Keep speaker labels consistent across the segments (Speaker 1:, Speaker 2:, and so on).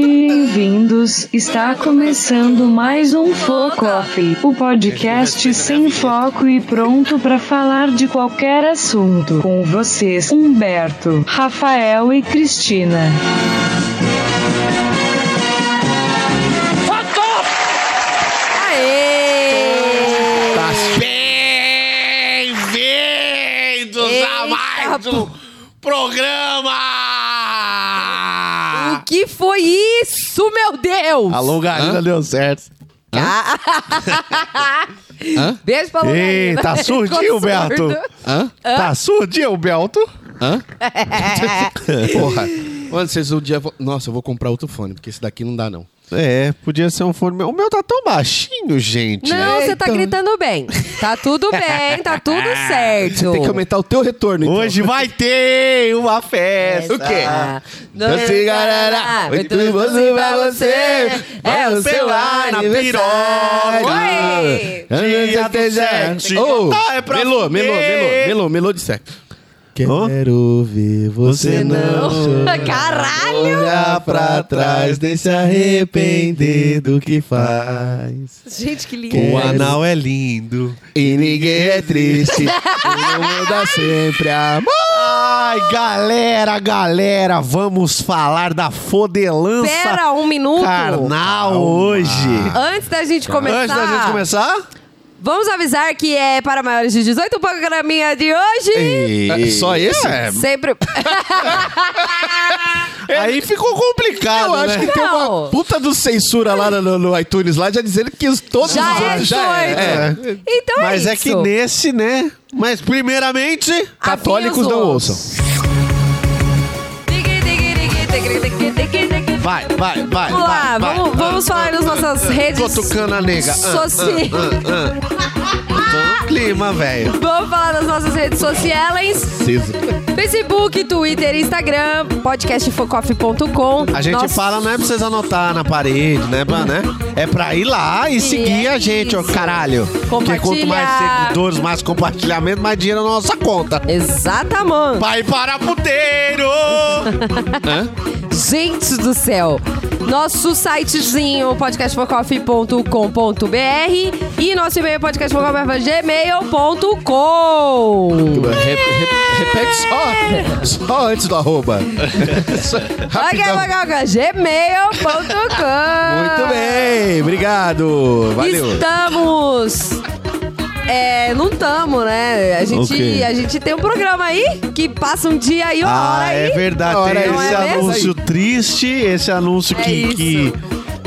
Speaker 1: Bem-vindos! Está começando mais um Foco Off, o podcast sem foco e pronto para falar de qualquer assunto. Com vocês, Humberto, Rafael e Cristina.
Speaker 2: Aê!
Speaker 3: Tá Bem-vindos a
Speaker 2: Eita,
Speaker 3: mais um programa!
Speaker 2: O que foi isso, meu Deus?
Speaker 3: A longarina deu certo.
Speaker 4: Hã?
Speaker 2: Beijo pra
Speaker 3: Ih,
Speaker 2: Longarina.
Speaker 3: tá surdinho,
Speaker 2: Ficou
Speaker 3: Beto.
Speaker 2: surdo.
Speaker 4: Hã?
Speaker 3: Tá surdinho, Belto?
Speaker 4: Hã? Porra. Mano, vocês um dia. vão- Nossa, eu vou comprar outro fone, porque esse daqui não dá, não.
Speaker 3: É, podia ser um fone. O meu tá tão baixinho, gente. É.
Speaker 2: Não, você tá gritando bem. Tá tudo bem, tá tudo certo.
Speaker 4: Tem que aumentar o teu retorno, então.
Speaker 3: Hoje vai ter uma festa.
Speaker 4: O quê?
Speaker 3: Tá assim, Dança, garará. Muito bom pra você. É o seu
Speaker 2: Na
Speaker 3: aniversário.
Speaker 2: Oi!
Speaker 3: Dia do sexo.
Speaker 4: Oh,
Speaker 3: Ah, é pra
Speaker 4: melô, melô,
Speaker 3: fuder.
Speaker 4: melô, melô, melô de sexo.
Speaker 3: Hã?
Speaker 4: Quero ver
Speaker 3: Você
Speaker 4: você
Speaker 3: não
Speaker 4: não
Speaker 2: Caralho!
Speaker 4: olhar pra trás, nem se arrepender do que faz.
Speaker 2: Gente, que lindo.
Speaker 3: O anal é lindo.
Speaker 4: E ninguém é triste, e não muda sempre amor.
Speaker 3: Ai, galera, galera, vamos falar da fodelança
Speaker 2: Espera um minuto.
Speaker 3: carnal hoje.
Speaker 2: Antes da gente começar,
Speaker 3: Antes da gente começar?
Speaker 2: vamos avisar que é para maiores de 18 o programinha de hoje.
Speaker 4: É só esse?
Speaker 3: É,
Speaker 2: Sempre.
Speaker 4: É.
Speaker 3: aí ficou complicado,
Speaker 4: Eu acho
Speaker 3: né?
Speaker 4: que tem
Speaker 2: Não.
Speaker 4: uma puta do censura lá no, no iTunes lá, já dizendo que os- todos
Speaker 2: Já
Speaker 4: os
Speaker 2: é
Speaker 4: outros né?
Speaker 2: doido. Então
Speaker 3: Mas
Speaker 2: é
Speaker 3: é,
Speaker 2: isso.
Speaker 3: que nesse, né? Mas primeiramente,
Speaker 4: Católicos não
Speaker 2: Avisos.
Speaker 4: ouçam. Vai, vai, vai.
Speaker 2: Vamos lá,
Speaker 4: vai, vai.
Speaker 2: vamos, vamos
Speaker 3: Ah,
Speaker 2: falar nas nossas redes
Speaker 4: Cutucando a nega. Ah,
Speaker 2: sociais.
Speaker 3: tô no Ah, clima, velho.
Speaker 2: Vamos falar nas nossas redes sociais.
Speaker 4: preciso.
Speaker 2: Facebook, Twitter, Instagram, podcastfocoff.com.
Speaker 3: A gente
Speaker 2: Nosso-
Speaker 3: fala, não é pra vocês anotar na parede, né, pra, né? É pra ir lá e seguir a gente, ó,
Speaker 2: isso.
Speaker 3: caralho. Porque quanto mais
Speaker 2: Compartilhar.
Speaker 3: seguidores, mais compartilhamento, mais dinheiro na nossa conta.
Speaker 2: Exatamente.
Speaker 3: Vai para puteiro!
Speaker 2: Então, Gente do céu! Nosso sitezinho podcastfocoff.com.br e nosso e-mail é podcastfocoff.gmail.com
Speaker 4: Re- re- repete só, só antes do arroba. Só- Rapidão.
Speaker 2: gmail.com
Speaker 4: Muito bem, obrigado. Valeu.
Speaker 2: Estamos... É, não tamo, né? A gente,
Speaker 3: O quê?
Speaker 2: a gente tem um programa aí que passa um dia e uma hora
Speaker 3: Ah,
Speaker 2: aí.
Speaker 3: é verdade.
Speaker 4: Ora,
Speaker 3: Tem
Speaker 4: não
Speaker 3: esse
Speaker 2: é mesmo?
Speaker 3: anúncio triste, esse anúncio
Speaker 2: É
Speaker 3: que, que-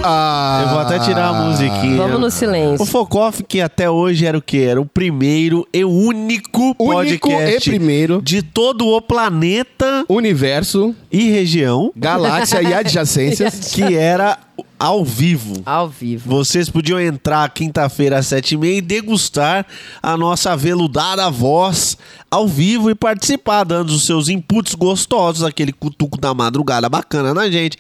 Speaker 4: Ah.
Speaker 3: Eu vou até tirar a musiquinha.
Speaker 2: Vamos no silêncio.
Speaker 3: O Focoff, que até hoje era o quê? Era o primeiro e único, podcast
Speaker 4: e primeiro.
Speaker 3: de todo o planeta
Speaker 4: Universo,
Speaker 3: e região
Speaker 4: galáxia e adjacências.
Speaker 3: que era ao vivo.
Speaker 2: Ao vivo.
Speaker 3: Vocês podiam entrar quinta-feira às sete e meia e degustar a nossa veludada voz ao vivo e participar, dando os seus inputs gostosos, aquele cutuco da madrugada bacana na gente.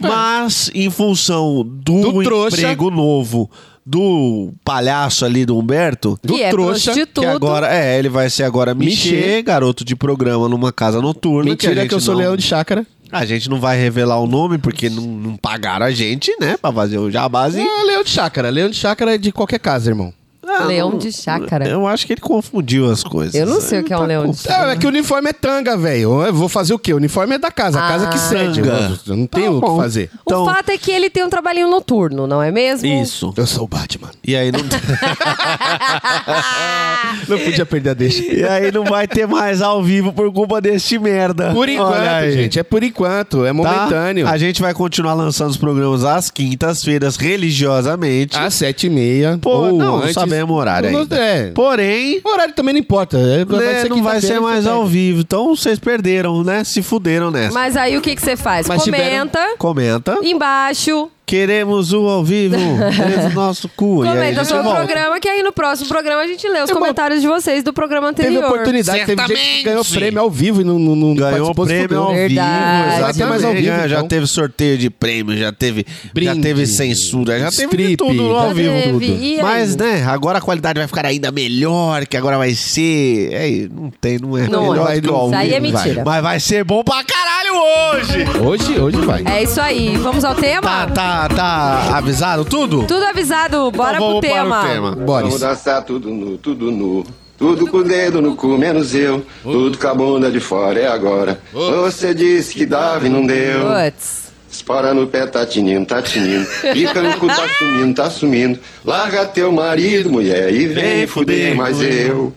Speaker 3: Mas, em função do,
Speaker 4: É. Do trouxa.
Speaker 3: emprego novo do palhaço ali do Humberto...
Speaker 2: Que é
Speaker 4: trouxa, que
Speaker 3: Que
Speaker 2: prostituto.
Speaker 3: agora, é, ele vai ser agora Michê,
Speaker 4: Michê.
Speaker 3: garoto de programa numa casa noturna. a
Speaker 4: Mentira
Speaker 3: gente
Speaker 4: que eu sou
Speaker 3: não-
Speaker 4: leão de chácara.
Speaker 3: A gente não vai revelar o nome, porque não, não pagaram a gente, né, pra fazer o jabazinho.
Speaker 4: É leão de chácara. Leão de chácara é de qualquer casa, irmão.
Speaker 3: Ah,
Speaker 2: Leão
Speaker 3: não-
Speaker 2: de chácara.
Speaker 3: Eu acho que ele confundiu as coisas.
Speaker 2: Eu não sei o que é um leão de
Speaker 3: chácara.
Speaker 2: chácara.
Speaker 4: É, é que o uniforme é tanga, velho. Eu vou fazer o quê? O uniforme é da casa, a casa
Speaker 2: Ah.
Speaker 4: que cede.
Speaker 3: Tanga.
Speaker 4: Eu não tenho o que fazer.
Speaker 2: o
Speaker 3: Então-
Speaker 2: fato é que ele tem um trabalhinho noturno, não é
Speaker 4: um
Speaker 2: mesmo?
Speaker 3: Isso.
Speaker 4: Eu sou o Batman.
Speaker 3: E aí não,
Speaker 4: Não podia perder a deixa.
Speaker 3: e aí não vai ter mais ao vivo por culpa deste merda.
Speaker 4: Por
Speaker 3: Olha
Speaker 4: enquanto,
Speaker 3: aí.
Speaker 4: gente. É por enquanto. É
Speaker 3: Tá?
Speaker 4: momentâneo.
Speaker 3: A gente vai continuar lançando os programas às quintas-feiras, religiosamente.
Speaker 4: Às sete e meia.
Speaker 3: Pô,
Speaker 4: ou
Speaker 3: não
Speaker 4: antes.
Speaker 3: sabemos o horário ainda.
Speaker 4: É.
Speaker 3: Porém,
Speaker 4: O horário também não importa. É,
Speaker 3: né, não vai
Speaker 4: quinta-feira,
Speaker 3: ser mais
Speaker 4: você
Speaker 3: ao
Speaker 4: pega.
Speaker 3: vivo. Então vocês perderam, né? Se fuderam nessa.
Speaker 2: Mas aí o que que você faz?
Speaker 4: Mas
Speaker 2: Comenta
Speaker 3: Comenta.
Speaker 2: embaixo
Speaker 3: Queremos o ao vivo, preso no nosso cu. E aí a
Speaker 2: Comenta
Speaker 3: gente
Speaker 2: sobre o
Speaker 3: volta.
Speaker 2: programa, que aí no próximo programa a gente lê os
Speaker 4: É bom.
Speaker 2: comentários de vocês do programa
Speaker 4: Teve
Speaker 2: anterior.
Speaker 4: oportunidade, teve gente que ganhou
Speaker 3: Certamente.
Speaker 4: prêmio ao vivo e não, não, não
Speaker 3: Ganhou
Speaker 4: participou, se
Speaker 3: prêmio
Speaker 4: fudeu.
Speaker 3: ao vivo,
Speaker 2: Verdade.
Speaker 3: exatamente.
Speaker 4: Vai ter mais ao vivo,
Speaker 3: já, já
Speaker 4: então.
Speaker 3: teve sorteio de prêmio, já teve, já
Speaker 4: Brinde.
Speaker 3: teve censura, já teve de
Speaker 4: Strip.
Speaker 3: tudo no ao
Speaker 4: Já
Speaker 3: vivo.
Speaker 2: teve.
Speaker 3: tudo.
Speaker 2: E aí?
Speaker 3: Mas, né, agora a qualidade vai ficar ainda melhor, que agora vai ser... É, não tem, não é
Speaker 2: Não
Speaker 3: melhor
Speaker 4: é.
Speaker 3: do que o ao
Speaker 2: Isso aí é
Speaker 3: vivo, vai.
Speaker 2: mentira.
Speaker 3: Mas vai ser bom pra caralho hoje!
Speaker 4: Hoje, hoje vai.
Speaker 2: É isso aí. Vamos ao tema?
Speaker 3: Tá, tá, tá avisado tudo?
Speaker 2: Tudo avisado, bora
Speaker 3: Então
Speaker 2: pro
Speaker 3: vamos
Speaker 2: tema.
Speaker 3: para o tema.
Speaker 4: Boris.
Speaker 5: Vamos dançar tudo nu, tudo nu. Tudo com o dedo no cu, menos eu. Tudo com a bunda de fora, é agora. Você disse que dava e não deu.
Speaker 2: Putz.
Speaker 5: Espora no pé, tá tinindo, tá tinindo. Pica no cu, tá sumindo, tá sumindo. Larga teu marido, mulher, e vem fuder, mas eu.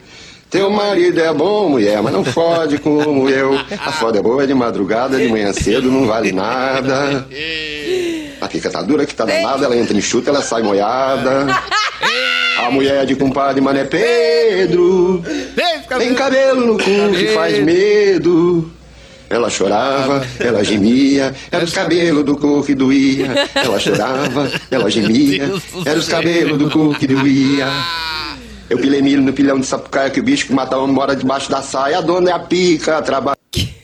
Speaker 5: Teu marido é bom, mulher, mas não fode como eu. A foda é boa é de madrugada, de manhã cedo, não vale nada. A pica tá dura que tá danada, ela entra em chuta, ela sai moiada. A mulher é de compadre Mané Pedro Tem cabelo no cu que faz medo Ela chorava, ela gemia Era os cabelos do cu que doía Ela chorava, ela gemia Era os cabelos do cu que doía Eu pilei milho no pilhão de sapucaia Que o bicho que mata homem mora debaixo da saia A dona é a pica, trabalha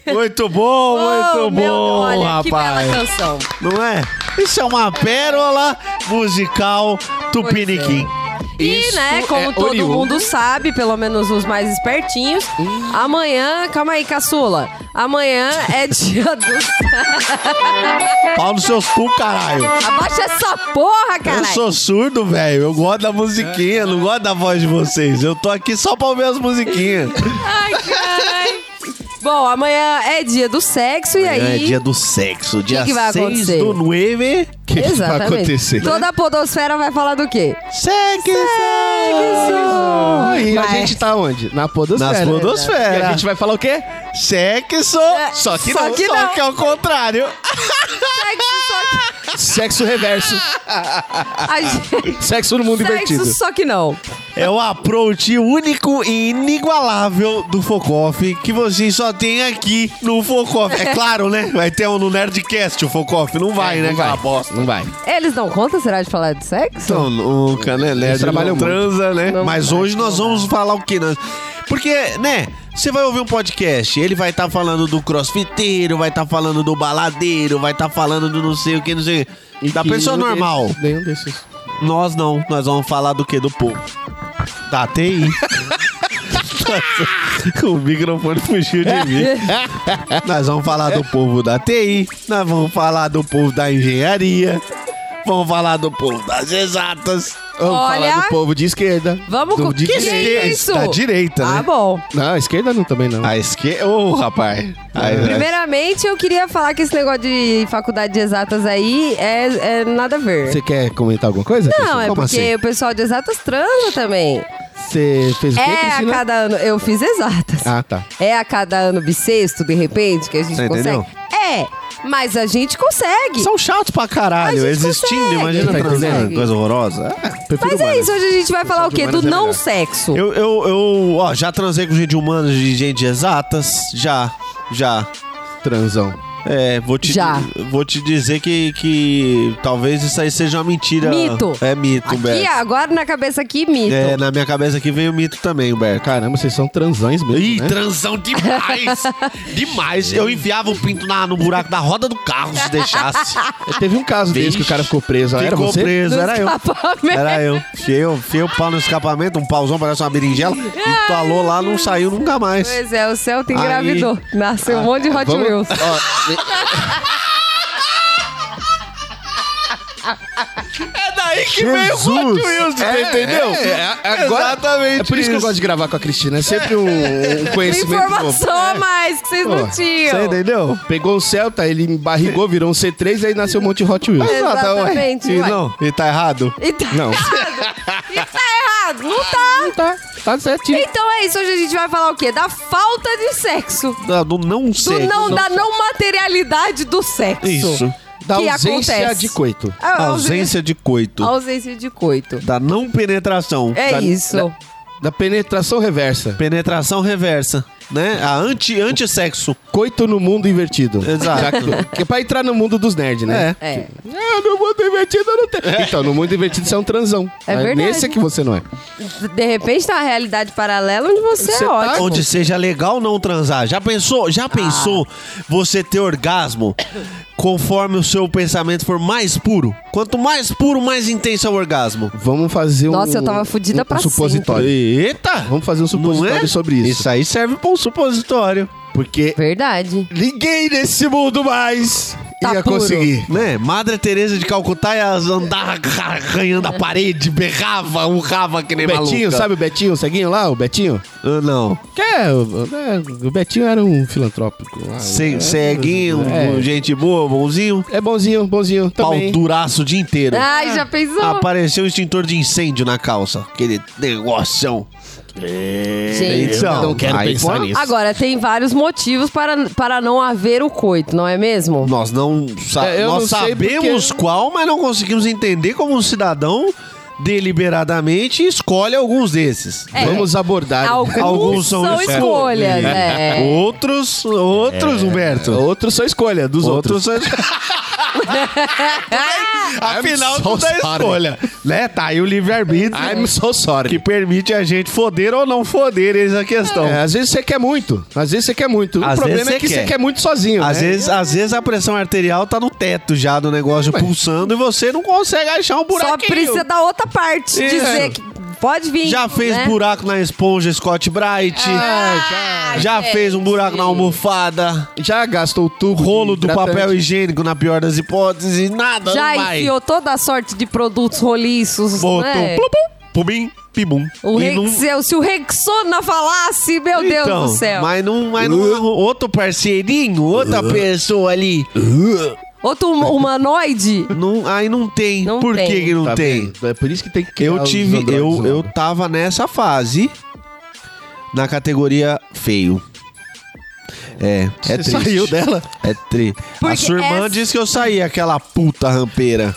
Speaker 3: Muito bom, muito
Speaker 2: Oh,
Speaker 3: bom,
Speaker 2: meu- olha, que
Speaker 3: rapaz.
Speaker 2: bela canção.
Speaker 3: Não é? Isso é uma pérola musical Tupiniquim.
Speaker 2: E,
Speaker 4: Isso
Speaker 2: né, como
Speaker 4: é
Speaker 2: todo
Speaker 4: oriundo.
Speaker 2: mundo sabe, pelo menos os mais espertinhos, amanhã, calma aí, caçula. Amanhã é dia do.
Speaker 3: Pau nos seus cu, caralho.
Speaker 2: Abaixa essa porra,
Speaker 3: Eu
Speaker 2: caralho.
Speaker 3: sou surdo, velho. Eu gosto da musiquinha, não gosto da voz de vocês. Eu tô aqui só pra ouvir as musiquinhas.
Speaker 2: Ai, caralho. Bom, amanhã é dia do sexo e
Speaker 3: É
Speaker 2: aí.
Speaker 3: dia do sexo, dia
Speaker 2: que vai
Speaker 3: 6
Speaker 2: acontecer?
Speaker 3: do 9.
Speaker 4: O que, que vai acontecer?
Speaker 2: Toda a podosfera vai falar do quê?
Speaker 3: Sexo!
Speaker 2: Sexo!
Speaker 4: E a
Speaker 2: Mas-
Speaker 4: gente tá onde? Na podosfera.
Speaker 3: Nas podosfera.
Speaker 4: E a gente vai falar o quê?
Speaker 3: Sexo! Só que
Speaker 2: só
Speaker 3: não,
Speaker 2: que
Speaker 3: só
Speaker 2: não.
Speaker 3: que é o contrário.
Speaker 2: Sexo, só que.
Speaker 4: Sexo reverso.
Speaker 2: A gente-
Speaker 4: Sexo no mundo
Speaker 2: Sexo,
Speaker 4: divertido.
Speaker 2: só que não.
Speaker 3: É o approach único e inigualável do Focoff que vocês só tem aqui no Focoff. É claro, né? Vai ter um no Nerdcast o Focoff. Não vai,
Speaker 4: É,
Speaker 3: né?
Speaker 4: não vai.
Speaker 3: Aquela bosta.
Speaker 4: Não vai.
Speaker 2: Eles dão conta, será, de falar de sexo?
Speaker 3: Então, nunca, né? Nerd
Speaker 4: trabalham
Speaker 3: não
Speaker 4: muito.
Speaker 3: transa, né?
Speaker 2: Não
Speaker 3: Mas
Speaker 2: vai,
Speaker 3: hoje
Speaker 2: não
Speaker 3: nós vamos falar o que? Nós... Porque, né? Você vai ouvir um podcast, ele vai estar falando do crossfiteiro, vai estar falando do baladeiro, vai estar falando do não sei o que, não sei o que. Da
Speaker 4: Que
Speaker 3: pessoa
Speaker 4: nenhum
Speaker 3: normal.
Speaker 4: desses- Nenhum desses.
Speaker 3: Nós não, nós vamos falar do que? Do povo. Da TI. Nossa, o microfone fugiu de mim. Nós vamos falar do povo da TI, nós vamos falar do povo da engenharia, vamos falar do povo das exatas.
Speaker 4: Vamos
Speaker 2: Olha-
Speaker 4: falar do povo de esquerda.
Speaker 2: Vamos
Speaker 4: do,
Speaker 2: com
Speaker 4: de
Speaker 2: que
Speaker 4: direita.
Speaker 2: esquerda? Isso.
Speaker 3: Da direita,
Speaker 2: Ah,
Speaker 3: né?
Speaker 2: bom.
Speaker 4: Não, esquerda não também não.
Speaker 3: A esquerda. Ô, rapaz. né? A-
Speaker 2: Primeiramente, eu queria falar que esse negócio de faculdade de exatas aí é, é nada a ver.
Speaker 4: Você quer comentar alguma coisa?
Speaker 2: Não, é
Speaker 4: Como
Speaker 2: porque
Speaker 4: assim?
Speaker 2: o pessoal de exatas transa também.
Speaker 4: Você fez o quê,
Speaker 2: É a
Speaker 4: Cristina?
Speaker 2: cada ano. Eu fiz exatas.
Speaker 4: Ah, tá.
Speaker 2: É a cada ano bissexto, de repente, que a gente
Speaker 3: Você
Speaker 2: consegue.
Speaker 3: entendeu?
Speaker 2: É, mas a gente consegue.
Speaker 3: São chatos pra caralho.
Speaker 2: A gente
Speaker 3: Existindo,
Speaker 2: consegue, Tá
Speaker 3: imagina
Speaker 4: a gente
Speaker 3: transando.
Speaker 2: consegue.
Speaker 3: Coisa horrorosa.
Speaker 4: Prefiro
Speaker 2: Mas é
Speaker 4: humanas.
Speaker 2: isso, hoje a gente vai falar o quê? Do
Speaker 4: humanas é
Speaker 2: não
Speaker 4: melhor.
Speaker 2: sexo.
Speaker 3: Eu, eu, eu, ó, já transei com gente humana de gente exatas. Já, já.
Speaker 4: Transão.
Speaker 3: É, vou te,
Speaker 2: Já.
Speaker 3: vou te dizer que, que talvez isso aí seja uma mentira.
Speaker 2: Mito.
Speaker 3: É mito,
Speaker 2: Aqui,
Speaker 3: Humberto.
Speaker 2: agora na cabeça aqui, mito.
Speaker 3: É, na minha cabeça aqui veio mito também, Humberto.
Speaker 4: Caramba, vocês são transões mesmo,
Speaker 3: Ih,
Speaker 4: né?
Speaker 3: transão demais! demais! Eu enfiava o pinto na- no buraco da roda do carro se deixasse.
Speaker 4: Teve um caso desse
Speaker 3: Vixe.
Speaker 4: que o cara ficou preso. Era
Speaker 3: Ficou
Speaker 4: você?
Speaker 3: preso, era eu.
Speaker 2: Escapamento.
Speaker 3: Era eu. Fiei o- fiei o pau no escapamento, um pauzão parece uma berinjela, entalou lá, não saiu nunca mais.
Speaker 2: Pois é, o Celta
Speaker 3: Aí-
Speaker 2: engravidou. Nasceu um monte de Hot
Speaker 4: vamos-
Speaker 2: Wheels.
Speaker 3: É daí que
Speaker 4: Jesus!
Speaker 3: Wilson,
Speaker 4: É, é, é, agora-
Speaker 3: Exatamente
Speaker 4: É por isso que eu
Speaker 3: isso.
Speaker 4: gosto de gravar com a Cristina. É sempre um, um conhecimento É. novo.
Speaker 2: Informação a mais que vocês não
Speaker 4: Pô,
Speaker 3: Você
Speaker 2: tinham.
Speaker 3: entendeu?
Speaker 4: Pegou o Celta, ele embarrigou, virou um C3 e aí nasceu um monte de Hot
Speaker 2: É.
Speaker 4: Wheels.
Speaker 2: Exatamente.
Speaker 3: E
Speaker 2: ué.
Speaker 3: não, e tá errado?
Speaker 2: E tá
Speaker 4: Não.
Speaker 2: errado. E tá errado. Não tá.
Speaker 4: Tá, tá certinho.
Speaker 2: Então é isso. Hoje a gente vai falar o quê? Da falta de sexo.
Speaker 3: Da- Do não
Speaker 2: Do
Speaker 3: sei.
Speaker 2: não, da não materialidade do sexo.
Speaker 3: Isso.
Speaker 4: Da
Speaker 2: que
Speaker 4: ausência
Speaker 2: acontece.
Speaker 4: de coito.
Speaker 2: A ausência,
Speaker 3: Ausência de coito.
Speaker 2: ausência de coito.
Speaker 3: Da não penetração.
Speaker 2: É
Speaker 3: Da
Speaker 2: isso.
Speaker 4: Da penetração reversa.
Speaker 3: Penetração reversa. né? A anti, anti-sexo.
Speaker 4: Coito no mundo invertido.
Speaker 3: Exato.
Speaker 4: Já que, que é pra entrar no mundo dos nerds, né?
Speaker 2: É.
Speaker 4: Ah, no mundo invertido eu não tenho. Então, no mundo invertido você é um transão.
Speaker 2: É
Speaker 4: Aí,
Speaker 2: verdade.
Speaker 4: Nesse é que você não é.
Speaker 2: De repente tá uma realidade paralela onde você,
Speaker 4: Você
Speaker 2: é
Speaker 4: tá-
Speaker 2: ótimo.
Speaker 3: Onde seja legal não transar. Já pensou?
Speaker 2: Ah.
Speaker 3: Já pensou você ter orgasmo conforme o seu pensamento for mais puro? Quanto mais puro, mais intenso é o orgasmo.
Speaker 4: Vamos fazer um.
Speaker 2: Nossa, eu tava fudida
Speaker 4: um,
Speaker 2: pra
Speaker 4: um supositório.
Speaker 3: Eita!
Speaker 4: Vamos fazer um supositório sobre isso.
Speaker 3: é? Isso aí serve pra um supositório.
Speaker 4: Porque
Speaker 2: Verdade.
Speaker 4: ninguém nesse mundo mais
Speaker 2: Tá
Speaker 4: ia
Speaker 2: puro.
Speaker 4: conseguir.
Speaker 3: Né? Madre Teresa de Calcutá ia andar arranhando a parede, berrava, urrava que nem
Speaker 4: O Betinho,
Speaker 3: maluca.
Speaker 4: sabe o Betinho, o ceguinho lá, o Betinho?
Speaker 3: Ah, não.
Speaker 4: Que é, o, né, o Betinho era um filantrópico. lá.
Speaker 3: Ce-
Speaker 4: É,
Speaker 3: ceguinho, um
Speaker 4: é.
Speaker 3: gente boa, bonzinho.
Speaker 4: É bonzinho, bonzinho também.
Speaker 3: Pau duraço o dia inteiro.
Speaker 2: Ai, já pensou?
Speaker 3: Apareceu um extintor de incêndio na calça. Aquele negócio.
Speaker 2: Gente.
Speaker 3: Então,
Speaker 4: Eu Então, não Ah, é quero pensar nisso.
Speaker 2: Agora, tem vários motivos para, para não haver o coito, não é mesmo?
Speaker 3: Nós não, sa-
Speaker 4: É, eu
Speaker 3: nós
Speaker 4: não sei
Speaker 3: sabemos
Speaker 4: porque-
Speaker 3: qual, mas não conseguimos entender como um cidadão deliberadamente escolhe alguns desses.
Speaker 2: É.
Speaker 4: Vamos abordar.
Speaker 2: Alguns,
Speaker 3: Alguns
Speaker 2: são,
Speaker 3: são
Speaker 2: escolhas.
Speaker 3: escolhas.
Speaker 2: é.
Speaker 3: Outros, outros, Humberto.
Speaker 4: Outros são escolha dos outros.
Speaker 3: É. Outros são- Afinal,
Speaker 4: I'm so
Speaker 3: tudo é
Speaker 4: sorry.
Speaker 3: escolha. Né? Tá aí o livre-arbítrio
Speaker 4: I'm so sorry.
Speaker 3: que permite a gente foder ou não foder, eis a questão.
Speaker 4: É, às vezes você quer muito. Às vezes você quer muito.
Speaker 3: Às
Speaker 4: o problema
Speaker 3: vezes
Speaker 4: é que
Speaker 3: você
Speaker 4: você
Speaker 3: quer.
Speaker 4: quer muito sozinho.
Speaker 3: Às,
Speaker 4: né?
Speaker 3: vezes, às vezes a pressão arterial tá no teto já do negócio pulsando e você não consegue achar um
Speaker 2: Só
Speaker 3: buraquinho.
Speaker 2: precisa da outra parte
Speaker 3: Isso.
Speaker 2: dizer que pode vir.
Speaker 3: Já fez
Speaker 2: né?
Speaker 3: buraco na esponja Scott Bright.
Speaker 2: Ah,
Speaker 3: já
Speaker 2: gente.
Speaker 3: fez um buraco na almofada.
Speaker 4: Já gastou o tubo.
Speaker 3: Rolo
Speaker 4: de
Speaker 3: do
Speaker 4: hidratante.
Speaker 3: papel higiênico na pior das hipóteses. Nada
Speaker 2: Já
Speaker 3: não vai.
Speaker 2: enfiou toda a sorte de produtos roliços.
Speaker 3: Botou. um
Speaker 2: né?
Speaker 3: Plum, pumim, pimum.
Speaker 2: O
Speaker 3: E não-
Speaker 2: Rexel, se o Rexona falasse, meu
Speaker 3: Então,
Speaker 2: Deus do céu.
Speaker 3: Mas não, mas
Speaker 4: Uh.
Speaker 3: não arru- outro parceirinho, outra pessoa ali.
Speaker 2: Outro hum- humanoide.
Speaker 3: Não, aí não tem.
Speaker 2: Não
Speaker 3: Por
Speaker 2: tem.
Speaker 3: que que não
Speaker 4: Tá
Speaker 3: tem?
Speaker 4: vendo? É por isso que tem que criar
Speaker 3: Eu
Speaker 4: os
Speaker 3: tive,
Speaker 4: androides
Speaker 3: eu,
Speaker 4: lá.
Speaker 3: eu tava nessa fase na categoria feio. É, é
Speaker 4: Você
Speaker 3: triste.
Speaker 4: saiu dela.
Speaker 3: É tri.
Speaker 2: Porque
Speaker 3: a sua irmã
Speaker 2: essa-
Speaker 3: disse que eu saí, aquela puta rampeira.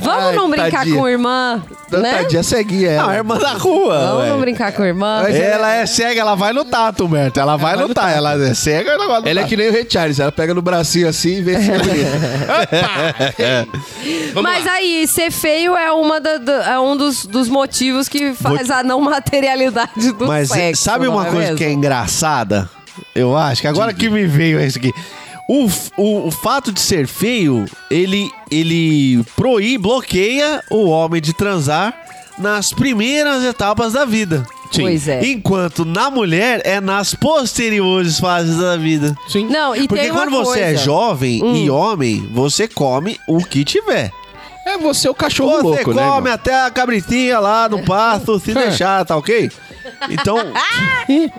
Speaker 2: Vamos
Speaker 4: Ai,
Speaker 2: não brincar
Speaker 4: tadinha.
Speaker 2: com irmã,
Speaker 4: Não,
Speaker 2: né?
Speaker 4: Tadinha, ceguinha ela.
Speaker 3: Não, a irmã da rua.
Speaker 2: Vamos não
Speaker 3: ué.
Speaker 2: brincar com irmã.
Speaker 3: Ela é cega, ela vai lutar, Humberto. Ela vai lutar. Ela é cega, ela vai lutar.
Speaker 4: Ela é que nem o Ray Charles, ela pega no bracinho assim e vê se é bonito.
Speaker 2: Mas aí, ser feio é, uma da- da- é um dos, dos motivos que faz a não materialidade do
Speaker 3: Mas eh,
Speaker 2: sexo.
Speaker 3: sabe
Speaker 2: não
Speaker 3: uma
Speaker 2: é
Speaker 3: coisa
Speaker 2: mesmo?
Speaker 3: que é engraçada? Eu acho que agora que me veio é isso aqui. O, f- o, o fato de ser feio, ele, ele proíbe, bloqueia o homem de transar nas primeiras etapas da vida.
Speaker 2: Pois é.
Speaker 3: Enquanto na mulher é nas posteriores fases da vida.
Speaker 2: é. Não, e
Speaker 3: Porque
Speaker 2: tem uma
Speaker 3: quando você é
Speaker 2: coisa. Hum.
Speaker 3: jovem e homem, você come o que tiver.
Speaker 4: É você o cachorro
Speaker 3: Você
Speaker 4: louco, né? É.
Speaker 3: come
Speaker 4: irmão?
Speaker 3: até a cabritinha lá no pasto, se deixar, tá ok? Então,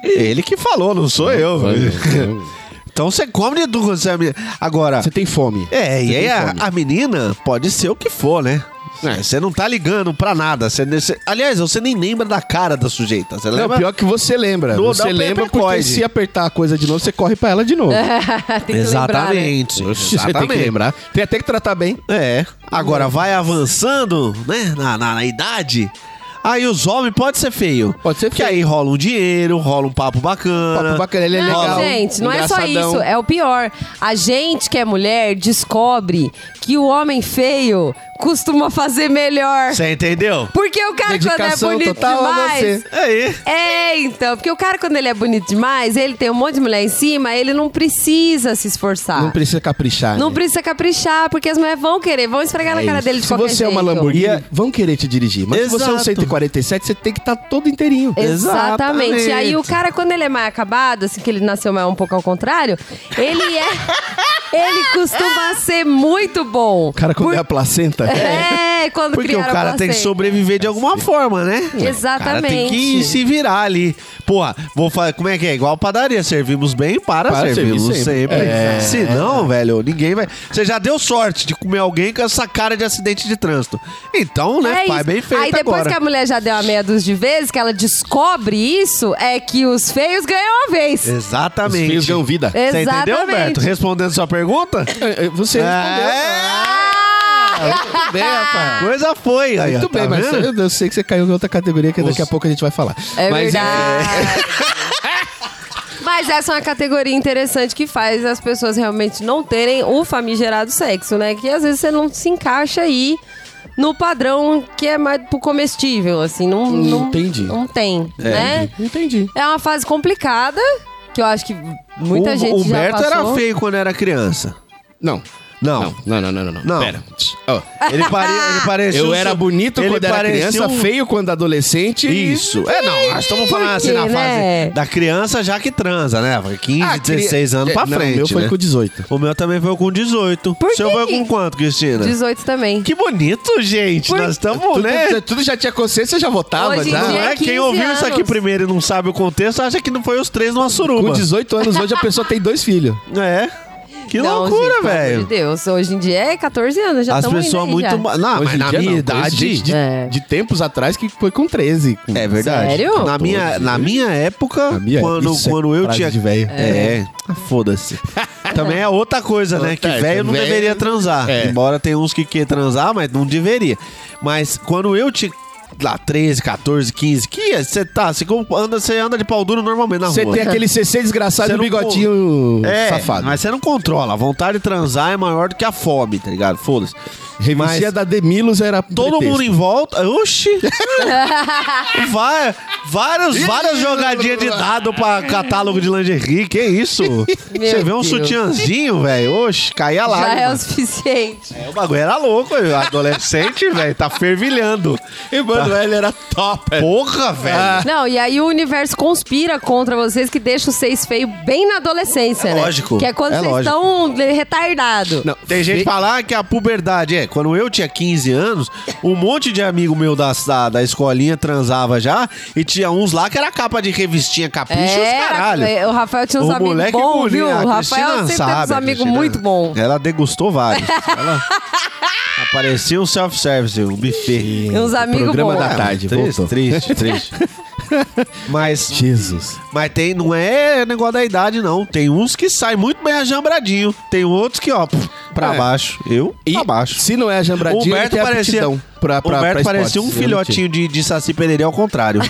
Speaker 3: ele que falou, não sou eu. então você come de tudo quando você é menina. Agora,
Speaker 4: Você tem fome.
Speaker 3: é, e
Speaker 4: Você
Speaker 3: aí
Speaker 4: tem
Speaker 3: a,
Speaker 4: fome.
Speaker 3: a menina pode ser o que for, né?
Speaker 4: É.
Speaker 3: Você não tá ligando pra nada. Você, você- aliás, você nem lembra da cara da sujeita. Você
Speaker 4: Não,
Speaker 3: lembra?
Speaker 4: É pior que você lembra.
Speaker 3: Do-
Speaker 4: você
Speaker 3: dá o
Speaker 4: lembra porque
Speaker 3: peppercorn.
Speaker 4: se apertar a coisa de novo, você corre pra ela de novo.
Speaker 2: tem que lembrar, né?
Speaker 3: Exatamente.
Speaker 4: Você tem que lembrar. Tem até que tratar bem.
Speaker 3: É. Agora vai avançando, né? Na, na, na idade. Aí os homens pode ser feio.
Speaker 4: Pode ser
Speaker 3: Porque
Speaker 4: feio.
Speaker 3: aí rola um dinheiro, rola um papo bacana.
Speaker 4: Papo bacana, ele é
Speaker 2: Não,
Speaker 4: legal.
Speaker 2: gente, não é só
Speaker 4: engraçadão.
Speaker 2: isso, é o pior. A gente que é mulher descobre que o homem feio costuma fazer
Speaker 4: é-
Speaker 2: melhor.
Speaker 3: Você entendeu?
Speaker 2: Porque o cara
Speaker 4: Dedicação
Speaker 2: quando é bonito
Speaker 4: total a
Speaker 2: demais.
Speaker 4: você.
Speaker 3: Aí.
Speaker 2: É, então, porque o cara quando ele é bonito demais, ele tem um monte de mulher em cima, ele não precisa se esforçar.
Speaker 4: Não precisa caprichar.
Speaker 2: Ah. Não
Speaker 4: né?
Speaker 2: precisa caprichar, porque as mulheres vão querer, vão esfregar na
Speaker 4: É
Speaker 2: cara
Speaker 4: isso.
Speaker 2: dele de
Speaker 4: Se
Speaker 2: qualquer
Speaker 4: você é
Speaker 2: jeito.
Speaker 4: uma Lamborghini, vão querer te dirigir. Mas se você é um
Speaker 3: Exato.
Speaker 4: 147, você tem que estar todo inteirinho.
Speaker 2: É, Exatamente. E aí o cara, quando ele é mais acabado, assim, que ele nasceu mais um pouco ao contrário, ele é. ele costuma ser muito bom.
Speaker 4: O cara quando é a placenta.
Speaker 2: É, quando
Speaker 3: Porque o
Speaker 2: criaram
Speaker 3: cara
Speaker 2: pra
Speaker 3: tem que
Speaker 2: ser.
Speaker 3: sobreviver de alguma forma, né? O cara tem que
Speaker 2: Exatamente.
Speaker 3: se virar ali. Porra, vou falar, como é que é? Igual padaria, servimos bem para,
Speaker 4: Para
Speaker 3: servirmos
Speaker 4: servir sempre. É.
Speaker 3: sempre. É. Se não, velho, ninguém vai... Você já deu sorte de comer alguém com essa cara de acidente de trânsito. Então, né,
Speaker 2: É
Speaker 3: pai,
Speaker 2: isso.
Speaker 3: bem feito
Speaker 2: Aí depois
Speaker 3: agora.
Speaker 2: que a mulher já deu a meia dúzia de vezes, que ela descobre isso, é que os feios ganham uma vez.
Speaker 3: É.
Speaker 4: Os
Speaker 3: Exatamente.
Speaker 4: filhos ganham vida.
Speaker 2: É.
Speaker 3: Você entendeu,
Speaker 2: Exatamente.
Speaker 3: Humberto? Respondendo sua pergunta?
Speaker 4: É, é, Você respondeu.
Speaker 2: Ah!
Speaker 4: Muito bem, rapaz.
Speaker 3: Coisa foi. Aí, ó,
Speaker 4: Muito
Speaker 3: tá
Speaker 4: bem, mas
Speaker 3: vendo?
Speaker 4: eu, eu sei que você caiu em outra categoria que daqui a pouco a gente vai falar.
Speaker 2: É
Speaker 4: mas,
Speaker 2: verdade. Mas essa é uma categoria interessante que faz as pessoas realmente não terem o famigerado sexo, né? Que às vezes você não se encaixa aí no padrão que é mais pro comestível, assim. Não, não,
Speaker 4: Entendi.
Speaker 2: Não tem,
Speaker 3: É,
Speaker 2: né?
Speaker 4: Entendi.
Speaker 2: É uma fase complicada, que eu acho que muita
Speaker 3: o,
Speaker 2: gente
Speaker 3: o
Speaker 2: já
Speaker 3: Humberto
Speaker 2: passou.
Speaker 3: era feio quando era criança.
Speaker 4: Não.
Speaker 3: Não.
Speaker 4: Não, não, não, não, não. não.
Speaker 3: Não.
Speaker 4: Pera. Ó,
Speaker 3: Ele, pare, ele parecia.
Speaker 4: eu
Speaker 3: um-
Speaker 4: era bonito
Speaker 3: ele
Speaker 4: quando era
Speaker 3: parecia
Speaker 4: criança,
Speaker 3: um-
Speaker 4: feio quando adolescente. e-
Speaker 3: Isso. É, não, nós estamos falando assim na
Speaker 2: Porque,
Speaker 3: fase
Speaker 2: né?
Speaker 3: da criança já que transa, né? 15,
Speaker 4: Ah, cri-
Speaker 3: 16 anos
Speaker 4: É,
Speaker 3: pra
Speaker 4: não,
Speaker 3: frente.
Speaker 4: O meu foi
Speaker 3: né?
Speaker 4: com 18.
Speaker 3: O meu também foi com 18.
Speaker 2: Por
Speaker 3: o seu
Speaker 2: que
Speaker 3: foi
Speaker 2: que-
Speaker 3: com quanto, Cristina?
Speaker 2: 18 também.
Speaker 3: né? Que bonito, gente. Nós estamos,
Speaker 4: Tudo, é
Speaker 3: né?
Speaker 4: tudo já tinha consciência, já votava
Speaker 2: Hoje em
Speaker 4: já.
Speaker 3: Não
Speaker 2: dia
Speaker 3: é?
Speaker 2: 15
Speaker 3: Quem ouviu isso aqui
Speaker 2: anos.
Speaker 3: primeiro e não sabe o contexto acha que não foi os três numa
Speaker 4: Com
Speaker 3: suruba.
Speaker 4: 18 anos hoje a pessoa tem dois filhos.
Speaker 3: É. Que
Speaker 2: Não, gente,
Speaker 3: loucura,
Speaker 2: pelo amor de
Speaker 3: velho.
Speaker 2: Deus, hoje em dia é 14 anos, já
Speaker 3: As
Speaker 2: tamo indo
Speaker 3: pessoas
Speaker 2: aí
Speaker 3: muito.
Speaker 2: já.
Speaker 3: ma- Não,
Speaker 4: hoje
Speaker 3: Ah, mas
Speaker 4: em
Speaker 3: na
Speaker 4: dia,
Speaker 3: minha
Speaker 4: não.
Speaker 3: idade.
Speaker 4: Hoje de, de-
Speaker 2: É.
Speaker 4: de tempos atrás que foi com 13.
Speaker 3: É verdade.
Speaker 2: Sério?
Speaker 3: Na minha, na minha época,
Speaker 4: Na minha-
Speaker 3: quando,
Speaker 4: isso é
Speaker 3: quando eu
Speaker 4: frase
Speaker 3: tinha.
Speaker 4: de velho.
Speaker 3: É. Ah, Foda-se. Também é outra coisa, né? Que
Speaker 4: É,
Speaker 3: velho não
Speaker 4: velho-
Speaker 3: deveria transar.
Speaker 4: É.
Speaker 3: Embora tem uns que quer transar, mas não deveria. Mas quando eu tinha. Lá, 13, 14, 15, que você tá, você com- anda, você anda de pau duro normalmente na
Speaker 4: Você
Speaker 3: rua.
Speaker 4: tem aquele CC desgraçado
Speaker 3: Você
Speaker 4: e um
Speaker 3: não co-
Speaker 4: bigodinho
Speaker 3: É,
Speaker 4: safado.
Speaker 3: mas você não controla. A vontade de transar é maior do que a fome, tá ligado? Foda-se.
Speaker 4: Revistinha
Speaker 3: Mas
Speaker 4: da Demilos era
Speaker 3: todo
Speaker 4: pretexto.
Speaker 3: mundo em volta. Oxi! Vai, vários, várias jogadinhas de dado pra catálogo de lingerie. Que isso? Você vê um
Speaker 2: Deus.
Speaker 3: sutiãzinho, velho. Oxi, caía lá.
Speaker 2: Já é o suficiente.
Speaker 3: O bagulho era louco, velho. adolescente, velho, tá fervilhando. Tá.
Speaker 4: E, mano, ele era top. é.
Speaker 3: Porra, velho.
Speaker 2: Não, e aí o universo conspira contra vocês que deixa os seis feios bem na adolescência,
Speaker 3: É
Speaker 2: né?
Speaker 3: lógico,
Speaker 2: Que é quando
Speaker 3: é
Speaker 2: vocês
Speaker 3: lógico.
Speaker 2: estão retardados.
Speaker 4: Não,
Speaker 3: Tem gente que fala que a puberdade é. Quando eu tinha 15 anos, um monte de amigo meu da, da, da escolinha transava já e tinha uns lá que era capa de revistinha capricha e os caralho.
Speaker 2: é, o Rafael tinha uns
Speaker 3: O
Speaker 2: amigos
Speaker 3: moleque
Speaker 2: bons,
Speaker 3: engolia.
Speaker 2: viu?
Speaker 3: A
Speaker 2: O
Speaker 3: Cristina
Speaker 2: Rafael sempre
Speaker 3: sabe,
Speaker 2: teve uns
Speaker 3: a
Speaker 2: amigos
Speaker 3: Cristina- é
Speaker 2: muito bons.
Speaker 3: Ela degustou vários. Ela aparecia um self-service, um buffet.
Speaker 2: E uns amigos
Speaker 4: programa
Speaker 2: bons.
Speaker 3: Ah,
Speaker 4: da tarde,
Speaker 3: triste,
Speaker 4: voltou.
Speaker 3: triste, triste. Mas,
Speaker 4: Jesus.
Speaker 3: mas tem, não é negócio da idade, não. Tem uns que saem muito bem ajambradinho. Tem outros que, ó, pff, pra
Speaker 4: É.
Speaker 3: baixo. Eu,
Speaker 4: E
Speaker 3: pra baixo.
Speaker 4: se não é a
Speaker 3: O
Speaker 4: jambradinha,
Speaker 3: Humberto
Speaker 4: ele tem
Speaker 3: parecia,
Speaker 4: aptidão pra, pra,
Speaker 3: Humberto
Speaker 4: pra
Speaker 3: parecia um
Speaker 4: esportes.
Speaker 3: filhotinho de, de Saci Pererê ao contrário.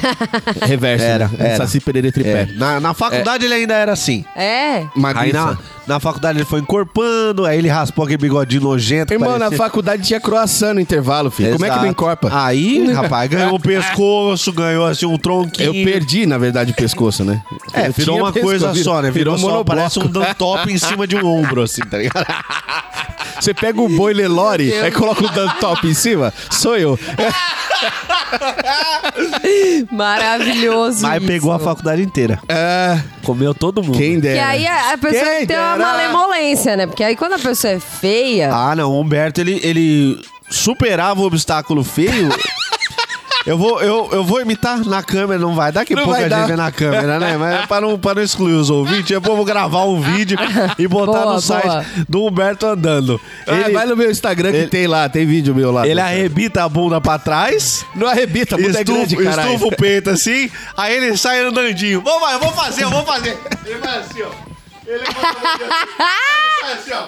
Speaker 4: Reverso.
Speaker 3: Era,
Speaker 4: né?
Speaker 3: era.
Speaker 4: Saci Pererê Tripé.
Speaker 3: É, né? Na, na faculdade ele ainda era assim.
Speaker 2: É.
Speaker 3: Aí
Speaker 4: Magriça.
Speaker 3: na, na faculdade ele foi encorpando, aí ele raspou aquele bigodinho nojento.
Speaker 4: Irmão,
Speaker 3: parecia-
Speaker 4: na faculdade tinha croissant no intervalo, filho. Como é que
Speaker 3: Exato. Ah,
Speaker 4: não encorpa?
Speaker 3: Aí, rapaz, ganhou o pescoço, ganhou assim um tronquinho.
Speaker 4: Eu perdi, na verdade, o pescoço, né?
Speaker 3: É,
Speaker 4: Eu
Speaker 3: virou
Speaker 4: tinha
Speaker 3: uma
Speaker 4: pescoço,
Speaker 3: coisa
Speaker 4: vir-
Speaker 3: só, né? Virou,
Speaker 4: Virou,
Speaker 3: só,
Speaker 4: monobloco.
Speaker 3: parece um dantop em cima de um ombro, assim, tá ligado? um-
Speaker 4: Você pega o boi Lelore, aí coloca o Dantop em cima, sou eu.
Speaker 3: É,
Speaker 2: Maravilhoso.
Speaker 3: Mas
Speaker 2: isso.
Speaker 3: pegou a faculdade inteira.
Speaker 4: É,
Speaker 3: Comeu todo mundo.
Speaker 4: quem dera.
Speaker 2: Que aí a a pessoa
Speaker 4: Quem
Speaker 2: tem uma
Speaker 4: dera.
Speaker 2: malemolência, né? Porque aí quando a pessoa é feia.
Speaker 3: Ah, não, o Humberto, ele, ele superava o obstáculo feio. Eu vou, eu, eu vou imitar na câmera, não vai dar que
Speaker 4: Não
Speaker 3: pouca
Speaker 4: vai
Speaker 3: gente
Speaker 4: dar.
Speaker 3: vê na câmera, né? Mas pra não, pra não excluir os ouvintes, eu vou gravar um vídeo e botar
Speaker 2: Boa,
Speaker 3: no
Speaker 2: boa.
Speaker 3: site do Humberto andando.
Speaker 4: Ah, vai no meu Instagram que
Speaker 3: ele-
Speaker 4: tem lá, tem vídeo meu lá.
Speaker 3: Ele arrebita a bunda pra trás,
Speaker 4: Não arrebita, a bunda é
Speaker 3: estufa,
Speaker 4: grande, caralho.
Speaker 3: estufa o peito assim, aí ele sai andandinho. Vamos vai, eu vou fazer, eu vou fazer. Ele vai assim, ó. Ele vai assim, ó.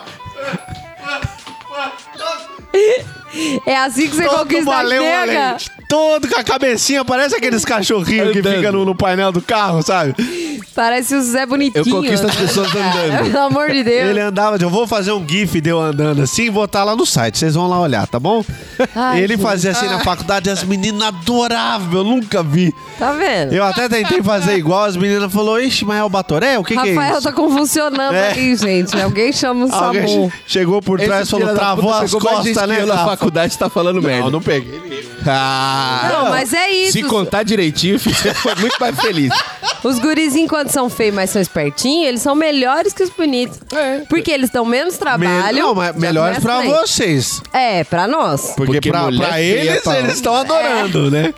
Speaker 2: É assim que você
Speaker 3: Ah. Todo
Speaker 2: conquista a
Speaker 3: valeu,
Speaker 2: nega.
Speaker 3: moleque. Todo com a cabecinha, parece aqueles cachorrinhos que
Speaker 4: Andando.
Speaker 3: fica no, no painel do carro, sabe?
Speaker 2: Parece o Zé Bonitinho.
Speaker 4: Eu conquisto as
Speaker 2: né?
Speaker 4: pessoas andando.
Speaker 2: Pelo amor de Deus.
Speaker 3: Ele é andava, de- eu vou fazer um gif de eu andando assim e botar lá no site, vocês vão lá olhar, tá bom?
Speaker 2: Ai, Ah.
Speaker 3: ele
Speaker 2: gente.
Speaker 3: fazia assim na faculdade, as meninas adoravam, eu nunca vi.
Speaker 2: Tá vendo?
Speaker 3: Eu até tentei fazer igual, as meninas falaram, ixi, mas é o Batoré? O que, que é isso?
Speaker 2: Rafael tá convulsionando
Speaker 3: É.
Speaker 2: aí, gente. Alguém chama o
Speaker 3: Alguém
Speaker 2: SAMU.
Speaker 3: che- chegou por trás e falou, travou as costas, né?
Speaker 4: Na
Speaker 3: Rafa?"
Speaker 4: faculdade tá falando merda.
Speaker 3: não peguei.
Speaker 4: Ah,
Speaker 2: Não, mas é isso.
Speaker 4: Se contar direitinho, filho, você foi muito mais feliz.
Speaker 2: Os guris, enquanto são feios, mas são espertinhos, eles são melhores que os bonitos.
Speaker 4: É.
Speaker 2: Porque eles dão menos trabalho.
Speaker 3: Melhor, mas
Speaker 2: Já
Speaker 3: melhores
Speaker 2: começa
Speaker 3: pra
Speaker 2: aí.
Speaker 3: vocês.
Speaker 2: É, pra nós.
Speaker 3: Porque,
Speaker 4: Porque
Speaker 3: pra,
Speaker 4: mulher
Speaker 3: pra
Speaker 4: feia, tá?
Speaker 3: eles,
Speaker 4: Paulo.
Speaker 3: eles estão adorando, né?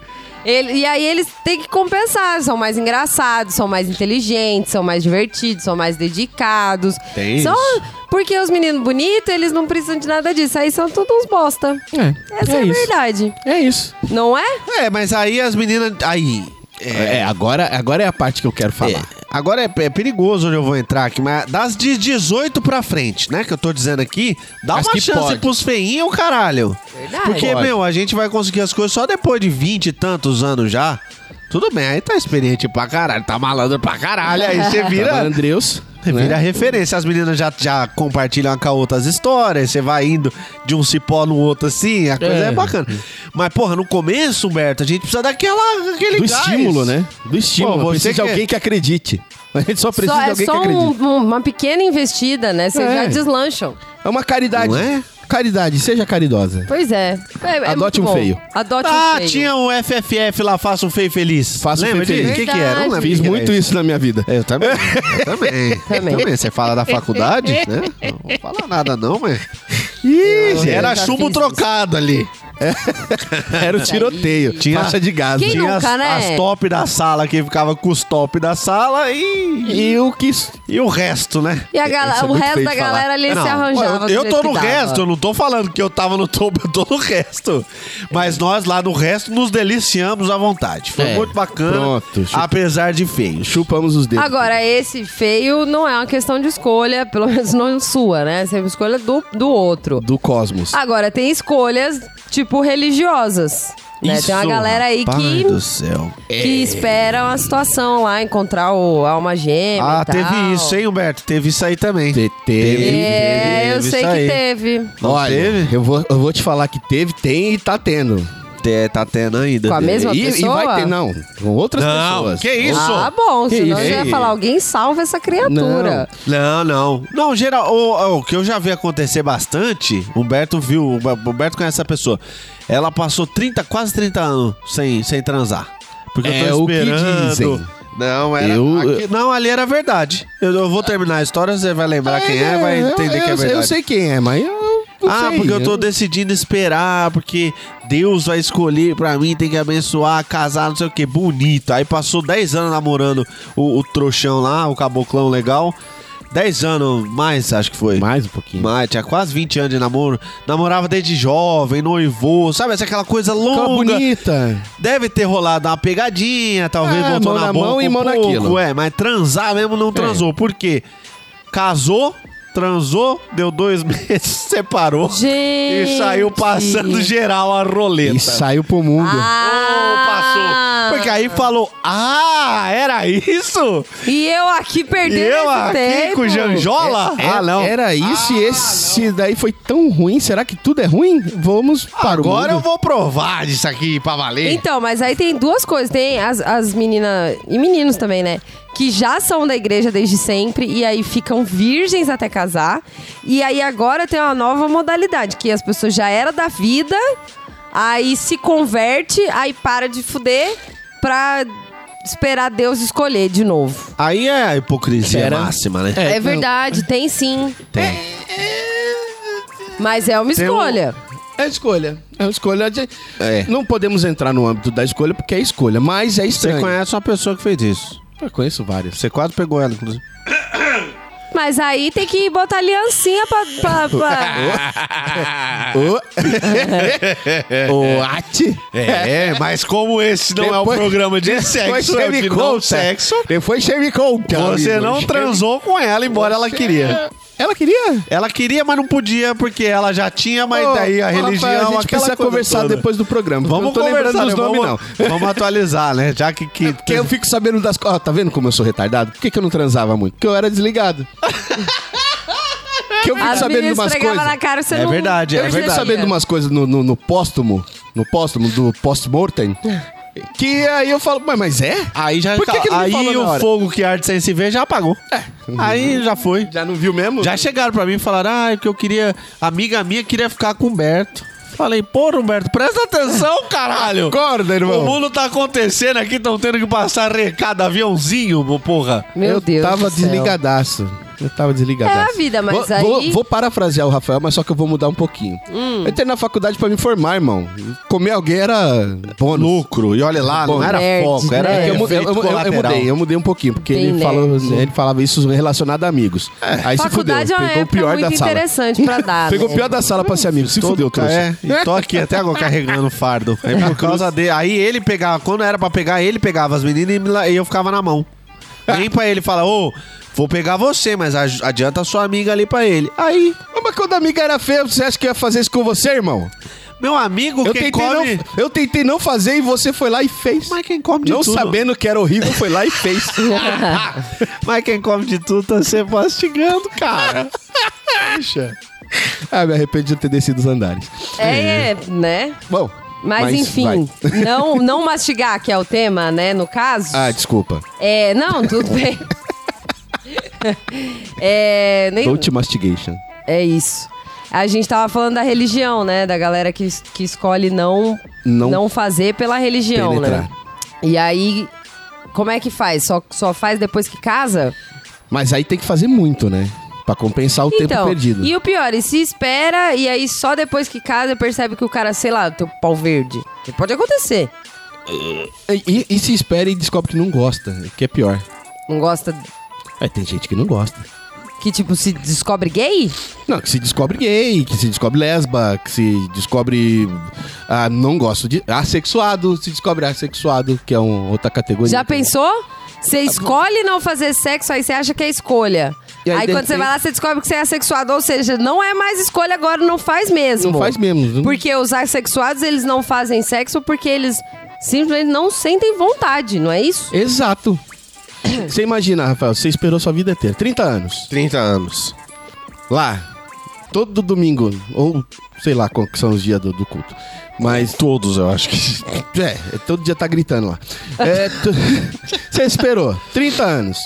Speaker 2: Ele- e aí eles têm que compensar. São mais engraçados, são mais inteligentes, são mais divertidos, são mais dedicados.
Speaker 3: Tem
Speaker 2: são,
Speaker 3: isso.
Speaker 2: Porque os meninos bonitos, eles não precisam de nada disso. Aí são todos uns bosta.
Speaker 4: É,
Speaker 2: Essa é, a verdade.
Speaker 4: É isso.
Speaker 2: Não é?
Speaker 3: É, mas aí as meninas. Aí. É,
Speaker 4: É, agora, agora é a parte que eu quero
Speaker 3: é,
Speaker 4: falar.
Speaker 3: agora é, é perigoso onde eu vou entrar aqui, mas das de 18 pra frente, né? Que eu tô dizendo aqui, dá
Speaker 4: Mas
Speaker 3: uma
Speaker 4: que
Speaker 3: chance
Speaker 4: pode.
Speaker 3: pros feinhos, caralho.
Speaker 2: Verdade.
Speaker 3: Porque,
Speaker 4: Pode.
Speaker 3: meu, a gente vai conseguir as coisas só depois de 20 e tantos anos já. Tudo bem, aí tá experiente pra caralho, tá malandro pra caralho, aí você
Speaker 4: Tá
Speaker 3: vira... É
Speaker 4: Andreus. né?
Speaker 3: Vira referência, as meninas já, já compartilham com a outra as histórias, você vai indo de um cipó no outro assim, a coisa é,
Speaker 4: É.
Speaker 3: bacana. Mas, porra, no começo, Humberto, a gente precisa daquela aquele
Speaker 4: Do
Speaker 3: gás.
Speaker 4: estímulo, né? Do estímulo.
Speaker 3: Pô, você
Speaker 4: precisa de
Speaker 3: que- é-
Speaker 4: alguém que acredite. A gente só precisa
Speaker 2: Só,
Speaker 4: de
Speaker 2: é
Speaker 4: alguém
Speaker 2: só
Speaker 4: que acredite.
Speaker 2: um- um- uma pequena investida, né? Vocês
Speaker 4: É.
Speaker 2: já deslancham.
Speaker 4: É uma caridade.
Speaker 3: Não é?
Speaker 4: Caridade, seja caridosa.
Speaker 2: Pois é. É- é
Speaker 4: Adote
Speaker 2: muito bom.
Speaker 4: um feio.
Speaker 2: Adote um
Speaker 3: Ah,
Speaker 2: feio.
Speaker 3: tinha um FFF lá, faça um feio feliz.
Speaker 4: Faça um
Speaker 3: Lembra
Speaker 4: feio
Speaker 3: disso? O
Speaker 4: feliz.
Speaker 3: que que era? Não lembro
Speaker 4: Fiz é.
Speaker 3: o que que era
Speaker 4: muito isso na minha vida.
Speaker 3: Eu também. Eu também.
Speaker 2: Também.
Speaker 3: Eu também. Você fala da faculdade, né? Não vou falar nada, não, mas.
Speaker 4: Ih,
Speaker 3: Era
Speaker 2: já
Speaker 3: chumbo
Speaker 2: fiz
Speaker 3: trocado ali.
Speaker 4: era
Speaker 2: Tá
Speaker 4: o tiroteio.
Speaker 3: Tinha-
Speaker 4: Faixa de gás.
Speaker 2: Quem
Speaker 3: Tinha
Speaker 2: nunca,
Speaker 3: as,
Speaker 2: né?
Speaker 3: as top da sala, que ficava com os top da sala e.
Speaker 4: E o que...
Speaker 3: E o resto, né?
Speaker 2: E a gala-
Speaker 4: Esse é
Speaker 2: o
Speaker 4: muito
Speaker 2: resto
Speaker 4: feio
Speaker 2: da
Speaker 4: de falar.
Speaker 2: galera ali
Speaker 3: Não,
Speaker 2: se arranjava. do
Speaker 3: eu, eu
Speaker 2: jeito
Speaker 3: tô
Speaker 2: que
Speaker 3: no
Speaker 2: dava.
Speaker 3: resto, eu não tô falando que eu tava no topo, eu tô no resto. Mas nós lá no resto nos deliciamos à vontade. Foi
Speaker 4: É,
Speaker 3: muito bacana,
Speaker 4: pronto, chupa.
Speaker 3: apesar de feio.
Speaker 4: Chupamos os dedos.
Speaker 2: Agora, esse feio não é uma questão de escolha, pelo menos não sua, né? Essa é uma escolha do, do outro.
Speaker 4: Do cosmos.
Speaker 2: Agora, tem escolhas, tipo, religiosas. Né? Tem uma
Speaker 3: Isso,
Speaker 2: galera aí
Speaker 3: rapaz
Speaker 2: que,
Speaker 3: do céu.
Speaker 2: que espera uma situação lá, encontrar o a alma gêmea
Speaker 3: Ah,
Speaker 2: e tal.
Speaker 3: teve isso, hein, Humberto? Teve isso aí também.
Speaker 4: Te- teve.
Speaker 2: É, eu
Speaker 3: Teve
Speaker 2: sei
Speaker 3: isso aí.
Speaker 2: que teve.
Speaker 3: Não
Speaker 4: Olha,
Speaker 3: teve?
Speaker 4: Eu, vou, eu vou te falar que teve, tem e tá tendo.
Speaker 3: Te- tá tendo ainda.
Speaker 2: Com a mesma
Speaker 4: e, e
Speaker 2: pessoa?
Speaker 4: vai ter, não. Com outras
Speaker 3: Não,
Speaker 4: pessoas.
Speaker 3: que isso?
Speaker 2: Ah, bom,
Speaker 4: Que
Speaker 2: senão
Speaker 4: isso?
Speaker 2: eu ia
Speaker 4: Ei.
Speaker 2: falar, alguém salva essa criatura.
Speaker 3: Não, não. Não, geral, o, o que eu já vi acontecer bastante, Humberto viu, o Ba- Humberto conhece essa pessoa. Ela passou 30, quase 30 anos sem, sem transar. Porque
Speaker 4: É
Speaker 3: eu tô
Speaker 4: o que
Speaker 3: esperando.
Speaker 4: dizem.
Speaker 3: Não, era.
Speaker 4: Eu-
Speaker 3: aqui- não, ali era verdade. Eu, eu vou terminar a história, você vai lembrar quem é, vai
Speaker 4: eu-
Speaker 3: entender
Speaker 4: eu,
Speaker 3: que é verdade.
Speaker 4: Eu sei quem é, mas eu não
Speaker 3: ah,
Speaker 4: sei.
Speaker 3: porque eu tô decidindo esperar, porque Deus vai escolher pra mim, tem que abençoar, casar, não sei o que, bonito. Aí passou 10 anos namorando o, o trouxão lá, o caboclão legal. 10 anos mais, acho que foi.
Speaker 4: Mais um pouquinho.
Speaker 3: Mais, tinha quase 20 anos de namoro. Namorava desde jovem, noivou, sabe? Essa aquela coisa
Speaker 4: Aquela
Speaker 3: longa.
Speaker 4: bonita.
Speaker 3: Deve ter rolado uma pegadinha, talvez
Speaker 4: É,
Speaker 3: voltou
Speaker 4: mão
Speaker 3: na,
Speaker 4: na
Speaker 3: boca
Speaker 4: mão e
Speaker 3: um
Speaker 4: mão
Speaker 3: pouco,
Speaker 4: naquilo. É.
Speaker 3: É, mas transar mesmo não transou. Por quê? Casou, transou, deu dois meses, separou.
Speaker 2: Gente.
Speaker 3: E saiu passando geral a roleta.
Speaker 4: E saiu pro mundo.
Speaker 3: Oh,
Speaker 2: Ah,
Speaker 3: passou. Porque aí falou, ah, era isso?
Speaker 2: E eu aqui
Speaker 3: E
Speaker 2: perdendo
Speaker 3: eu
Speaker 2: esse
Speaker 3: aqui
Speaker 2: tempo.
Speaker 3: com o Janjola?
Speaker 4: É-
Speaker 3: ah, não.
Speaker 4: Era isso e esse daí foi tão ruim. Será que tudo é ruim? Vamos para o
Speaker 3: Agora eu
Speaker 4: mundo.
Speaker 3: vou provar disso aqui pra valer.
Speaker 2: Então, mas aí tem duas coisas. Tem as, as meninas e meninos também, né? Que já são da igreja desde sempre e aí ficam virgens até casar. E aí agora tem uma nova modalidade, que as pessoas já eram da vida, aí se converte, aí para de fuder pra esperar Deus escolher de novo.
Speaker 3: Aí é a hipocrisia
Speaker 4: Era-
Speaker 3: máxima, né?
Speaker 2: É,
Speaker 4: não.
Speaker 2: verdade, tem sim.
Speaker 3: Tem.
Speaker 2: Mas é uma
Speaker 3: Tem um-
Speaker 2: escolha.
Speaker 4: É escolha. É uma escolha. de-
Speaker 3: É.
Speaker 4: Não podemos entrar no âmbito da escolha porque é escolha, mas é
Speaker 3: Você
Speaker 4: estranho.
Speaker 3: conhece uma pessoa que fez isso.
Speaker 4: Eu conheço vários.
Speaker 3: Você quase pegou ela, inclusive.
Speaker 2: Mas aí tem que botar aliancinha pra. pra- pra-
Speaker 4: O... o Ati.
Speaker 3: É, mas como esse não é o
Speaker 4: Depois-
Speaker 3: programa de
Speaker 4: Depois
Speaker 3: sexo,
Speaker 4: você
Speaker 3: é o de
Speaker 4: me
Speaker 3: não
Speaker 4: conta.
Speaker 3: sexo,
Speaker 4: Depois você me conta.
Speaker 3: você
Speaker 4: amigo. É.
Speaker 3: não transou com ela, embora ela queria.
Speaker 4: Ela queria?
Speaker 3: Ela queria, mas não podia, porque ela já tinha, mas
Speaker 4: Ô,
Speaker 3: daí a
Speaker 4: rapaz,
Speaker 3: religião...
Speaker 4: a gente
Speaker 3: aquela
Speaker 4: precisa
Speaker 3: coisa
Speaker 4: conversar
Speaker 3: toda.
Speaker 4: depois do programa. porque
Speaker 3: Vamos
Speaker 4: eu não tô
Speaker 3: conversar,
Speaker 4: lembrando dos
Speaker 3: né?
Speaker 4: nomes,
Speaker 3: vamos,
Speaker 4: não.
Speaker 3: vamos atualizar, né? Já que... que,
Speaker 4: Porque eu fico sabendo das coisas. Ó, tá vendo como eu sou retardado? Por que, que eu não transava muito? Porque eu era desligado. que eu fico
Speaker 2: As
Speaker 4: sabendo de
Speaker 2: meninas
Speaker 4: umas
Speaker 2: esfregavam
Speaker 4: coisas.
Speaker 2: na cara, você
Speaker 3: É
Speaker 2: não.
Speaker 3: verdade, é
Speaker 2: percebia.
Speaker 4: Eu fico sabendo de umas coisas no, no, no póstumo. No póstumo, do post-mortem. Que aí eu falo, mas, mas é?
Speaker 3: Aí já tá-
Speaker 4: Por que que não me
Speaker 3: aí
Speaker 4: falou na
Speaker 3: o
Speaker 4: hora?
Speaker 3: fogo que arde sem se ver já apagou. Aí É. já foi.
Speaker 4: Já não viu mesmo?
Speaker 3: Já chegaram pra mim e falaram, ah, é porque eu queria. a Amiga minha queria ficar com o Humberto. Falei, pô, Humberto, presta atenção, caralho!
Speaker 4: Acorda, irmão.
Speaker 3: O mundo tá acontecendo aqui, estão tendo que passar recado, aviãozinho, pô, porra.
Speaker 2: Meu
Speaker 4: eu
Speaker 2: Deus.
Speaker 4: tava
Speaker 2: do céu.
Speaker 4: desligadaço. Eu tava desligadaço.
Speaker 2: É a vida, mas
Speaker 4: vou, vou-
Speaker 2: aí- Hum.
Speaker 4: vou parafrasear o Rafael, mas só que eu vou mudar um pouquinho. Eu entrei na faculdade pra me formar, irmão. Comer alguém era bônus.
Speaker 3: Lucro, e olha lá,
Speaker 4: Bom,
Speaker 2: nerd, né?
Speaker 4: É,
Speaker 2: nerd.
Speaker 4: que eu, mu- eu-
Speaker 3: efeito
Speaker 4: eu- eu- eu
Speaker 3: colateral.
Speaker 4: mudei, eu mudei um pouquinho, porque
Speaker 2: Tem
Speaker 4: ele falou,
Speaker 2: nerd.
Speaker 4: ele falava isso relacionado a amigos. Aí se fudeu,
Speaker 2: Faculdade é uma
Speaker 4: pegou o
Speaker 2: época
Speaker 4: pior da
Speaker 2: muito
Speaker 4: sala.
Speaker 2: interessante pra dar.
Speaker 4: Pegou o
Speaker 2: né?
Speaker 4: pior da sala pra ser amigo, se
Speaker 3: Todo-
Speaker 4: fudeu, trouxa.
Speaker 3: É, e tô aqui até agora carregando o fardo. Aí por causa dele. Aí ele pegava, quando era pra pegar, ele pegava as meninas e me la- e eu ficava na mão. Nem pra ele falar, ô, vou pegar você, mas aj- adianta a sua amiga ali pra ele. Aí,
Speaker 4: Mas quando a amiga era feia, você acha que eu ia fazer isso com você, irmão?
Speaker 3: meu amigo,
Speaker 4: Eu
Speaker 3: quem
Speaker 4: tentei,
Speaker 3: come...
Speaker 4: não, eu tentei não fazer e você foi lá e fez.
Speaker 3: Mas quem come de
Speaker 4: não
Speaker 3: tudo...
Speaker 4: sabendo que era horrível, foi lá e fez.
Speaker 3: Mas quem come de tudo tá sempre mastigando, cara.
Speaker 4: Poxa. Ah, me arrependo de ter descido os andares.
Speaker 2: É, é, né?
Speaker 4: Bom.
Speaker 2: Mas, enfim,
Speaker 4: vai.
Speaker 2: não, não mastigar, que é o tema, né, no caso.
Speaker 4: Ah, desculpa.
Speaker 2: É, não, tudo bem. é, nem,
Speaker 4: Don't mastigation.
Speaker 2: é isso. A gente tava falando da religião, né? Da galera que, es- que escolhe não,
Speaker 4: Não
Speaker 2: não, fazer pela religião, né?
Speaker 4: penetrar.
Speaker 2: E aí, como é que faz? Só, só faz depois que casa?
Speaker 4: Mas aí tem que fazer muito, né? Pra compensar o tempo
Speaker 2: então,
Speaker 4: perdido.
Speaker 2: e o pior, e se espera e aí só depois que casa percebe que o cara, sei lá, teu pau verde. Que Pode acontecer.
Speaker 4: E, e- e se espera e descobre que não gosta, que é pior.
Speaker 2: Não gosta
Speaker 4: É, tem gente que não gosta.
Speaker 2: que, tipo, se descobre gay?
Speaker 4: Não, que se descobre gay, que se descobre lesba, que se descobre. Ah, não gosto de. Assexuado, se descobre assexuado, que é um, outra categoria.
Speaker 2: Já pensou? Você
Speaker 4: Tá
Speaker 2: escolhe não fazer sexo, aí você acha que é escolha.
Speaker 4: E aí,
Speaker 2: aí
Speaker 4: de
Speaker 2: quando você
Speaker 4: repente-
Speaker 2: vai lá, você descobre que você é assexuado. Ou seja, não é mais escolha agora, não faz mesmo.
Speaker 4: Não faz mesmo. Não...
Speaker 2: Porque os assexuados, eles não fazem sexo porque eles simplesmente não sentem vontade, não é isso?
Speaker 4: Exato. Você imagina, Rafael, você esperou sua vida inteira 30 anos.
Speaker 3: 30 anos.
Speaker 4: Lá. Todo domingo, ou sei lá qual que são os dias do, do culto. Mas.
Speaker 3: Todos, eu acho que...
Speaker 4: É, é, todo dia tá gritando lá. É, tu- Você esperou 30 anos.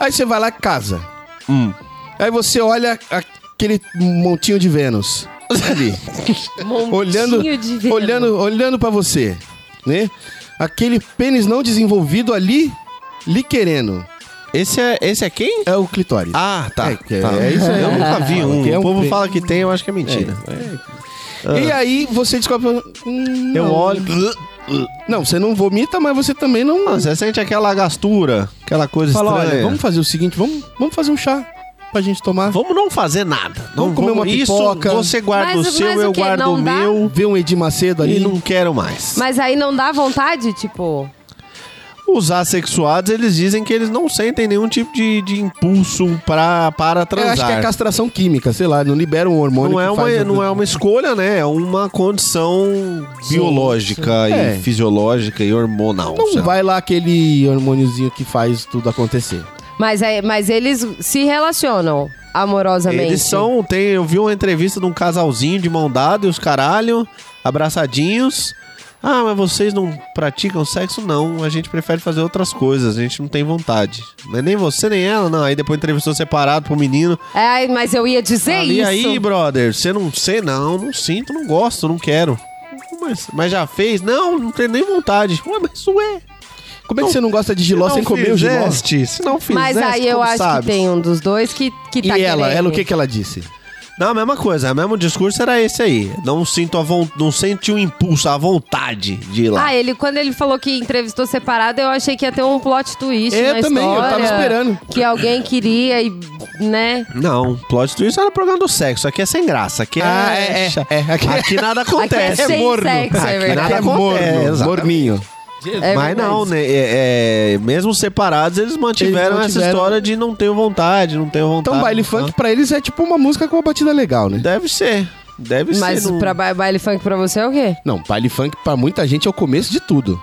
Speaker 4: Aí você vai lá e casa.
Speaker 3: Hum.
Speaker 4: Aí você olha aquele montinho de Vênus. Ali.
Speaker 2: Montinho
Speaker 4: olhando,
Speaker 2: de vela.
Speaker 4: olhando, olhando para você, né? Aquele pênis não desenvolvido ali, lhe querendo.
Speaker 3: Esse é, esse é quem?
Speaker 4: É o clitóris.
Speaker 3: Ah, tá.
Speaker 4: É, que-
Speaker 3: tá.
Speaker 4: é isso aí.
Speaker 3: Eu nunca vi um.
Speaker 4: Que é
Speaker 3: o
Speaker 4: um
Speaker 3: povo
Speaker 4: pe-
Speaker 3: fala que tem, eu acho que é mentira.
Speaker 4: E aí você descobre. hum,
Speaker 3: Eu
Speaker 4: não.
Speaker 3: olho...
Speaker 4: Não, você não vomita, mas você também não.
Speaker 3: Não, você sente aquela gastura, aquela coisa
Speaker 4: fala,
Speaker 3: estranha.
Speaker 4: olha, vamos fazer o seguinte, vamos, vamos fazer um chá pra gente tomar.
Speaker 3: Vamos não fazer nada. Não
Speaker 4: Vamos comer uma pipoca.
Speaker 3: Isso você guarda
Speaker 2: Mas-
Speaker 3: o seu,
Speaker 2: mas o
Speaker 3: eu
Speaker 2: quê?
Speaker 3: guardo
Speaker 2: Não
Speaker 3: o
Speaker 2: dá?
Speaker 3: meu.
Speaker 4: Ver um Edir Macedo
Speaker 3: E
Speaker 4: ali.
Speaker 3: não quero mais.
Speaker 2: Mas aí não dá vontade, tipo...
Speaker 3: Os assexuados, eles dizem que eles não sentem nenhum tipo de, de impulso pra, para
Speaker 4: Eu
Speaker 3: transar.
Speaker 4: acho que é castração química, sei lá, não libera um hormônio.
Speaker 3: não é,
Speaker 4: que
Speaker 3: uma,
Speaker 4: faz-
Speaker 3: não é uma escolha, né? É uma condição biológica e
Speaker 4: É.
Speaker 3: fisiológica e hormonal. sei
Speaker 4: Não
Speaker 3: lá.
Speaker 4: vai lá aquele hormôniozinho que faz tudo acontecer.
Speaker 2: Mas, aí, mas eles se relacionam amorosamente.
Speaker 3: Eles são, tem, eu vi uma entrevista de um casalzinho de mão dada e os caralho, abraçadinhos. Ah, mas vocês não praticam sexo? Não, a gente prefere fazer outras coisas, a gente não tem vontade. Não é nem você, nem ela, não. Aí depois entrevistou separado pro menino.
Speaker 2: É, mas eu ia dizer
Speaker 3: Ali
Speaker 2: isso.
Speaker 3: aí, brother, você não sei, não, não sinto, não gosto, não quero. Mas, mas já fez? Não, não tenho nem vontade. Ué, mas ué.
Speaker 4: Como é que você não gosta de giló
Speaker 3: se
Speaker 4: sem
Speaker 3: não
Speaker 4: comer o giló?
Speaker 3: fizeste, Se não fizeste,
Speaker 2: Mas aí eu
Speaker 3: como
Speaker 2: acho
Speaker 3: sabes?
Speaker 2: que tem um dos dois que, que
Speaker 4: E
Speaker 2: tá
Speaker 4: ela,
Speaker 2: querendo.
Speaker 4: ela, o que que ela disse?
Speaker 3: Não, a mesma coisa, o mesmo discurso era esse aí. Não sinto a von- não sente o impulso, a vontade de ir lá.
Speaker 2: Ah, ele, quando ele falou que entrevistou separado, eu achei que ia ter um plot twist
Speaker 4: É, Eu
Speaker 2: na
Speaker 4: também, eu
Speaker 2: história.
Speaker 4: tava esperando.
Speaker 2: Que alguém queria e, né?
Speaker 3: Não, plot twist era programa do sexo, aqui é sem graça, aqui é
Speaker 4: Ah, é, é, é, aqui-
Speaker 3: aqui, nada
Speaker 2: Aqui
Speaker 3: acontece.
Speaker 2: é sem sexo, é
Speaker 3: aqui
Speaker 2: verdade.
Speaker 3: nada
Speaker 4: é
Speaker 3: acontece.
Speaker 4: morno,
Speaker 3: exato.
Speaker 4: morninho.
Speaker 2: É
Speaker 3: Mas
Speaker 2: verdade.
Speaker 3: não, né? é- é, mesmo separados, eles mantiveram,
Speaker 4: Eles
Speaker 3: essa
Speaker 4: mantiveram-
Speaker 3: história de não ter vontade, não ter vontade.
Speaker 4: Então baile
Speaker 3: não-
Speaker 4: funk pra eles é tipo uma música com uma batida legal, né?
Speaker 3: Deve ser. Deve
Speaker 2: Mas
Speaker 3: ser. não-
Speaker 2: pra ba- baile funk pra você é o quê?
Speaker 4: Não, baile funk pra muita gente é o começo de tudo.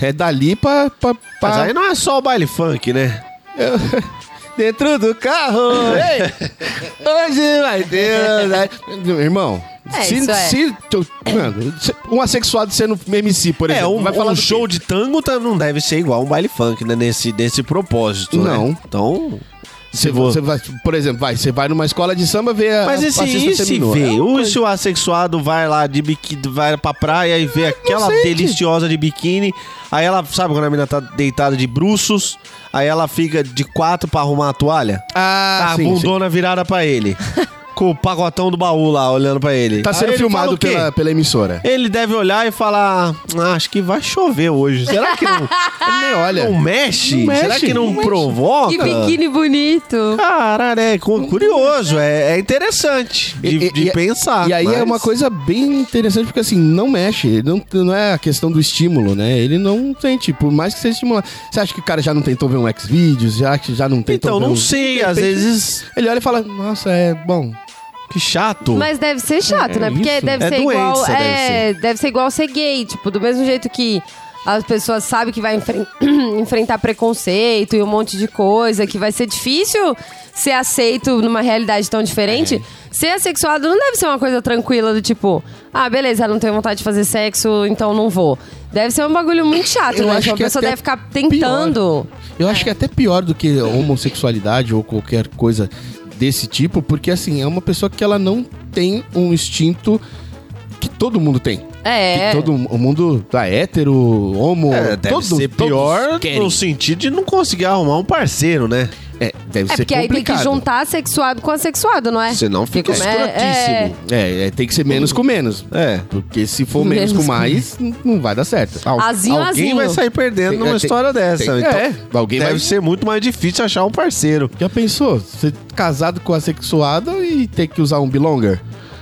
Speaker 4: É dali pra... pra, pra-
Speaker 3: Mas aí não é só o baile funk, né? É.
Speaker 4: Dentro do carro, ei! Hoje vai ter... né? Irmão...
Speaker 2: É,
Speaker 4: se,
Speaker 2: isso é.
Speaker 4: se- tu- mano, se- um assexuado sendo MC, por
Speaker 3: É,
Speaker 4: exemplo,
Speaker 3: um,
Speaker 4: vai falar
Speaker 3: um
Speaker 4: do quê?
Speaker 3: show de tango tá- não deve ser igual um baile funk, né? Nesse, nesse propósito, né?
Speaker 4: Não.
Speaker 3: Então,
Speaker 4: Você,
Speaker 3: se vo-
Speaker 4: você vai, por exemplo, vai, você vai numa escola de samba ver a
Speaker 3: Mas e
Speaker 4: a
Speaker 3: se,
Speaker 4: sexta
Speaker 3: e se
Speaker 4: seminua?
Speaker 3: vê? Ou se o assexuado vai lá de biquíni, vai pra praia e vê aquela
Speaker 4: Ah, sente.
Speaker 3: deliciosa de biquíni, aí ela, sabe quando a menina tá deitada de bruços, aí ela fica de quatro pra arrumar a toalha?
Speaker 4: Ah,
Speaker 3: a
Speaker 4: sim, sim.
Speaker 3: bundona virada pra ele. com o pacotão do baú lá, olhando pra ele.
Speaker 4: Tá
Speaker 3: Aí
Speaker 4: sendo
Speaker 3: Ah, ele fala
Speaker 4: filmado
Speaker 3: o quê?
Speaker 4: pela, pela emissora.
Speaker 3: Ele deve olhar e falar: "Ah, acho que vai chover hoje. Será que não,
Speaker 2: Ah,
Speaker 4: Ele nem É, olha.
Speaker 3: não mexe?
Speaker 4: Não
Speaker 3: Será
Speaker 4: mexe,
Speaker 3: que não,
Speaker 4: não mexe.
Speaker 3: provoca?
Speaker 2: Que biquíni bonito.
Speaker 3: Caralho, é cu- curioso, é, é interessante de,
Speaker 4: E- e-
Speaker 3: de
Speaker 4: e-
Speaker 3: pensar.
Speaker 4: E aí é
Speaker 3: mas-
Speaker 4: uma coisa bem interessante, porque assim, não mexe. ele Não, não é a questão do estímulo, né? Ele não sente, por mais que seja estimulado. Você acha que o cara já não tentou ver um X-Videos? Já, que já não tentou
Speaker 3: Então,
Speaker 4: ver
Speaker 3: não
Speaker 4: um-
Speaker 3: sei,
Speaker 4: De
Speaker 3: às
Speaker 4: repente,
Speaker 3: vezes.
Speaker 4: Ele olha e fala, nossa, é bom.
Speaker 3: Que chato.
Speaker 2: Mas deve ser chato, né? Porque
Speaker 4: isso.
Speaker 2: deve
Speaker 3: Tipo, É
Speaker 2: ser
Speaker 3: doença,
Speaker 2: igual.
Speaker 3: deve
Speaker 2: é, deve ser igual ser gay. Tipo, do mesmo jeito que as pessoas sabem que vai enfren- enfrentar preconceito e um monte de coisa, que vai ser difícil ser aceito numa realidade tão diferente.
Speaker 3: É.
Speaker 2: Ser assexuado não deve ser uma coisa tranquila do tipo, ah, beleza, ela não tem vontade de fazer sexo, então não vou. Deve ser um bagulho muito chato,
Speaker 4: Eu
Speaker 2: né?
Speaker 4: acho
Speaker 2: Tipo, a
Speaker 4: que
Speaker 2: pessoa
Speaker 4: até
Speaker 2: deve ficar tentando.
Speaker 4: Eu acho que é até pior do que homossexualidade ou qualquer coisa desse tipo, porque assim, é uma pessoa que ela não tem um instinto que todo mundo tem.
Speaker 2: É.
Speaker 4: Que todo o mundo tá hétero, homo,
Speaker 3: É, deve
Speaker 4: todo,
Speaker 3: ser
Speaker 4: todos
Speaker 3: pior
Speaker 4: querem.
Speaker 3: no sentido de não conseguir arrumar um parceiro, né?
Speaker 4: É, deve
Speaker 2: É
Speaker 4: ser
Speaker 2: porque aí tem que
Speaker 4: complicado.
Speaker 2: juntar sexuado com assexuado, não é?
Speaker 3: Senão fica
Speaker 2: Porque como é- é-
Speaker 3: escrotíssimo.
Speaker 4: É, é, tem que ser menos com menos.
Speaker 3: É.
Speaker 4: Porque se for menos,
Speaker 2: Menos
Speaker 4: com
Speaker 2: com
Speaker 4: mais, não vai dar certo. Al-
Speaker 2: Azinho,
Speaker 3: Alguém
Speaker 2: azinho.
Speaker 3: vai sair perdendo
Speaker 4: Tem-
Speaker 3: numa
Speaker 4: tem-
Speaker 3: história dessa.
Speaker 4: tem-
Speaker 3: então,
Speaker 4: é, alguém
Speaker 3: deve
Speaker 4: vai-
Speaker 3: ser muito mais difícil achar um parceiro.
Speaker 4: Já pensou? Ser casado com a sexuada e ter que usar um bilonger?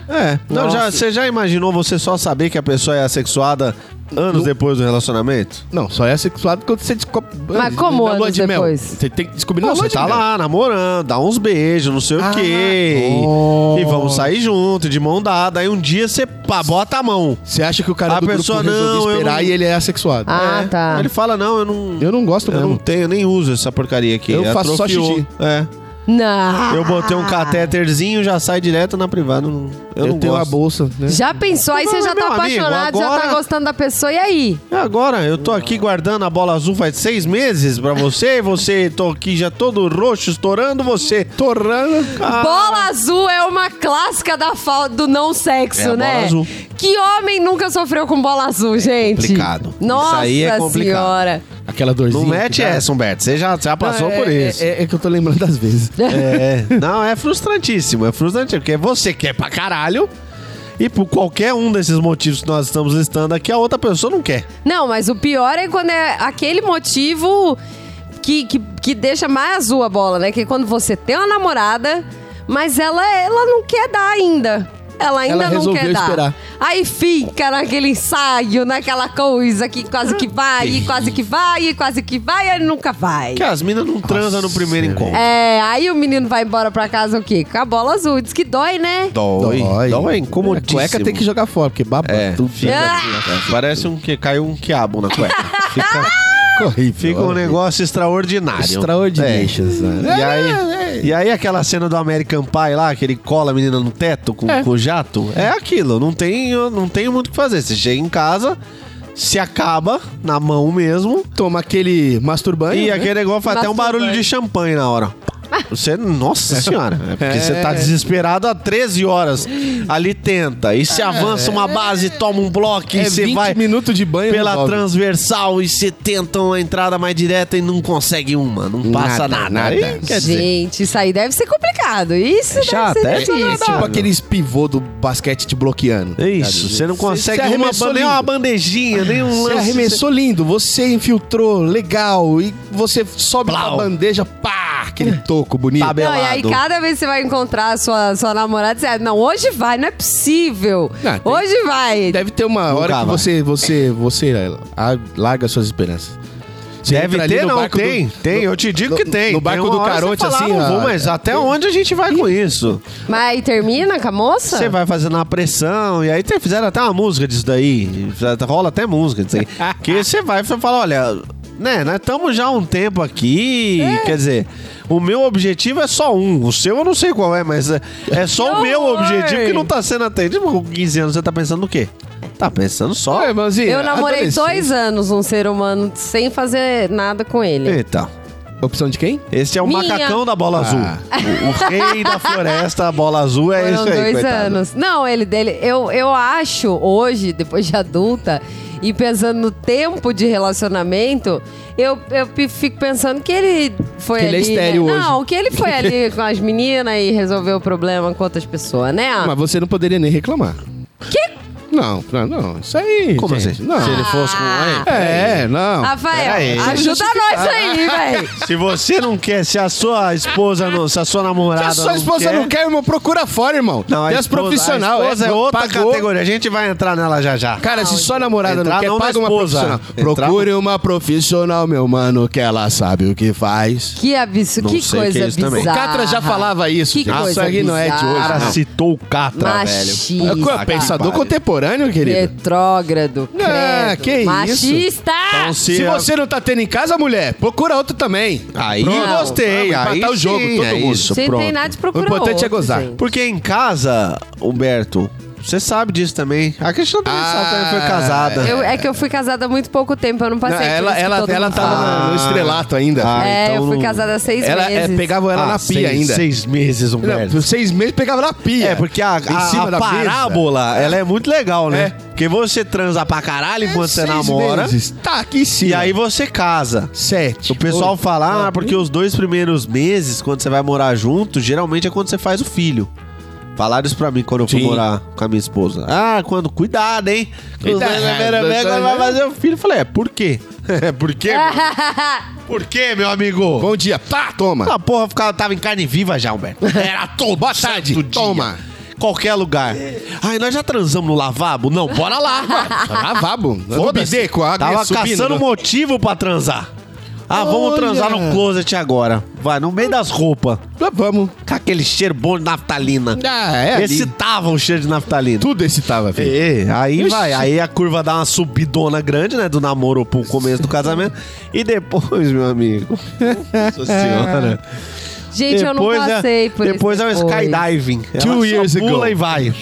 Speaker 3: É. Não, já,
Speaker 4: Nossa.
Speaker 3: você já imaginou você só saber que a pessoa é assexuada anos depois do relacionamento?
Speaker 4: Não, só é sexuado quando você descobre.
Speaker 2: Mas como
Speaker 4: na lua
Speaker 2: anos
Speaker 4: de mel.
Speaker 2: depois?
Speaker 4: Você tem que descobrir na
Speaker 3: Não,
Speaker 4: lua
Speaker 3: você
Speaker 4: de
Speaker 3: tá
Speaker 4: mel.
Speaker 3: lá namorando, dá uns beijos, não sei o
Speaker 4: Ah,
Speaker 3: quê. e-
Speaker 4: nossa.
Speaker 3: E vamos sair junto, de mão dada. Aí um dia você pá, bota a mão.
Speaker 4: Você acha que o cara
Speaker 3: A
Speaker 4: do
Speaker 3: pessoa,
Speaker 4: grupo resolveu
Speaker 3: não, eu
Speaker 4: esperar
Speaker 3: não-
Speaker 4: e ele é assexuado?
Speaker 2: Ah,
Speaker 3: É.
Speaker 2: tá.
Speaker 3: Ele fala: não, eu não.
Speaker 4: Eu não gosto
Speaker 3: Eu não
Speaker 4: mesmo.
Speaker 3: tenho, nem uso essa porcaria aqui.
Speaker 4: Eu faço só
Speaker 3: Atrofiou.
Speaker 4: xixi.
Speaker 3: É.
Speaker 2: Não.
Speaker 3: Eu botei um catéterzinho, já sai direto na privada. não- Eu,
Speaker 4: Eu,
Speaker 3: não
Speaker 4: tenho
Speaker 3: gosto.
Speaker 4: a bolsa, né?
Speaker 2: Já pensou? Aí
Speaker 3: Não,
Speaker 2: você já
Speaker 3: meu
Speaker 2: tá
Speaker 3: amigo,
Speaker 2: apaixonado, já
Speaker 3: agora-
Speaker 2: tá gostando da pessoa, e aí?
Speaker 3: É Agora, eu tô aqui guardando a bola azul faz seis meses pra você. Você tô aqui já todo roxo, estourando você.
Speaker 4: Torrando.
Speaker 3: Ah.
Speaker 2: Bola azul é uma clássica da falta do não sexo,
Speaker 3: É, a bola
Speaker 2: né?
Speaker 3: azul.
Speaker 2: Que homem nunca sofreu com bola azul, gente?
Speaker 3: complicado. Isso
Speaker 2: Nossa
Speaker 3: aí é complicado.
Speaker 2: senhora.
Speaker 4: Aquela dorzinha.
Speaker 3: Não
Speaker 4: que
Speaker 3: mete
Speaker 4: dá.
Speaker 3: essa, Humberto. Você já, já passou
Speaker 4: tá. Não, é-
Speaker 3: por isso.
Speaker 4: É, é- é que eu tô lembrando das vezes.
Speaker 3: É. Não, é frustrantíssimo. É frustrante porque você quer pra caralho. E por qualquer um desses motivos que nós estamos listando aqui, a outra pessoa não quer.
Speaker 2: Não, mas o pior é quando é aquele motivo que, que, que deixa mais azul a bola, né? Que é quando você tem uma namorada, mas ela, ela não quer dar ainda. Ela ainda
Speaker 4: Ela
Speaker 2: não
Speaker 4: resolveu
Speaker 2: quer dar.
Speaker 4: esperar.
Speaker 2: Aí fica naquele ensaio, naquela coisa que quase que vai, e quase que vai, e quase que vai, e aí nunca vai.
Speaker 3: Porque as minas não transam no primeiro encontro.
Speaker 2: É, aí o menino vai embora pra casa o quê? Com a bola azul. Diz que dói, né?
Speaker 3: Dói. Dói. Dói, incomodíssimo.
Speaker 4: A cueca tem que jogar fora, porque baba
Speaker 3: É.
Speaker 4: tudo. assim,
Speaker 2: Ah!
Speaker 3: É, Parece um que caiu um quiabo na cueca. Fica,
Speaker 4: Horrível.
Speaker 3: fica um negócio extraordinário.
Speaker 4: Extraordinário.
Speaker 3: É. E aí, e aí aquela cena do American Pie lá, que ele cola a menina no teto com, com o jato, é aquilo, não tem, não tem muito o que fazer. Você chega em casa, se acaba na mão mesmo,
Speaker 4: Toma aquele masturbante.
Speaker 3: e aquele negócio faz até um
Speaker 2: Masturbante.
Speaker 3: barulho de champanhe na hora. Você, nossa senhora, é porque você tá desesperado há 13 horas. Ali tenta, e se avança uma base, toma um bloco, e
Speaker 4: É
Speaker 3: você
Speaker 4: 20
Speaker 3: vai
Speaker 4: minutos de banho
Speaker 3: pela
Speaker 4: resolve.
Speaker 3: transversal e você tenta uma entrada mais direta e não consegue uma, não passa nada.
Speaker 4: Nada,
Speaker 3: Aí,
Speaker 4: nada.
Speaker 3: quer dizer,
Speaker 2: Gente, isso aí deve ser complicado. Isso
Speaker 3: chato, é
Speaker 2: deve ser difícil.
Speaker 4: Tipo aqueles pivô do basquete te bloqueando. Tá
Speaker 3: É isso, você não consegue
Speaker 4: Você
Speaker 3: uma,
Speaker 4: arremessou
Speaker 3: ban- nem uma
Speaker 4: lindo.
Speaker 3: bandejinha, nem um
Speaker 4: Você
Speaker 3: lance.
Speaker 4: arremessou lindo, você infiltrou, legal, e você sobe
Speaker 3: Plau.
Speaker 4: a bandeja, pá, aquele toco bonito.
Speaker 3: Tá bem.
Speaker 2: Não, e aí
Speaker 3: pelado.
Speaker 2: cada vez que você vai encontrar a sua, sua namorada, você, ah, não, hoje vai, não é possível.
Speaker 4: Não, tem-
Speaker 2: hoje vai.
Speaker 4: Deve ter uma
Speaker 3: Nunca
Speaker 4: hora
Speaker 3: vai.
Speaker 4: que você, você, você é, a- larga suas esperanças. Você
Speaker 3: Deve
Speaker 4: entra ali
Speaker 3: ter,
Speaker 4: no
Speaker 3: não,
Speaker 4: barco
Speaker 3: tem.
Speaker 4: do-
Speaker 3: tem,
Speaker 4: no-
Speaker 3: eu te digo
Speaker 4: no-
Speaker 3: que tem.
Speaker 4: No
Speaker 3: Tem
Speaker 4: barco
Speaker 3: uma
Speaker 4: do
Speaker 3: hora você
Speaker 4: carote,
Speaker 3: fala,
Speaker 4: assim.
Speaker 3: "Ah, não vou,
Speaker 4: ó,
Speaker 3: mas até onde a gente vai com isso?
Speaker 2: Mas aí termina com a
Speaker 4: É.
Speaker 2: moça?
Speaker 3: Você vai fazendo uma pressão, e aí te- fizeram até uma música disso daí. tá, Rola até música disso aí. que você vai e você fala, olha, né, nós estamos já há um tempo aqui,
Speaker 4: É.
Speaker 3: quer dizer, o meu objetivo é só um. O seu eu não sei qual é, mas é, é só o
Speaker 2: Que
Speaker 3: meu
Speaker 2: horror!
Speaker 3: objetivo que não tá sendo atendido. Com 15 anos você tá pensando no quê? Tá pensando só.
Speaker 4: Olha, irmãozinho,
Speaker 2: Eu namorei
Speaker 4: é, adolescente.
Speaker 2: dois anos um ser humano sem fazer nada com
Speaker 4: É,
Speaker 2: ele.
Speaker 3: Eita.
Speaker 4: Opção de quem?
Speaker 3: Esse é o
Speaker 2: Minha.
Speaker 3: macacão da bola azul.
Speaker 4: Ah.
Speaker 3: O, o rei da floresta, a bola azul é
Speaker 2: Foram
Speaker 3: isso aí,
Speaker 2: dois
Speaker 3: coitado.
Speaker 2: anos. Não, ele dele. Eu, eu acho hoje, depois de adulta, e pensando no tempo de relacionamento, eu, eu p- fico pensando que ele foi
Speaker 4: Que ele
Speaker 2: ali.
Speaker 4: é estéril
Speaker 2: né?
Speaker 4: hoje.
Speaker 2: Não, que ele foi ali com as meninas e resolveu o problema com outras pessoas, né?
Speaker 4: Mas você não poderia nem reclamar.
Speaker 2: Que?
Speaker 4: Não, não, não. Isso aí.
Speaker 3: Como
Speaker 4: gente,
Speaker 3: assim?
Speaker 4: Não.
Speaker 3: Se ele fosse com.
Speaker 2: Ah.
Speaker 4: É, não.
Speaker 2: Rafael,
Speaker 3: peraí.
Speaker 2: ajuda nós aí, velho.
Speaker 3: Se você não quer, se a sua esposa, não, se a sua
Speaker 4: Se
Speaker 3: namorada.
Speaker 4: a sua esposa não quer, irmão, procura fora, irmão.
Speaker 3: a
Speaker 4: Tem as
Speaker 3: esposa-
Speaker 4: profissionais.
Speaker 3: A esposa é outra categoria. A gente vai entrar nela já já.
Speaker 4: Cara, se sua namorada
Speaker 3: Entrar
Speaker 4: não quer,
Speaker 3: não na
Speaker 4: paga uma
Speaker 3: esposa.
Speaker 4: profissional.
Speaker 3: Entrar-
Speaker 4: Procure uma profissional, meu mano, que ela sabe o que faz.
Speaker 2: Que absurdo,
Speaker 3: Não
Speaker 2: que
Speaker 3: sei o
Speaker 2: coisa
Speaker 3: que é isso também.
Speaker 2: bizarra.
Speaker 4: O Catra já falava isso,
Speaker 2: Que
Speaker 4: gente.
Speaker 2: coisa
Speaker 4: Isso aí não é de hoje,
Speaker 3: cara
Speaker 2: bizarra.
Speaker 4: não.
Speaker 3: citou o Catra,
Speaker 2: Machista.
Speaker 3: velho.
Speaker 4: É
Speaker 3: que
Speaker 4: pensador
Speaker 3: pariu.
Speaker 4: contemporâneo, querido.
Speaker 2: Retrógrado.
Speaker 4: Ah,
Speaker 2: credo.
Speaker 4: que isso.
Speaker 2: Machista!
Speaker 3: Então, se,
Speaker 4: Se
Speaker 3: a-
Speaker 4: você não tá tendo em casa, mulher, procura outro também.
Speaker 3: Aí
Speaker 4: Pronto,
Speaker 3: eu gostei.
Speaker 4: vamos
Speaker 3: Aí
Speaker 4: empatar o jogo,
Speaker 3: sim,
Speaker 4: todo
Speaker 3: é
Speaker 4: mundo.
Speaker 3: Isso,
Speaker 2: Se não
Speaker 3: pronto.
Speaker 2: tem nada de procurar.
Speaker 4: O importante é gozar.
Speaker 3: Porque em casa, Humberto, você sabe disso também. A Cristina também sabe, também
Speaker 4: Ah.
Speaker 3: foi casada.
Speaker 2: Eu- é que eu fui casada há muito pouco tempo, eu não passei
Speaker 4: Não,
Speaker 2: por
Speaker 4: ela
Speaker 2: isso que
Speaker 4: ela,
Speaker 2: todo
Speaker 4: ela
Speaker 2: mundo
Speaker 4: tava
Speaker 2: fala.
Speaker 4: no estrelato ainda.
Speaker 3: Ah,
Speaker 2: É,
Speaker 3: então
Speaker 2: eu fui
Speaker 3: não-
Speaker 2: casada há seis
Speaker 4: ela é,
Speaker 2: meses.
Speaker 4: pegavam ela
Speaker 3: Ah,
Speaker 4: na
Speaker 3: seis,
Speaker 4: pia ainda.
Speaker 3: Seis meses,
Speaker 4: Não,
Speaker 3: Humberto.
Speaker 4: por seis meses pegava na pia.
Speaker 3: É, porque a,
Speaker 4: um Em
Speaker 3: a-
Speaker 4: cima
Speaker 3: a
Speaker 4: da mesa.
Speaker 3: parábola, ela é muito legal, né?
Speaker 4: É.
Speaker 3: Porque você transa pra caralho enquanto você
Speaker 4: Seis
Speaker 3: namora.
Speaker 4: meses. Tá aqui sim.
Speaker 3: E aí você casa.
Speaker 4: sete.
Speaker 3: O pessoal fala, ah, porque os dois primeiros meses, quando você vai morar junto, geralmente é quando você faz o filho. Falaram isso pra mim quando eu fui
Speaker 4: Sim.
Speaker 3: morar com a minha esposa. Ah, quando? Cuidado, hein? Quando
Speaker 4: Cuidado.
Speaker 3: vai fazer o filho, eu falei, é, por quê? É, por quê? Por quê, meu amigo?
Speaker 4: Bom dia. Tá, toma.
Speaker 3: Ah, porra, eu ficava, tava em carne viva já, Humberto. Era todo
Speaker 4: Boa tarde.
Speaker 3: santo dia.
Speaker 4: Toma.
Speaker 3: Qualquer lugar. Ai, nós já transamos no lavabo? Não, bora lá.
Speaker 4: Lavabo. No
Speaker 3: Foda-se.
Speaker 4: é bidê com a água
Speaker 3: Tava
Speaker 4: subindo. né?
Speaker 3: caçando motivo pra transar. Ah, vamos
Speaker 4: Olha.
Speaker 3: transar no closet agora. Vai, no meio das roupas.
Speaker 4: Mas Vamos.
Speaker 3: Com aquele cheiro bom de naftalina.
Speaker 4: Ah, é ali.
Speaker 3: Excitava o cheiro de naftalina.
Speaker 4: Tudo excitava, filho.
Speaker 3: É, aí
Speaker 4: Ixi.
Speaker 3: vai, aí a curva dá uma subidona grande, né? Do namoro pro começo do casamento. E depois, meu amigo. Nossa senhora.
Speaker 2: Gente, eu
Speaker 3: Depois
Speaker 2: não
Speaker 3: é-
Speaker 2: passei por
Speaker 3: Depois
Speaker 2: isso.
Speaker 3: é o skydiving.
Speaker 4: Two
Speaker 3: Ela só
Speaker 4: years ago.
Speaker 3: pula e vai.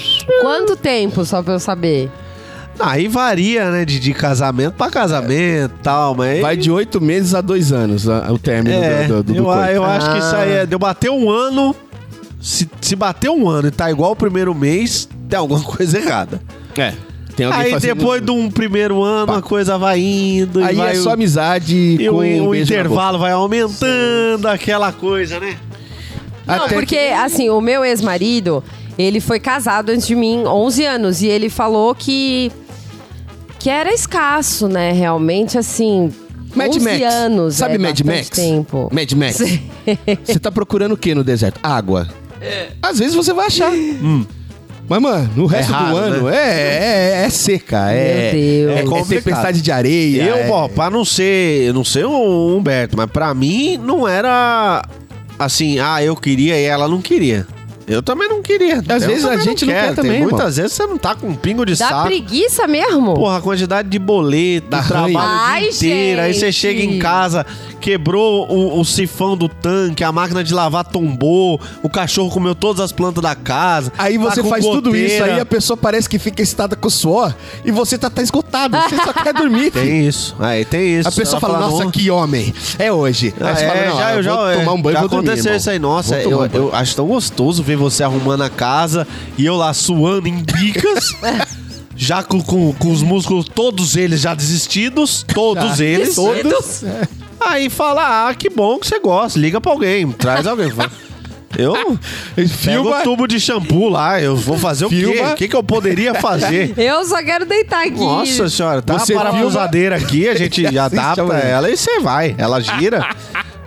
Speaker 2: Quanto tempo, só pra eu saber?
Speaker 3: Aí varia, né? De, de casamento pra casamento e tal, mas.
Speaker 4: Vai de oito meses a dois anos a- o término
Speaker 3: É,
Speaker 4: do, do, do, do
Speaker 3: eu,
Speaker 4: coito.
Speaker 3: eu acho que isso aí
Speaker 4: Ah.
Speaker 3: é. Deu bater um ano. Se, se bater um ano e tá igual o primeiro mês, tem alguma coisa errada.
Speaker 4: É. Tem alguém
Speaker 3: Aí
Speaker 4: fazendo-
Speaker 3: depois de um primeiro ano, a coisa vai indo. e
Speaker 4: Aí
Speaker 3: vai
Speaker 4: é
Speaker 3: o-
Speaker 4: só amizade
Speaker 3: E
Speaker 4: com
Speaker 3: o,
Speaker 4: um
Speaker 3: o
Speaker 4: beijo na
Speaker 3: intervalo vai aumentando, aquela coisa, né?
Speaker 4: boca.
Speaker 2: Não,
Speaker 4: Até
Speaker 2: porque,
Speaker 4: que-
Speaker 2: assim, o meu ex-marido, ele foi casado antes de mim, 11 anos, e ele falou que. que era escasso, né? Realmente, assim.
Speaker 4: Mad
Speaker 2: 11
Speaker 4: Max.
Speaker 2: anos.
Speaker 4: Sabe
Speaker 2: é
Speaker 4: Mad
Speaker 2: bastante
Speaker 4: Max?
Speaker 2: Tempo.
Speaker 4: Mad Max.
Speaker 2: Sim.
Speaker 4: Você tá procurando o que no deserto? Água.
Speaker 3: É.
Speaker 4: Às vezes você vai achar.
Speaker 3: Hum.
Speaker 4: Mas, mano, no resto
Speaker 3: raro,
Speaker 4: do ano é, é, é seca. É,
Speaker 2: Meu Deus.
Speaker 4: é,
Speaker 3: né? É complicado.
Speaker 4: tempestade de areia.
Speaker 3: eu,
Speaker 4: é...
Speaker 3: ó, pra não ser. Não sei o Humberto, mas pra mim não era assim, ah, eu queria e ela não queria. Eu também não queria.
Speaker 4: Às
Speaker 3: Eu
Speaker 4: vezes a
Speaker 3: também
Speaker 4: gente não quer
Speaker 3: Tem
Speaker 4: também,
Speaker 3: Muitas
Speaker 4: irmão.
Speaker 3: vezes você não tá com um pingo de
Speaker 2: Dá
Speaker 3: saco.
Speaker 2: preguiça mesmo?
Speaker 3: Porra, a quantidade de boleto,
Speaker 4: Da
Speaker 3: trabalho
Speaker 2: Ai,
Speaker 3: o dia inteiro. Aí você
Speaker 2: gente.
Speaker 3: chega em casa, quebrou o, o sifão do tanque, a máquina de lavar tombou, o cachorro comeu todas as plantas da casa.
Speaker 4: Aí
Speaker 3: tá
Speaker 4: você
Speaker 3: com
Speaker 4: faz tudo isso,
Speaker 3: goteira.
Speaker 4: aí é a pessoa parece que fica excitada com o suor e você tá, tá esgotado. Você só quer dormir. filho.
Speaker 3: Tem isso, aí tem isso.
Speaker 4: A pessoa
Speaker 3: Ela
Speaker 4: fala, nossa,
Speaker 3: "Não,
Speaker 4: que homem. É hoje.
Speaker 3: Ah,
Speaker 4: aí você
Speaker 3: é,
Speaker 4: fala, não,
Speaker 3: já,
Speaker 4: eu
Speaker 3: eu já,
Speaker 4: vou
Speaker 3: é,
Speaker 4: tomar um banho
Speaker 3: já
Speaker 4: e vou dormir,
Speaker 3: aconteceu
Speaker 4: irmão.
Speaker 3: isso aí. Nossa,
Speaker 4: Vou tomar
Speaker 3: eu,
Speaker 4: um banho.
Speaker 3: eu acho tão gostoso ver você arrumando a casa e eu lá suando em bicas. Já com, com, com os músculos, todos eles já desistidos. Todos eles.
Speaker 4: Todos.
Speaker 3: Aí fala, ah, que bom que você gosta. Liga pra alguém, traz alguém. Fala, Eu pego
Speaker 4: Filma.
Speaker 3: o tubo de shampoo lá, eu vou fazer o quê?
Speaker 4: Filma.
Speaker 3: O que, que eu poderia fazer?
Speaker 2: Eu só quero deitar aqui.
Speaker 3: Nossa senhora, tá
Speaker 4: Você
Speaker 3: uma parafusadeira aqui, a gente
Speaker 4: Assiste
Speaker 3: adapta
Speaker 4: amanhã.
Speaker 3: ela e você vai. Ela gira,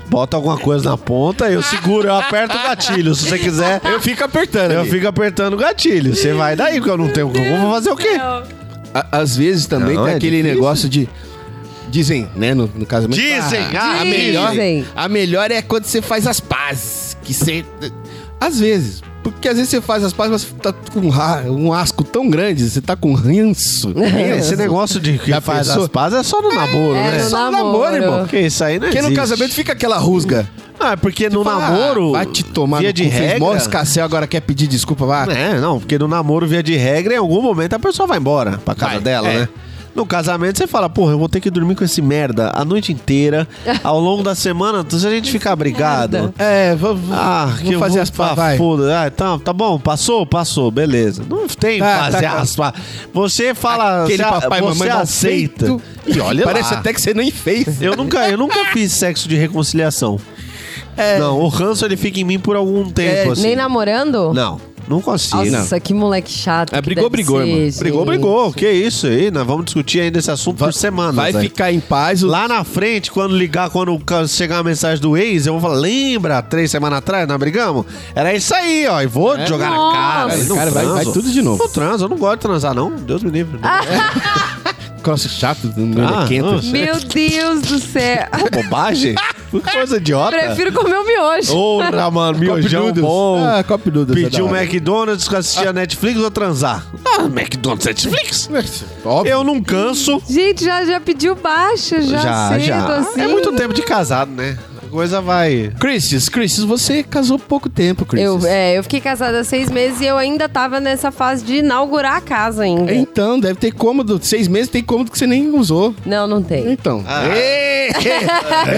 Speaker 3: bota alguma coisa na ponta, eu seguro, eu aperto o gatilho. Se você quiser,
Speaker 4: Eu fico apertando.
Speaker 3: eu
Speaker 4: ali.
Speaker 3: fico apertando o gatilho. Você vai daí, porque eu não tenho como. Eu Vou fazer o quê?
Speaker 4: A- às vezes também
Speaker 3: Não,
Speaker 4: tem
Speaker 3: é
Speaker 4: aquele
Speaker 3: difícil.
Speaker 4: negócio de. Dizem, né? No, no casamento.
Speaker 3: Dizem, ah,
Speaker 4: a melhor,
Speaker 2: dizem.
Speaker 4: a melhor é quando você faz as pazes. Que você. Às vezes. Porque às vezes você faz as pazes, mas você tá com um ra- um asco tão grande, você tá com ranço. né,
Speaker 3: Esse negócio de que
Speaker 4: Já
Speaker 3: faz
Speaker 4: pensou?
Speaker 3: as pazes é só no namoro,
Speaker 2: é
Speaker 3: né?
Speaker 2: no
Speaker 4: só no
Speaker 2: namoro.
Speaker 4: namoro, irmão.
Speaker 3: Porque isso aí não
Speaker 4: Porque no
Speaker 3: existe.
Speaker 4: casamento fica aquela rusga.
Speaker 3: Ah, é porque no
Speaker 4: Fala,
Speaker 3: namoro.
Speaker 4: Vai te tomar
Speaker 3: via
Speaker 4: no
Speaker 3: de
Speaker 4: cu, fez
Speaker 3: regra.
Speaker 4: mó escassez, agora quer pedir desculpa, vai.
Speaker 3: É, não, porque no namoro, via de regra, em algum momento a pessoa vai embora pra casa
Speaker 4: Vai,
Speaker 3: dela,
Speaker 4: é.
Speaker 3: né? No casamento você fala, porra, eu vou ter que dormir com esse merda a noite inteira, ao longo da semana, então, se a gente ficar brigado.
Speaker 4: É, vamos
Speaker 3: Ah, que eu
Speaker 4: fazer
Speaker 3: vou-
Speaker 4: as
Speaker 3: ah,
Speaker 4: pavas.
Speaker 3: Foda. Ah, tá, tá bom, passou? Passou, beleza. Não tem
Speaker 4: Tá,
Speaker 3: fazer
Speaker 4: tá.
Speaker 3: as pá. Você fala,
Speaker 4: Aquele
Speaker 3: você,
Speaker 4: papai e
Speaker 3: você
Speaker 4: mamãe mal
Speaker 3: aceita.
Speaker 4: feito.
Speaker 3: E olha
Speaker 4: Parece
Speaker 3: lá.
Speaker 4: até que você nem fez.
Speaker 3: Eu nunca, eu nunca fiz sexo de reconciliação.
Speaker 4: É.
Speaker 3: Não, o ranço ele fica em mim por algum
Speaker 4: tipo
Speaker 3: tempo assim.
Speaker 2: É, Nem namorando?
Speaker 3: Não, não consigo.
Speaker 2: Nossa, que moleque chato.
Speaker 4: É,
Speaker 2: que
Speaker 4: brigou,
Speaker 2: deve
Speaker 4: brigou,
Speaker 2: ser,
Speaker 4: irmão.
Speaker 2: gente.
Speaker 3: Brigou, brigou. Que isso aí? Nós vamos discutir ainda esse assunto por semanas.
Speaker 4: Vai
Speaker 3: aí.
Speaker 4: ficar em paz. o-
Speaker 3: Lá na frente, quando ligar, quando ca- chegar a mensagem do ex, eu vou falar: lembra, três semanas atrás, nós brigamos? Era isso aí, ó. E vou jogar
Speaker 2: É Nossa.
Speaker 3: na cara. Não
Speaker 4: É. Cara, vai-
Speaker 3: transo.
Speaker 4: vai tudo de novo.
Speaker 3: Não transo, eu não gosto de transar, não. Deus me livre.
Speaker 2: Ah.
Speaker 4: Cross chato, não
Speaker 3: Ah,
Speaker 4: é quente.
Speaker 3: nossa.
Speaker 2: Meu Deus do céu.
Speaker 3: Bobagem? Que coisa idiota.
Speaker 2: Prefiro comer o miojo.
Speaker 3: Porra, mano, miojão
Speaker 4: Noodles.
Speaker 3: bom.
Speaker 4: Ah, Cop Noodles.
Speaker 3: Pedir
Speaker 4: é
Speaker 3: um
Speaker 4: da hora.
Speaker 3: McDonald's, assistir a Netflix ou transar? Ah, McDonald's, Netflix?
Speaker 4: Óbvio.
Speaker 3: Eu não canso.
Speaker 2: Gente, já, já pediu baixa, já, cedo, assim.
Speaker 3: É muito tempo de casado, né? A coisa vai.
Speaker 4: Chris, Chris, você casou pouco tempo, Chris.
Speaker 2: Eu, é, eu fiquei casada há seis meses e eu ainda tava nessa fase de inaugurar a casa ainda.
Speaker 4: Então, deve ter cômodo. Seis meses tem cômodo que você nem usou.
Speaker 2: Não, não tem.
Speaker 4: Então.
Speaker 3: Ah.
Speaker 4: É.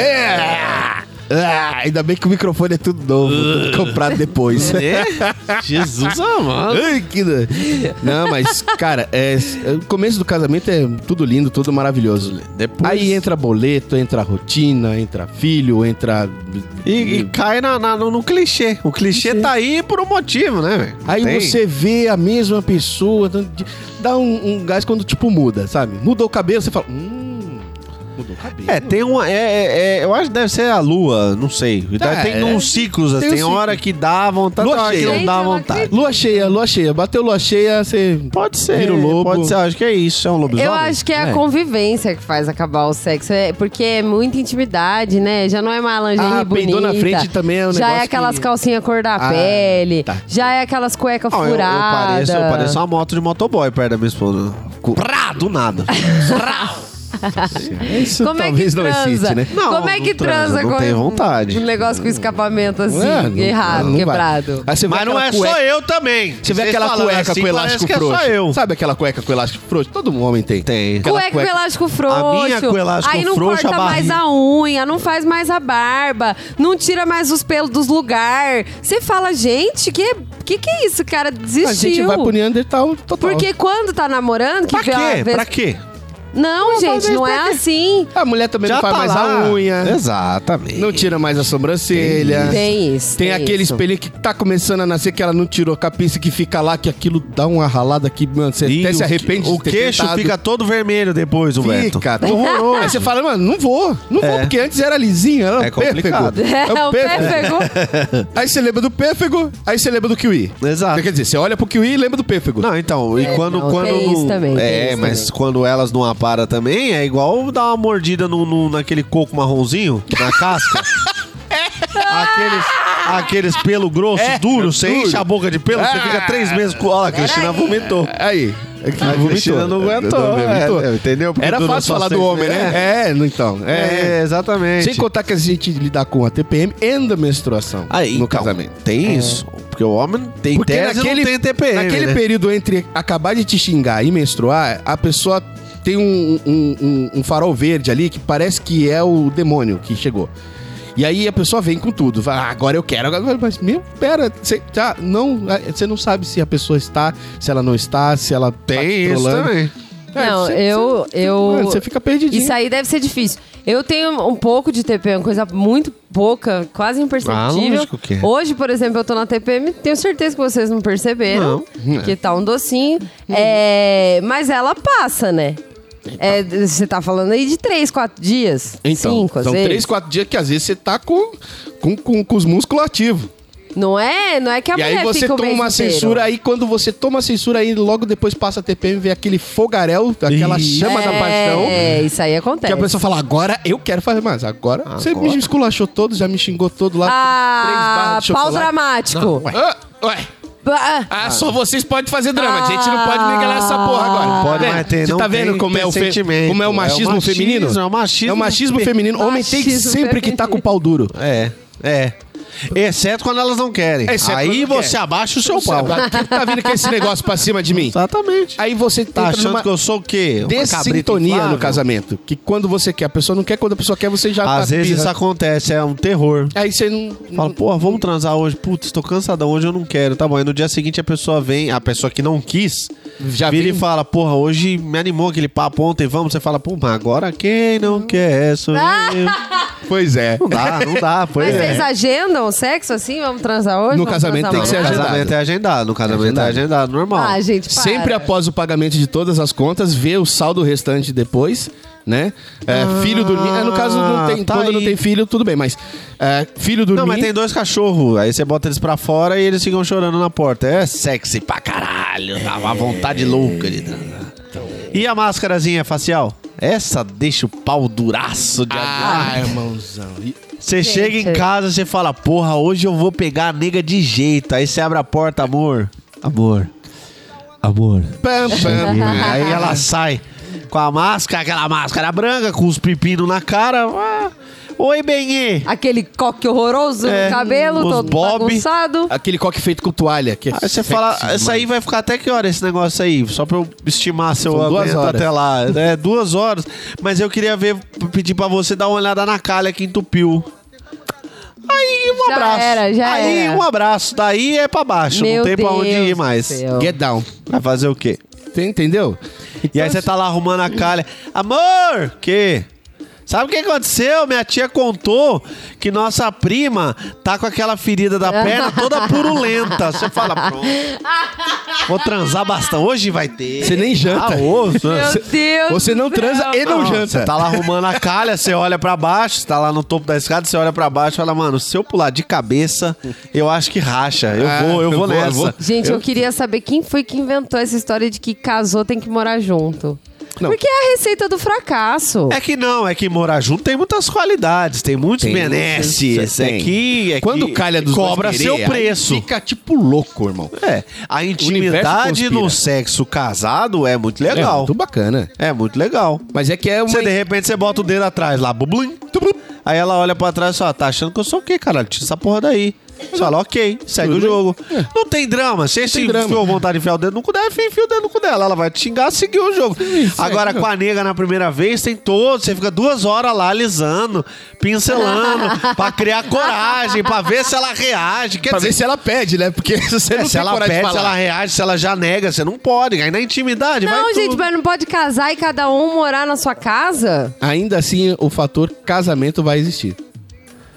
Speaker 4: É. Ah, ainda bem que o microfone é tudo novo, tudo comprado depois.
Speaker 3: Jesus amado.
Speaker 4: Ai, que da- Não, mas, cara, é, é, o começo do casamento é tudo lindo, tudo maravilhoso.
Speaker 3: Depois-
Speaker 4: Aí entra boleto, entra rotina, entra filho, entra.
Speaker 3: E, e cai na- na- no, no clichê. O clichê tá aí por um motivo, né, velho?
Speaker 4: Aí
Speaker 3: Tem.
Speaker 4: você vê a mesma pessoa, tanto de- dá um, um gás quando, tipo, muda, sabe? Mudou o cabelo, você fala, hum, mudou o cabelo.
Speaker 3: É, tem uma. É, é- é- eu acho que deve ser a lua, não sei.
Speaker 4: Tá,
Speaker 3: tem
Speaker 4: é.
Speaker 3: uns ciclos, assim,
Speaker 4: Tem
Speaker 3: tem,
Speaker 4: um
Speaker 3: tem hora que dá vontade, tem
Speaker 4: Lua
Speaker 3: hora que
Speaker 4: cheia.
Speaker 3: não dá
Speaker 2: Gente, eu não
Speaker 3: vontade.
Speaker 4: Lua cheia, lua cheia, bateu lua cheia, você.
Speaker 3: Pode ser.
Speaker 4: Vira o lobo.
Speaker 3: Pode ser, acho que é isso. É um lobisomem.
Speaker 2: Eu acho que é a convivência que faz acabar o sexo. É, porque é muita intimidade, né? Já não é uma lingerie
Speaker 4: Ah,
Speaker 2: bonita.
Speaker 4: peidou na frente também é um
Speaker 2: Já é
Speaker 4: negócio
Speaker 2: aquelas
Speaker 4: que-
Speaker 2: calcinhas cor da
Speaker 4: Ah,
Speaker 2: pele.
Speaker 4: tá.
Speaker 2: Já é aquelas cuecas
Speaker 3: Não, eu, eu
Speaker 2: furadas.
Speaker 3: pareço, eu pareço uma moto de motoboy perto da minha esposa. Com- Prá, do nada.
Speaker 4: Isso
Speaker 2: Como é que
Speaker 4: talvez não
Speaker 2: transa?
Speaker 4: existe, né?
Speaker 3: Não,
Speaker 2: Como é
Speaker 3: não
Speaker 2: que transa,
Speaker 3: transa, não
Speaker 2: com
Speaker 3: tem vontade.
Speaker 2: um negócio com escapamento assim,
Speaker 4: É, não-
Speaker 2: errado,
Speaker 4: não vai.
Speaker 2: quebrado?
Speaker 4: Aí você vê
Speaker 3: Mas não
Speaker 4: aquela
Speaker 3: é
Speaker 4: cueca-
Speaker 3: só eu também.
Speaker 4: Você vê
Speaker 3: Vocês
Speaker 4: aquela
Speaker 3: falando
Speaker 4: cueca
Speaker 3: assim,
Speaker 4: com
Speaker 3: parece
Speaker 4: elástico
Speaker 3: que é só
Speaker 4: frouxo.
Speaker 3: eu.
Speaker 4: Sabe aquela cueca com elástico frouxo? Todo homem tem.
Speaker 3: Tem.
Speaker 4: Aquela
Speaker 2: Cueca com
Speaker 4: cueca-
Speaker 2: elástico frouxo.
Speaker 3: A minha com elástico
Speaker 2: Aí não
Speaker 3: frouxo,
Speaker 2: corta
Speaker 3: a
Speaker 2: mais
Speaker 3: barriga.
Speaker 2: a unha, não faz mais a barba, não tira mais os pelos dos lugares. Você fala, gente, que, que que é isso, cara? Desistiu.
Speaker 4: A gente vai pro Neandertal total.
Speaker 2: Porque quando tá namorando, que
Speaker 3: Pra
Speaker 2: vê uma
Speaker 3: quê?
Speaker 2: vez-
Speaker 3: Pra quê?
Speaker 2: Não, gente,
Speaker 4: talvez
Speaker 2: não é
Speaker 4: pra quê?
Speaker 2: assim.
Speaker 4: a mulher também não faz mais a unha.
Speaker 3: tá Exatamente.
Speaker 4: Não tira mais a sobrancelha.
Speaker 2: Tem isso.
Speaker 4: Tem aquele
Speaker 2: É isso.
Speaker 4: espelho que tá começando a nascer, que ela não tirou com a pinça que fica lá, que aquilo dá uma ralada que, mano, você
Speaker 3: E
Speaker 4: até
Speaker 3: o
Speaker 4: se
Speaker 3: que-
Speaker 4: arrepende de
Speaker 3: O
Speaker 4: ter
Speaker 3: queixo
Speaker 4: tentado.
Speaker 3: fica todo vermelho depois, o Beto.
Speaker 4: Fica, horroroso. Aí você fala, mano, não vou, não vou,
Speaker 3: É.
Speaker 4: porque antes era lisinha, era
Speaker 3: É
Speaker 4: o pêfego.
Speaker 3: complicado.
Speaker 2: É, o pêfego.
Speaker 4: Aí você lembra do pêfego, aí você lembra do kiwi.
Speaker 3: Exato.
Speaker 4: Quer dizer, você olha pro kiwi e lembra do pêfego.
Speaker 3: Não, então,
Speaker 4: É,
Speaker 3: e quando.
Speaker 2: não,
Speaker 3: quando
Speaker 2: tem isso
Speaker 3: não-
Speaker 2: também, tem
Speaker 3: É,
Speaker 2: isso
Speaker 3: mas
Speaker 2: também.
Speaker 3: quando elas não aparam também, é igual dar uma mordida no, no- naquele coco marronzinho, na casca.
Speaker 4: É.
Speaker 3: aqueles, aqueles pelo grosso, duro, você
Speaker 4: duro. É.
Speaker 3: enche a boca de pelo, você fica três meses com. Olha, a Cristina vomitou. Ah,
Speaker 4: Aí. É que
Speaker 3: A Cristina não aguentou. é, é, entendeu? Porque
Speaker 4: Era
Speaker 3: durou
Speaker 4: fácil
Speaker 3: só
Speaker 4: falar do
Speaker 3: seis
Speaker 4: homem,
Speaker 3: meses.
Speaker 4: né? É, não, então.
Speaker 3: É,
Speaker 4: É.
Speaker 3: exatamente.
Speaker 4: Sem contar que a gente lidar com a TPM e da menstruação
Speaker 3: Aí,
Speaker 4: no
Speaker 3: então,
Speaker 4: casamento.
Speaker 3: Tem isso. Porque o homem tem
Speaker 4: Ah, É. Porque
Speaker 3: tese
Speaker 4: naquele,
Speaker 3: não tem TPM,
Speaker 4: naquele
Speaker 3: né?
Speaker 4: período entre acabar de te xingar e menstruar, a pessoa tem um, um- um- um farol verde ali que parece que é o demônio que chegou. E aí a pessoa vem com tudo, fala, ah, agora eu quero, agora, mas meu, pera, você tá, não, você não sabe se a pessoa está, se ela não está, se ela tá te
Speaker 3: Tem isso
Speaker 4: trolando.
Speaker 3: também.
Speaker 4: É,
Speaker 2: Não,
Speaker 4: você-
Speaker 2: eu. eu...
Speaker 4: Mano, você fica perdidinho.
Speaker 2: Isso aí deve ser difícil. Eu tenho um pouco de TPM, coisa muito pouca, quase
Speaker 3: Ah,
Speaker 2: imperceptível.
Speaker 3: lógico que é.
Speaker 2: Hoje, por exemplo, eu tô na TPM, tenho certeza que vocês não perceberam,
Speaker 4: é.
Speaker 2: que tá um docinho. É, mas ela passa, né? É, você tá falando aí de três, quatro dias?
Speaker 4: Então,
Speaker 2: cinco, às
Speaker 4: são
Speaker 2: vezes.
Speaker 4: três, quatro dias que às vezes você tá com, com, com, com os músculos ativos.
Speaker 2: Não é? Não é que a
Speaker 4: E
Speaker 3: né?
Speaker 2: mulher
Speaker 4: aí você
Speaker 2: fica o
Speaker 4: toma
Speaker 2: mês
Speaker 4: uma
Speaker 2: inteiro.
Speaker 4: censura, aí quando você toma a censura, aí logo depois passa a TPM, vê aquele fogaréu, aquela
Speaker 3: Ih.
Speaker 4: chama da paixão.
Speaker 2: É, isso aí
Speaker 4: Que
Speaker 2: acontece.
Speaker 4: a pessoa fala, agora eu quero fazer mais. Agora, você me esculachou todo, já me xingou todo lá. três barras
Speaker 2: Ah,
Speaker 4: de
Speaker 2: pau
Speaker 4: chocolate.
Speaker 2: dramático.
Speaker 4: Ah, ué.
Speaker 2: Ah,
Speaker 4: Ah, só vocês podem fazer drama. A gente
Speaker 2: Ah.
Speaker 4: não pode negar essa porra agora.
Speaker 3: Não Ah. pode
Speaker 4: Vendo?
Speaker 3: mais ter,
Speaker 4: Você
Speaker 3: não
Speaker 4: tá
Speaker 3: tem-
Speaker 4: vendo como,
Speaker 3: tem
Speaker 4: é o fe-
Speaker 3: sentimento.
Speaker 4: como é o
Speaker 3: É o
Speaker 4: machismo,
Speaker 3: machismo,
Speaker 4: feminino?
Speaker 3: é o machismo
Speaker 4: É o machismo
Speaker 3: fe-
Speaker 4: feminino. Homem tem que
Speaker 2: Machismo
Speaker 4: sempre que tá com o pau duro.
Speaker 3: É, é. Exceto quando elas não querem.
Speaker 4: Exceto
Speaker 3: Aí
Speaker 4: quando
Speaker 3: você
Speaker 4: quer.
Speaker 3: abaixa o seu pau.
Speaker 4: Quem tá vindo com esse negócio pra cima de mim?
Speaker 3: Exatamente.
Speaker 4: Aí você
Speaker 3: Tá
Speaker 4: entra
Speaker 3: achando
Speaker 4: numa
Speaker 3: que eu sou o quê? Uma cabrita
Speaker 4: dessintonia
Speaker 3: Então, inflável?
Speaker 4: no casamento. Que quando você quer, a pessoa não quer, quando a pessoa quer, você já
Speaker 3: Às
Speaker 4: tá
Speaker 3: vezes
Speaker 4: pirra.
Speaker 3: isso acontece, é um terror.
Speaker 4: Aí você não.
Speaker 3: Fala, pô, vamos transar hoje. Putz, tô cansadão, hoje eu não quero. Tá bom. Aí no dia seguinte a pessoa vem, a pessoa que não quis,
Speaker 4: Já
Speaker 3: vira
Speaker 4: vem-
Speaker 3: e fala, porra, hoje me animou aquele papo ontem, vamos. Você fala, pô, mas agora quem não quer sou eu.
Speaker 4: Pois é.
Speaker 3: Não dá, não dá, pois
Speaker 2: Mas
Speaker 3: é.
Speaker 2: vocês agendam o sexo assim? Vamos transar hoje?
Speaker 4: No
Speaker 2: Vamos
Speaker 4: casamento
Speaker 2: transar
Speaker 4: tem
Speaker 3: No
Speaker 4: que
Speaker 2: amanhã?
Speaker 4: ser agendado.
Speaker 3: casamento é agendado, no casamento é agendado, normal.
Speaker 2: Ah, gente, para.
Speaker 4: Sempre após o pagamento de todas as contas, vê o saldo restante depois, né? É, filho dormindo. É, no caso, não tem,
Speaker 3: tá
Speaker 4: quando não
Speaker 3: aí.
Speaker 4: tem filho, tudo bem, mas. é, filho dormindo.
Speaker 3: Não, mas tem dois cachorros. Aí você bota eles pra fora e eles ficam chorando na porta. É sexy pra caralho. Dá uma vontade louca de transar. E a máscarazinha facial? Essa deixa o pau duraço de
Speaker 4: Ah,
Speaker 3: agora.
Speaker 4: irmãozão. E-
Speaker 3: Você chega em
Speaker 2: gente.
Speaker 3: casa, você fala, porra, hoje eu vou pegar a nega de jeito. Aí você abre a porta, amor. Amor. Amor.
Speaker 4: Pam, pam, pam.
Speaker 3: Aí ela sai com a máscara, aquela máscara branca, com os pepinos na cara. Ah, Oi, Benê.
Speaker 2: Aquele coque horroroso
Speaker 3: É.
Speaker 2: no cabelo,
Speaker 3: Os
Speaker 2: todo
Speaker 3: bob.
Speaker 2: bagunçado.
Speaker 4: Aquele coque feito com toalha. Que é
Speaker 3: Aí Ah, você
Speaker 4: sexy
Speaker 3: fala,
Speaker 4: demais.
Speaker 3: isso aí vai ficar até que hora esse negócio aí? Só pra eu estimar se eu
Speaker 4: São duas
Speaker 3: aguento
Speaker 4: horas.
Speaker 3: até lá. É, duas horas. Mas eu queria ver, pedir pra você dar uma olhada na calha que entupiu. Aí um
Speaker 2: Já
Speaker 3: abraço.
Speaker 2: era, já
Speaker 3: aí
Speaker 2: era.
Speaker 3: um abraço. Daí é pra baixo.
Speaker 2: Meu
Speaker 3: não tem pra
Speaker 2: Deus
Speaker 3: onde ir
Speaker 2: do
Speaker 3: mais.
Speaker 2: céu.
Speaker 4: Get down.
Speaker 3: Vai fazer o quê?
Speaker 4: Você entendeu?
Speaker 3: E
Speaker 4: Então,
Speaker 3: aí você tá lá arrumando a calha. Amor! Que? Sabe o que aconteceu? Minha tia contou que nossa prima tá com aquela ferida da perna toda purulenta. Você fala, pronto. Vou transar bastante. Hoje vai ter.
Speaker 4: Você nem janta.
Speaker 3: Ah, ô,
Speaker 2: Meu
Speaker 3: você-
Speaker 2: Deus.
Speaker 4: Você não
Speaker 2: do céu.
Speaker 4: transa e não,
Speaker 3: Não,
Speaker 4: janta.
Speaker 3: Você tá lá arrumando a calha, você olha pra baixo, você tá lá no topo da escada, você olha pra baixo e fala, mano, se eu pular de cabeça, eu acho que racha. Eu
Speaker 4: Ah,
Speaker 3: vou, eu,
Speaker 4: eu
Speaker 3: vou
Speaker 4: vou, eu
Speaker 3: nessa.
Speaker 4: vou.
Speaker 2: Gente, eu... queria saber quem foi que inventou essa história de que casou tem que morar junto.
Speaker 4: Não.
Speaker 2: Porque é a receita do fracasso.
Speaker 3: É que não, é que morar junto tem muitas qualidades, tem muitos
Speaker 4: Tem,
Speaker 3: benesses.
Speaker 4: tem.
Speaker 3: É que, é
Speaker 4: Quando
Speaker 3: que
Speaker 4: calha dos
Speaker 3: cobra
Speaker 4: dois
Speaker 3: seu
Speaker 4: querer, aí
Speaker 3: preço.
Speaker 4: Fica tipo louco, irmão.
Speaker 3: É, a intimidade
Speaker 4: conspira.
Speaker 3: no sexo casado é muito legal.
Speaker 4: É muito bacana.
Speaker 3: É muito legal.
Speaker 4: Mas é que é uma.
Speaker 3: Você de repente você bota o dedo atrás lá, bublim, tubum. aí ela olha pra trás e fala, tá achando que eu sou o quê, caralho? Tira essa porra daí. Você fala, ok, segue o jogo. Não tem drama. Se esse
Speaker 4: É. drama.
Speaker 3: enfiou vontade de enfiar o dedo no cu dela, enfia enfia o dedo no cu dela. Ela vai te xingar, seguiu o jogo. Agora, com a nega na primeira vez, tem todo. Você fica duas horas lá alisando, pincelando, pra criar coragem, pra ver se ela reage. Quer
Speaker 4: Pra
Speaker 3: dizer,
Speaker 4: ver se ela pede, né? Porque você
Speaker 3: é,
Speaker 4: não
Speaker 3: se
Speaker 4: tem
Speaker 3: ela
Speaker 4: coragem de
Speaker 3: pede, se
Speaker 4: falar.
Speaker 3: ela reage, se ela já nega, você não pode. Aí na intimidade, vai
Speaker 2: Não, gente,
Speaker 3: tudo.
Speaker 2: mas não pode casar e cada um morar na sua casa?
Speaker 4: Ainda assim, o fator casamento vai existir.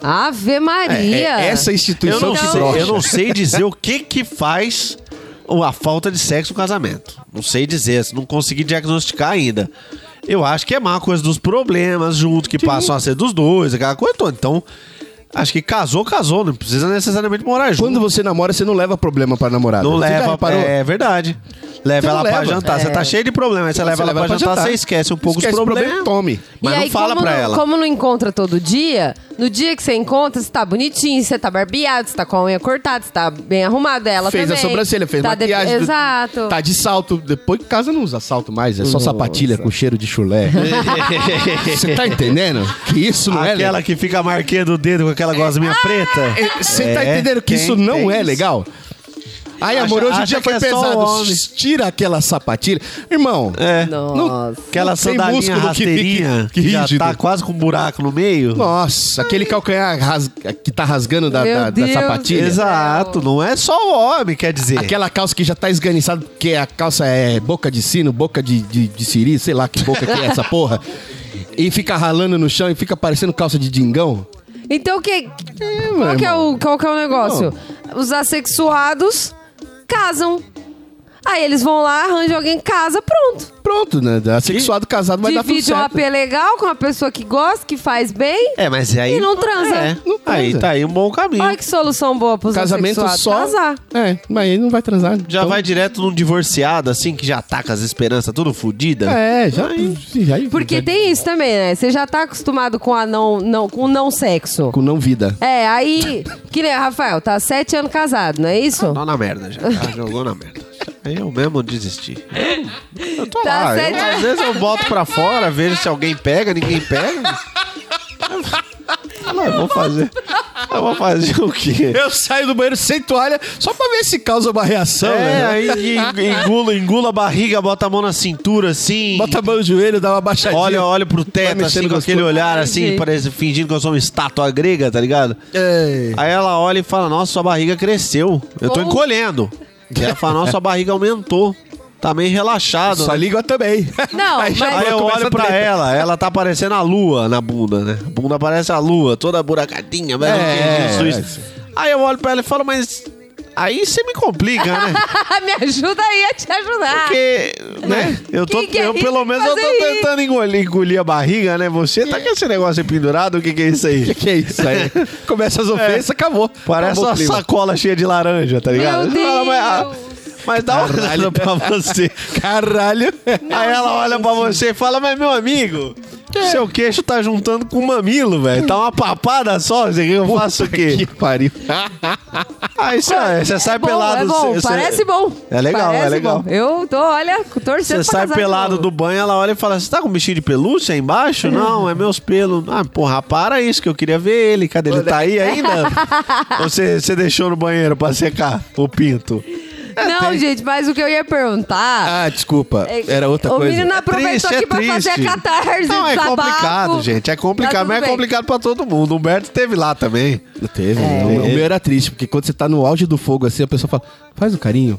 Speaker 2: Ave Maria.
Speaker 4: É, essa
Speaker 3: Eu
Speaker 4: instituição
Speaker 3: não,
Speaker 4: que
Speaker 2: Então-
Speaker 3: sei,
Speaker 4: brocha.
Speaker 3: eu não sei dizer o que que faz o- a falta de sexo no casamento. Não sei dizer, não consegui diagnosticar ainda. Eu acho que é má coisa dos problemas junto, que passam a ser dos dois, aquela coisa toda. Então, acho que casou, casou. Não precisa necessariamente morar junto.
Speaker 4: Quando você namora, você não leva problema pra namorada.
Speaker 3: Não
Speaker 4: Você já
Speaker 3: leva,
Speaker 4: reparou?
Speaker 3: é verdade. Leva
Speaker 4: Você não
Speaker 3: ela pra
Speaker 4: leva. É.
Speaker 3: jantar. Você tá cheio de problema. Aí você leva
Speaker 4: Você
Speaker 3: ela pra jantar, você esquece um pouco
Speaker 4: Esquece
Speaker 3: os
Speaker 4: o
Speaker 3: problemas.
Speaker 4: problema, tome.
Speaker 3: Mas
Speaker 2: e
Speaker 3: não
Speaker 2: aí,
Speaker 3: fala
Speaker 2: como
Speaker 3: pra
Speaker 2: não-
Speaker 3: ela.
Speaker 2: Como não encontra todo dia, no dia que você encontra, você tá bonitinho, você tá barbeado, você tá com a unha cortada, você tá bem arrumado, ela
Speaker 4: fez
Speaker 2: também.
Speaker 4: a sobrancelha, fez
Speaker 2: tá
Speaker 4: maquiagem.
Speaker 2: De...
Speaker 4: do-
Speaker 2: Exato.
Speaker 4: Tá de salto. Depois que casa não usa salto mais, é só sapatilha com cheiro de chulé. Você tá entendendo? Que isso não é
Speaker 3: Aquela
Speaker 4: legal.
Speaker 3: que fica marcando o dedo com aquela gosminha preta.
Speaker 4: Você tá
Speaker 3: É,
Speaker 4: entendendo que
Speaker 3: tem-
Speaker 4: isso não
Speaker 3: tem
Speaker 4: é
Speaker 3: isso.
Speaker 4: legal? Ai,
Speaker 3: Acha-
Speaker 4: amor, hoje
Speaker 3: acha
Speaker 4: o dia
Speaker 3: que
Speaker 4: foi
Speaker 3: é só
Speaker 4: pesado.
Speaker 3: o homem.
Speaker 4: Tira aquela sapatilha. Irmão,
Speaker 3: É.
Speaker 2: Nossa.
Speaker 3: Aquela
Speaker 4: Sem
Speaker 3: sandalinha
Speaker 4: músculo que
Speaker 3: rasteirinha
Speaker 4: fique
Speaker 3: que, já
Speaker 4: rígido.
Speaker 3: tá quase com um buraco no meio.
Speaker 4: nossa, aquele calcanhar ras- que tá rasgando da,
Speaker 2: Meu
Speaker 4: da- da
Speaker 2: Deus.
Speaker 4: sapatilha.
Speaker 3: Exato, não é só o homem, quer dizer.
Speaker 4: Aquela calça que já tá esganiçada, porque a calça é boca de sino, boca de, de, de siri, sei lá que boca que é essa porra. E fica ralando no chão e fica parecendo calça de dingão.
Speaker 2: Então que, qual, que é o, qual que é o negócio? Os assexuados casam. Aí eles vão lá, arranjam alguém em casa, pronto.
Speaker 4: Pronto, né? Assexuado, casado, vai dar tudo
Speaker 2: Divide um
Speaker 4: certo.
Speaker 2: AP legal com uma pessoa que gosta, que faz bem.
Speaker 3: É, mas aí.
Speaker 2: E não transa.
Speaker 3: É,
Speaker 4: Não transa.
Speaker 3: Aí tá aí um bom caminho.
Speaker 2: Olha que solução boa pros
Speaker 4: Casamento
Speaker 2: assexuados.
Speaker 4: só.
Speaker 2: Casar.
Speaker 4: É, mas aí não vai transar.
Speaker 3: Já
Speaker 4: então-
Speaker 3: vai direto num divorciado, assim, que já tá com as esperanças tudo fodida.
Speaker 4: É, já. já
Speaker 2: Porque
Speaker 4: já-
Speaker 2: tem isso também, né? Você já tá acostumado com a não, não, com o não sexo.
Speaker 4: Com não vida.
Speaker 2: É, aí. Que nem o Rafael, tá sete anos casado, não é isso?
Speaker 3: Tá na merda já. tá, jogou na merda. Aí eu mesmo desisti. Eu tô
Speaker 2: Tá
Speaker 3: lá. eu-
Speaker 2: certo.
Speaker 3: às vezes eu boto pra fora, vejo se alguém pega, ninguém pega. Fala, eu vou fazer. Eu vou fazer o quê?
Speaker 4: Eu saio do banheiro sem toalha só pra ver se causa uma reação.
Speaker 3: É,
Speaker 4: né?
Speaker 3: aí engula, engula a barriga, bota a mão na cintura assim.
Speaker 4: Bota a mão no joelho, dá uma baixadinha.
Speaker 3: Olha, olha pro teto,
Speaker 4: mexendo
Speaker 3: assim, com
Speaker 4: gostoso.
Speaker 3: aquele olhar, assim,
Speaker 2: Entendi.
Speaker 3: parece, fingindo que eu sou uma estátua grega, tá ligado?
Speaker 4: É.
Speaker 3: Aí ela olha e fala, nossa, sua barriga cresceu. Eu tô
Speaker 2: Ou-
Speaker 3: encolhendo. E ela fala, nossa, sua barriga aumentou. Tá meio relaxado.
Speaker 4: Sua
Speaker 3: né?
Speaker 4: língua também.
Speaker 2: Não, mas-
Speaker 3: Aí eu
Speaker 4: começa
Speaker 3: olho
Speaker 4: a
Speaker 3: pra
Speaker 4: treta.
Speaker 3: ela, ela tá parecendo a lua na bunda, né? A bunda parece a lua, toda buracadinha, mas
Speaker 4: É,
Speaker 3: isso, isso.
Speaker 4: é, sim.
Speaker 3: Aí eu olho pra ela e falo, mas aí você me complica, né?
Speaker 2: Me ajuda aí a te ajudar.
Speaker 3: Porque, né? Eu tô,
Speaker 2: Quem quer
Speaker 3: eu
Speaker 2: rir
Speaker 3: pelo
Speaker 2: tem que é
Speaker 3: menos eu tô
Speaker 2: fazer rir.
Speaker 3: tentando engolir, engolir a barriga, né? Você tá com esse negócio aí pendurado, o que que é isso aí? É.
Speaker 4: Que que é isso aí? Começa as ofensas, acabou.
Speaker 3: Parece
Speaker 4: acabou o
Speaker 3: uma
Speaker 4: clima.
Speaker 3: sacola cheia de laranja, tá ligado?
Speaker 2: Meu
Speaker 3: Fala, mas, ah, mas dá uma olhada pra você.
Speaker 4: Caralho.
Speaker 3: Aí ela olha pra você e fala, mas meu amigo, seu queixo tá juntando com o mamilo, velho. Tá uma papada só, você quer que eu faço o
Speaker 4: Que
Speaker 3: quê?
Speaker 4: pariu.
Speaker 3: Aí você Ah, você sai
Speaker 2: Bom,
Speaker 3: pelado.
Speaker 2: é bom,
Speaker 3: você- você-
Speaker 2: parece bom.
Speaker 3: É legal, é
Speaker 2: Parece
Speaker 3: legal.
Speaker 2: bom. Eu tô, olha,
Speaker 3: Você
Speaker 2: torcendo pra
Speaker 3: sai
Speaker 2: casar
Speaker 3: pelado
Speaker 2: de novo.
Speaker 3: do banho, ela olha e fala: Você tá com um bichinho de pelúcia aí embaixo? Não, é meus pelos. Ah, porra, para isso, que eu queria ver ele. Cadê ele? Tá aí ainda? Ou você, você deixou no banheiro pra secar o pinto?
Speaker 2: Não, gente, mas o que eu ia perguntar...
Speaker 4: Ah, desculpa.
Speaker 2: é-
Speaker 4: Era outra
Speaker 2: o
Speaker 4: coisa.
Speaker 2: O menino aproveitou
Speaker 3: triste,
Speaker 2: aqui
Speaker 3: é
Speaker 2: pra fazer a
Speaker 3: triste.
Speaker 2: catarse,
Speaker 3: Não, é
Speaker 2: desabafo.
Speaker 3: complicado, gente. É
Speaker 2: Tá
Speaker 3: complicado,
Speaker 2: tudo
Speaker 3: mas é
Speaker 2: bem.
Speaker 3: complicado pra todo mundo. O Humberto teve lá também. É.
Speaker 4: Teve. O É, meu- o meu era triste, porque quando você tá no auge do fogo assim, a pessoa fala, faz um carinho.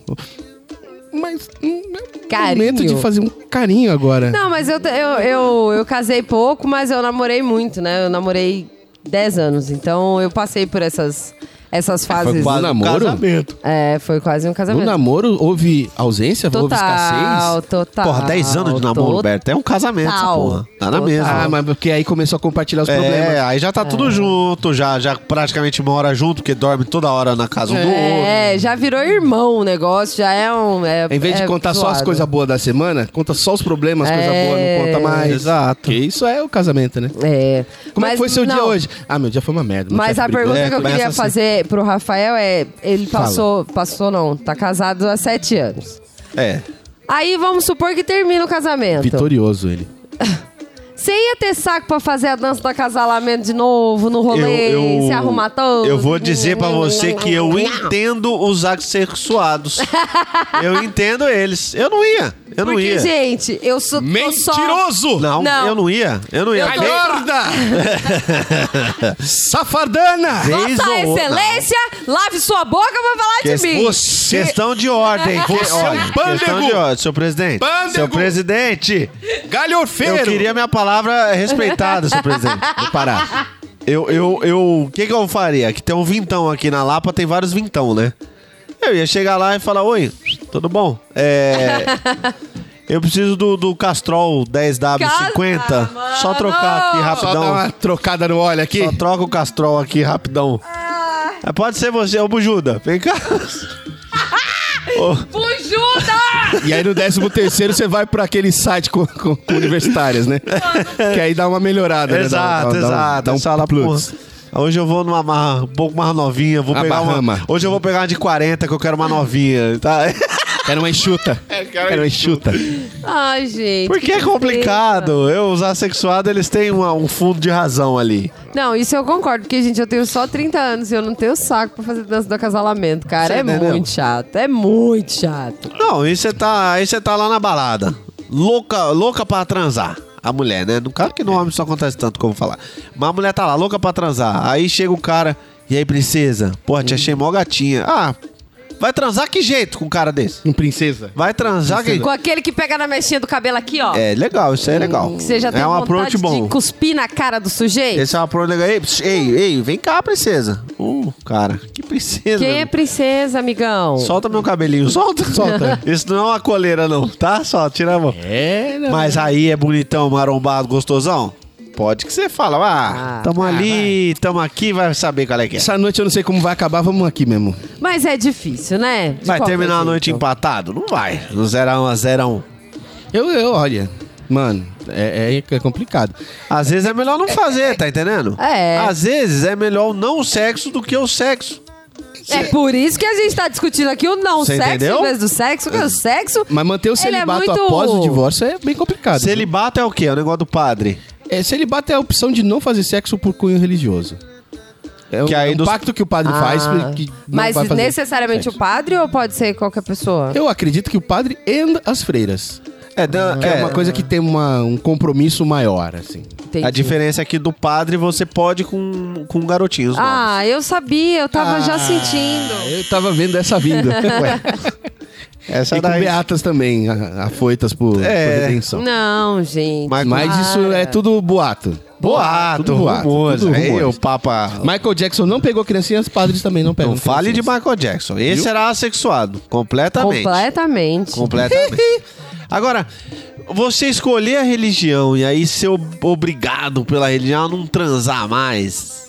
Speaker 4: Mas. hum, é o
Speaker 2: Carinho.
Speaker 4: Momento de fazer um carinho agora.
Speaker 2: Não, mas eu, te- eu, eu, eu casei pouco, mas eu namorei muito, né? Eu namorei 10 anos, então eu passei por essas, essas fases.
Speaker 4: É, quase-
Speaker 3: um
Speaker 4: namoro?
Speaker 3: casamento.
Speaker 2: É, foi quase um
Speaker 4: No
Speaker 2: casamento.
Speaker 4: namoro houve ausência, houve
Speaker 2: Total,
Speaker 4: escassez.
Speaker 2: total.
Speaker 3: Porra, 10 anos de
Speaker 2: Tá.
Speaker 3: namoro,
Speaker 2: total.
Speaker 3: Humberto. É um casamento, essa
Speaker 2: Total.
Speaker 3: porra. Tá na
Speaker 2: Total.
Speaker 3: mesa.
Speaker 4: Ah, mas porque aí começou a compartilhar os
Speaker 3: É,
Speaker 4: problemas.
Speaker 3: aí já tá tudo junto, já, já praticamente mora junto, porque dorme toda hora na
Speaker 4: Tá
Speaker 3: casa um do outro.
Speaker 2: É, já virou irmão o negócio, já é um. é-
Speaker 4: Em vez de
Speaker 2: é
Speaker 4: contar só as
Speaker 2: zoado.
Speaker 4: coisas boas da semana, conta só os problemas, as coisas
Speaker 2: É.
Speaker 4: boas, não conta mais. Exato. Porque isso é o casamento, né?
Speaker 2: É.
Speaker 4: Como é
Speaker 2: Mas
Speaker 4: que foi seu dia
Speaker 2: não,
Speaker 4: hoje? Ah, meu dia foi uma merda. meu
Speaker 2: Mas
Speaker 4: chefe
Speaker 2: a
Speaker 4: brigou.
Speaker 2: pergunta
Speaker 3: É,
Speaker 2: que eu
Speaker 3: começa
Speaker 2: queria
Speaker 3: assim.
Speaker 2: fazer pro Rafael é: ele passou, passou não, tá casado há sete anos.
Speaker 3: É.
Speaker 2: Aí vamos supor que termina o casamento.
Speaker 4: Vitorioso ele.
Speaker 2: Você ia ter saco pra fazer a dança do acasalamento de novo, no
Speaker 3: Eu,
Speaker 2: rolê,
Speaker 3: eu,
Speaker 2: se arrumar né, todo?
Speaker 3: eu vou dizer pra
Speaker 2: né,
Speaker 3: você que eu entendo os assexuados. eu entendo eles. Eu não ia. Eu não
Speaker 2: Porque,
Speaker 3: ia.
Speaker 2: gente, eu sou tô só-
Speaker 4: Mentiroso!
Speaker 3: Não,
Speaker 2: Não.
Speaker 3: eu não ia. Eu não ia.
Speaker 2: Eu tô-
Speaker 3: Vez-
Speaker 4: Gorda! Safardana!
Speaker 3: vez
Speaker 2: Vossa
Speaker 3: ou outra.
Speaker 2: Excelência, lave sua boca pra falar
Speaker 3: Que- é
Speaker 2: de mim.
Speaker 3: Você- Questão de ordem. Que-
Speaker 4: Você é um
Speaker 3: olha, questão
Speaker 4: pândego.
Speaker 3: de ordem, seu presidente.
Speaker 4: Pândego.
Speaker 3: Seu presidente.
Speaker 4: Galhofeiro!
Speaker 3: Eu queria minha palavra respeitada, seu presidente. Vou parar. Eu, eu, eu... O que que eu faria? Que tem um vintão aqui na Lapa, tem vários vintão, né? Eu ia chegar lá e falar, oi, tudo bom? É... Eu preciso do, do Castrol 10W50.
Speaker 2: Casa,
Speaker 3: só trocar aqui
Speaker 2: mano.
Speaker 4: Só dar
Speaker 3: rapidão.
Speaker 4: uma trocada no óleo aqui.
Speaker 3: um Só, troca o Castrol aqui rapidão. Ah, Pode ser você, ô Bujuda. Vem cá.
Speaker 2: Fujuda!
Speaker 4: E aí no 13 terceiro você vai pra aquele site com, com- com universitárias, né? que aí dá uma melhorada, né? Dá-
Speaker 3: Exato,
Speaker 4: dá- dá um-
Speaker 3: exato.
Speaker 4: Dá um,
Speaker 3: Essa aula,
Speaker 4: plus.
Speaker 3: porra, Hoje eu vou numa marra, um pouco mais novinha. Vou
Speaker 4: A
Speaker 3: pegar uma,
Speaker 4: Bahama.
Speaker 3: hoje eu vou pegar uma de 40, que eu quero uma novinha. Tá?
Speaker 4: Era uma enxuta. Era É, uma enxuta.
Speaker 2: Ai, gente.
Speaker 3: Porque é
Speaker 2: tristeza.
Speaker 3: complicado. Eu, os assexuados, eles têm uma- um fundo de razão ali.
Speaker 2: Não, isso eu concordo, porque, gente, eu tenho só 30 anos e eu não tenho saco pra fazer dança do acasalamento, cara.
Speaker 3: Você
Speaker 2: é
Speaker 3: entendeu?
Speaker 2: muito chato, é muito chato.
Speaker 3: Não, e você tá, aí você tá lá na balada. Louca, louca pra transar. A mulher, né? No caso que no homem isso não acontece tanto como falar. Mas a mulher tá lá, louca pra transar. Aí chega o cara, e aí, princesa? Porra, te achei mó gatinha. Ah, vai transar que jeito com um cara desse?
Speaker 4: Um princesa.
Speaker 3: Vai transar que.
Speaker 2: Com aquele que pega na mechinha do cabelo aqui, ó.
Speaker 3: É legal, isso aí é legal.
Speaker 2: Que Hum. você já
Speaker 3: é
Speaker 2: tem
Speaker 3: um
Speaker 2: vontade
Speaker 3: approach bom.
Speaker 2: de cuspir na cara do sujeito.
Speaker 3: Esse é um approach legal. Ei, pss, ei, ei, vem cá, princesa. Uh, cara, que princesa.
Speaker 2: Quem é princesa, amigão?
Speaker 3: Solta meu cabelinho, solta. Solta. Isso não é uma coleira, não, tá? Só tira a mão.
Speaker 4: É, não.
Speaker 3: Mas aí é bonitão, marombado, gostosão? Pode que você fala, ah,
Speaker 2: Ah,
Speaker 3: tamo ali, tamo aqui, vai saber qual é que é.
Speaker 4: Essa noite eu não sei como vai acabar, vamos aqui mesmo.
Speaker 2: Mas é difícil, né? De
Speaker 3: Vai
Speaker 2: qualquer
Speaker 3: terminar a noite
Speaker 2: jeito.
Speaker 3: empatado? Não vai. No 0x1 a 0x1.
Speaker 4: Eu, eu olha, mano, é, é- é complicado.
Speaker 3: Às vezes é melhor não fazer, tá entendendo?
Speaker 2: É.
Speaker 3: Às vezes é melhor o não sexo do que o sexo.
Speaker 2: É por isso que a gente tá discutindo aqui o não
Speaker 3: Você
Speaker 2: sexo
Speaker 3: entendeu?
Speaker 2: em vez do sexo, porque o sexo.
Speaker 4: Mas manter o
Speaker 2: ele é
Speaker 4: celibato
Speaker 2: muito-
Speaker 4: após o divórcio é bem complicado. ele
Speaker 3: Celibato é o quê? É o negócio do padre.
Speaker 4: É, celibato é a opção de não fazer sexo por cunho religioso. É um,
Speaker 3: Que aí
Speaker 4: é um
Speaker 3: dos-
Speaker 4: pacto que o padre faz. Que não
Speaker 2: Ah. Mas
Speaker 4: vai fazer.
Speaker 2: necessariamente o padre ou pode ser qualquer pessoa?
Speaker 4: Eu acredito que o padre e as freiras.
Speaker 3: É, da-
Speaker 4: Que é,
Speaker 3: é,
Speaker 4: uma coisa que tem uma- um compromisso maior, assim.
Speaker 2: Entendi.
Speaker 3: a diferença é que do padre você pode com, com garotinhos. novos.
Speaker 2: Ah, eu sabia, eu tava já sentindo.
Speaker 4: Eu tava vendo essa vinda. Ué.
Speaker 3: Essa
Speaker 4: E com
Speaker 3: daí.
Speaker 4: beatas também, a- afoitas por,
Speaker 3: É.
Speaker 4: por redenção.
Speaker 2: Não, gente.
Speaker 3: Mas-
Speaker 4: então. Mas isso é tudo boato.
Speaker 3: Boato,
Speaker 4: tudo boato,
Speaker 3: rumores. é
Speaker 4: tudo
Speaker 3: Aí
Speaker 4: rumores.
Speaker 3: o Papa.
Speaker 4: Michael Jackson não pegou criancinhas, padres também não pegam.
Speaker 3: Não fale de
Speaker 4: criancinhas.
Speaker 3: Michael Jackson. Esse era assexuado. Completamente.
Speaker 2: completamente.
Speaker 3: Completamente. Agora, você escolher a religião e aí ser ob- obrigado pela religião a não transar mais.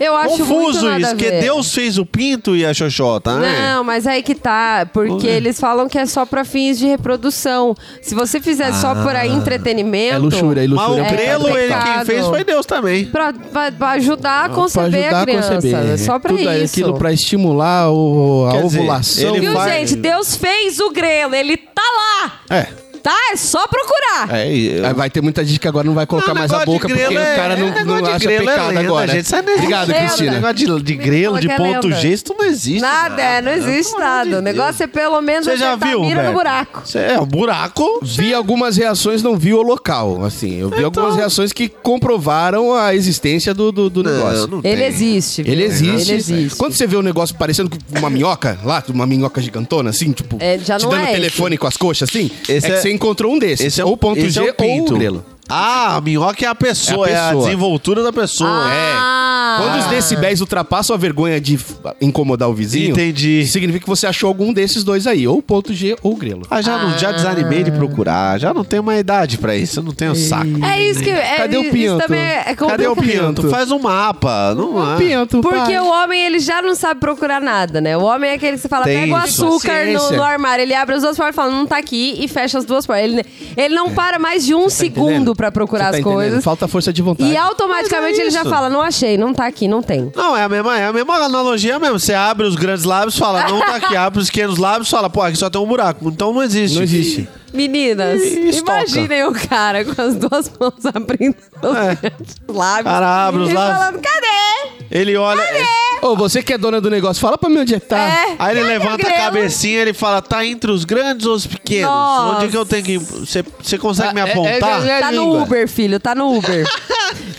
Speaker 2: Eu acho muito
Speaker 3: Confuso
Speaker 2: nada
Speaker 3: isso,
Speaker 2: a
Speaker 3: porque
Speaker 2: ver.
Speaker 3: Deus fez o pinto e a xoxota, né?
Speaker 2: Não, mas aí que tá, porque
Speaker 3: Ué.
Speaker 2: eles falam que é só pra fins de reprodução. Se você fizer só por aí entretenimento,
Speaker 4: É luxúria, é
Speaker 3: Mas o
Speaker 4: luxúria. é um pecado.
Speaker 3: grelo, ele quem
Speaker 2: pecado.
Speaker 3: fez foi Deus também.
Speaker 2: pra, pra- pra ajudar a conceber a criança, é só pra
Speaker 4: Tudo é
Speaker 2: isso.
Speaker 4: aquilo pra estimular o, a
Speaker 3: Quer dizer,
Speaker 4: ovulação.
Speaker 3: ele
Speaker 2: Viu,
Speaker 3: faz-
Speaker 2: gente? Deus fez o grelo, ele tá lá,
Speaker 4: É.
Speaker 2: tá? É só procurar.
Speaker 3: É, eu-
Speaker 4: Aí vai ter muita gente que agora não vai colocar
Speaker 3: Não,
Speaker 4: mais a
Speaker 3: Ah, negócio de
Speaker 4: boca porque
Speaker 3: grelo
Speaker 4: o cara
Speaker 3: é-
Speaker 4: não,
Speaker 3: negócio
Speaker 4: não
Speaker 3: de
Speaker 4: acha
Speaker 3: grelo é
Speaker 4: pecado
Speaker 3: lenda,
Speaker 4: agora.
Speaker 3: gente, sai daí.
Speaker 4: Obrigado,
Speaker 2: Lenda.
Speaker 4: Cristina.
Speaker 3: Negócio de, de grelo,
Speaker 2: Como
Speaker 3: de
Speaker 2: que é
Speaker 3: ponto
Speaker 2: lenda?
Speaker 3: G, isso não existe.
Speaker 2: Nada, é, não existe
Speaker 3: Pelo amor
Speaker 2: nada.
Speaker 3: de
Speaker 2: o
Speaker 3: Deus.
Speaker 2: negócio é pelo menos
Speaker 3: Você já
Speaker 2: acertar
Speaker 3: viu?
Speaker 2: a mira
Speaker 3: Beto?
Speaker 2: no buraco.
Speaker 3: Cê- é, o buraco.
Speaker 4: Vi algumas reações, não vi o local, assim. Eu vi algumas
Speaker 2: Então-
Speaker 4: reações que comprovaram a existência do, do, do negócio.
Speaker 3: não
Speaker 2: Ele
Speaker 3: tem.
Speaker 2: existe. viu?
Speaker 4: Ele existe.
Speaker 2: Ele existe.
Speaker 4: Quando você vê um negócio parecendo com uma minhoca lá, uma minhoca gigantona, assim, tipo,
Speaker 2: É, já
Speaker 4: te
Speaker 2: não
Speaker 4: dando
Speaker 2: é
Speaker 4: telefone com as coxas, assim,
Speaker 3: Esse
Speaker 4: é,
Speaker 3: é-
Speaker 4: que você encontrou um desses.
Speaker 3: Esse é
Speaker 4: ou
Speaker 3: o
Speaker 4: ponto
Speaker 3: esse
Speaker 4: G
Speaker 3: é o pinto.
Speaker 4: ou o grelo.
Speaker 3: Ah, a minhoca é a pessoa,
Speaker 4: É
Speaker 3: é
Speaker 4: a
Speaker 3: a,
Speaker 4: pessoa.
Speaker 3: desenvoltura da pessoa.
Speaker 2: Ah,
Speaker 4: Quando os decibéis ultrapassam a vergonha de f- incomodar o vizinho,
Speaker 3: É, Entendi.
Speaker 4: significa que você achou algum desses dois aí, ou o ponto G ou o grelo.
Speaker 3: Ah, já, não, já desanimei de procurar. Já não tenho uma idade pra isso. Eu não tenho saco.
Speaker 2: É isso que. É,
Speaker 4: Cadê o
Speaker 2: Isso
Speaker 4: pinto?
Speaker 2: também é, é
Speaker 3: Cadê o
Speaker 2: complicado.
Speaker 3: pinto? Faz um mapa. Não é.
Speaker 4: Pinto, tá
Speaker 2: Porque
Speaker 4: pai.
Speaker 2: o homem, ele já não sabe procurar nada, né? O homem é aquele que você fala,
Speaker 3: Tem
Speaker 2: pega o
Speaker 3: isso.
Speaker 2: açúcar no,
Speaker 4: Ciência.
Speaker 2: no armário, ele abre as duas portas e fala, não tá aqui, e fecha as duas portas. Ele, ele
Speaker 3: É.
Speaker 2: não para mais de um
Speaker 3: tá
Speaker 2: segundo
Speaker 4: entendendo?
Speaker 2: pra procurar
Speaker 4: Você tá
Speaker 2: as
Speaker 4: entendendo?
Speaker 2: coisas.
Speaker 4: Falta força de vontade.
Speaker 2: E automaticamente
Speaker 3: Mas é
Speaker 2: ele já
Speaker 3: isso.
Speaker 2: fala, não achei, não tá aqui, não tem.
Speaker 3: Não, é a mesma, é a mesma analogia mesmo. Você abre os grandes lábios e fala, não tá aqui. Abre os pequenos lábios e fala, pô, aqui só tem um buraco. Então não existe.
Speaker 4: Não existe.
Speaker 2: Meninas,
Speaker 3: E estoca.
Speaker 2: imaginem o cara com as duas mãos abrindo os lábios.
Speaker 3: É. Cara, abre os
Speaker 2: e
Speaker 3: lábios.
Speaker 2: falando, cadê?
Speaker 3: Ele olha.
Speaker 2: Ah,
Speaker 4: Ô, você que é dona do negócio, fala pra mim onde é que tá.
Speaker 2: É.
Speaker 3: Ah, Aí
Speaker 2: Cadê
Speaker 3: ele
Speaker 2: o
Speaker 3: levanta a
Speaker 2: grelo?
Speaker 3: cabecinha e ele fala, tá entre os grandes ou os pequenos?
Speaker 2: Nossa.
Speaker 3: Onde é que eu tenho que. ir? Você você consegue me
Speaker 4: Ah, é- é-
Speaker 3: apontar?
Speaker 4: é- é-
Speaker 2: Tá no
Speaker 4: língua.
Speaker 2: Uber, filho, tá no Uber.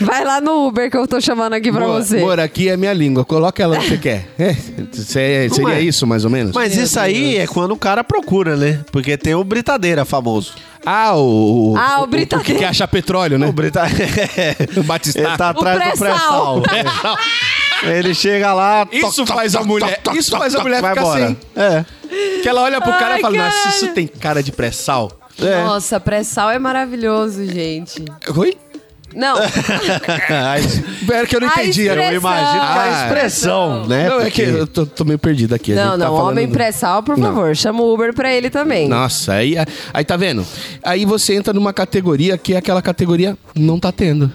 Speaker 2: Vai lá no Uber que eu tô chamando aqui pra
Speaker 4: Amor,
Speaker 2: você.
Speaker 4: amor, aqui é minha língua. Coloca ela onde você quer. É, se- seria
Speaker 3: é.
Speaker 4: isso, mais ou menos?
Speaker 3: Mas isso aí é quando o cara procura, né? Porque tem o britadeira famoso.
Speaker 4: Ah, o.
Speaker 2: Ah, o
Speaker 4: O que
Speaker 2: britadeiro.
Speaker 4: quer achar petróleo,
Speaker 3: O
Speaker 4: né?
Speaker 3: britadeira.
Speaker 4: O Batistá.
Speaker 3: Ele tá atrás
Speaker 2: O
Speaker 3: do pré-sal. Ele chega lá.
Speaker 4: Isso faz a mulher. Isso faz a mulher
Speaker 3: vai
Speaker 4: ficar
Speaker 3: embora.
Speaker 4: assim.
Speaker 3: É.
Speaker 4: Que ela olha pro cara
Speaker 2: Ai,
Speaker 4: e fala: Nossa,
Speaker 2: caralho.
Speaker 4: isso tem cara de pré-sal.
Speaker 3: É.
Speaker 2: Nossa, pré-sal é maravilhoso, gente.
Speaker 4: É, Oi?
Speaker 2: Não,
Speaker 4: Pera É que eu não
Speaker 2: A
Speaker 4: entendi. um
Speaker 2: expressão.
Speaker 3: Eu imagino que é a
Speaker 4: Ah.
Speaker 3: expressão, né?
Speaker 4: Não, é que eu tô, tô meio perdido aqui. a
Speaker 2: não,
Speaker 4: gente tá
Speaker 2: não.
Speaker 4: falando
Speaker 2: homem
Speaker 4: do-
Speaker 2: pré-sal, por
Speaker 4: Não.
Speaker 2: favor, chama o Uber pra ele também.
Speaker 4: Nossa, aí, aí tá vendo? Aí você entra numa categoria que é aquela categoria não tá tendo.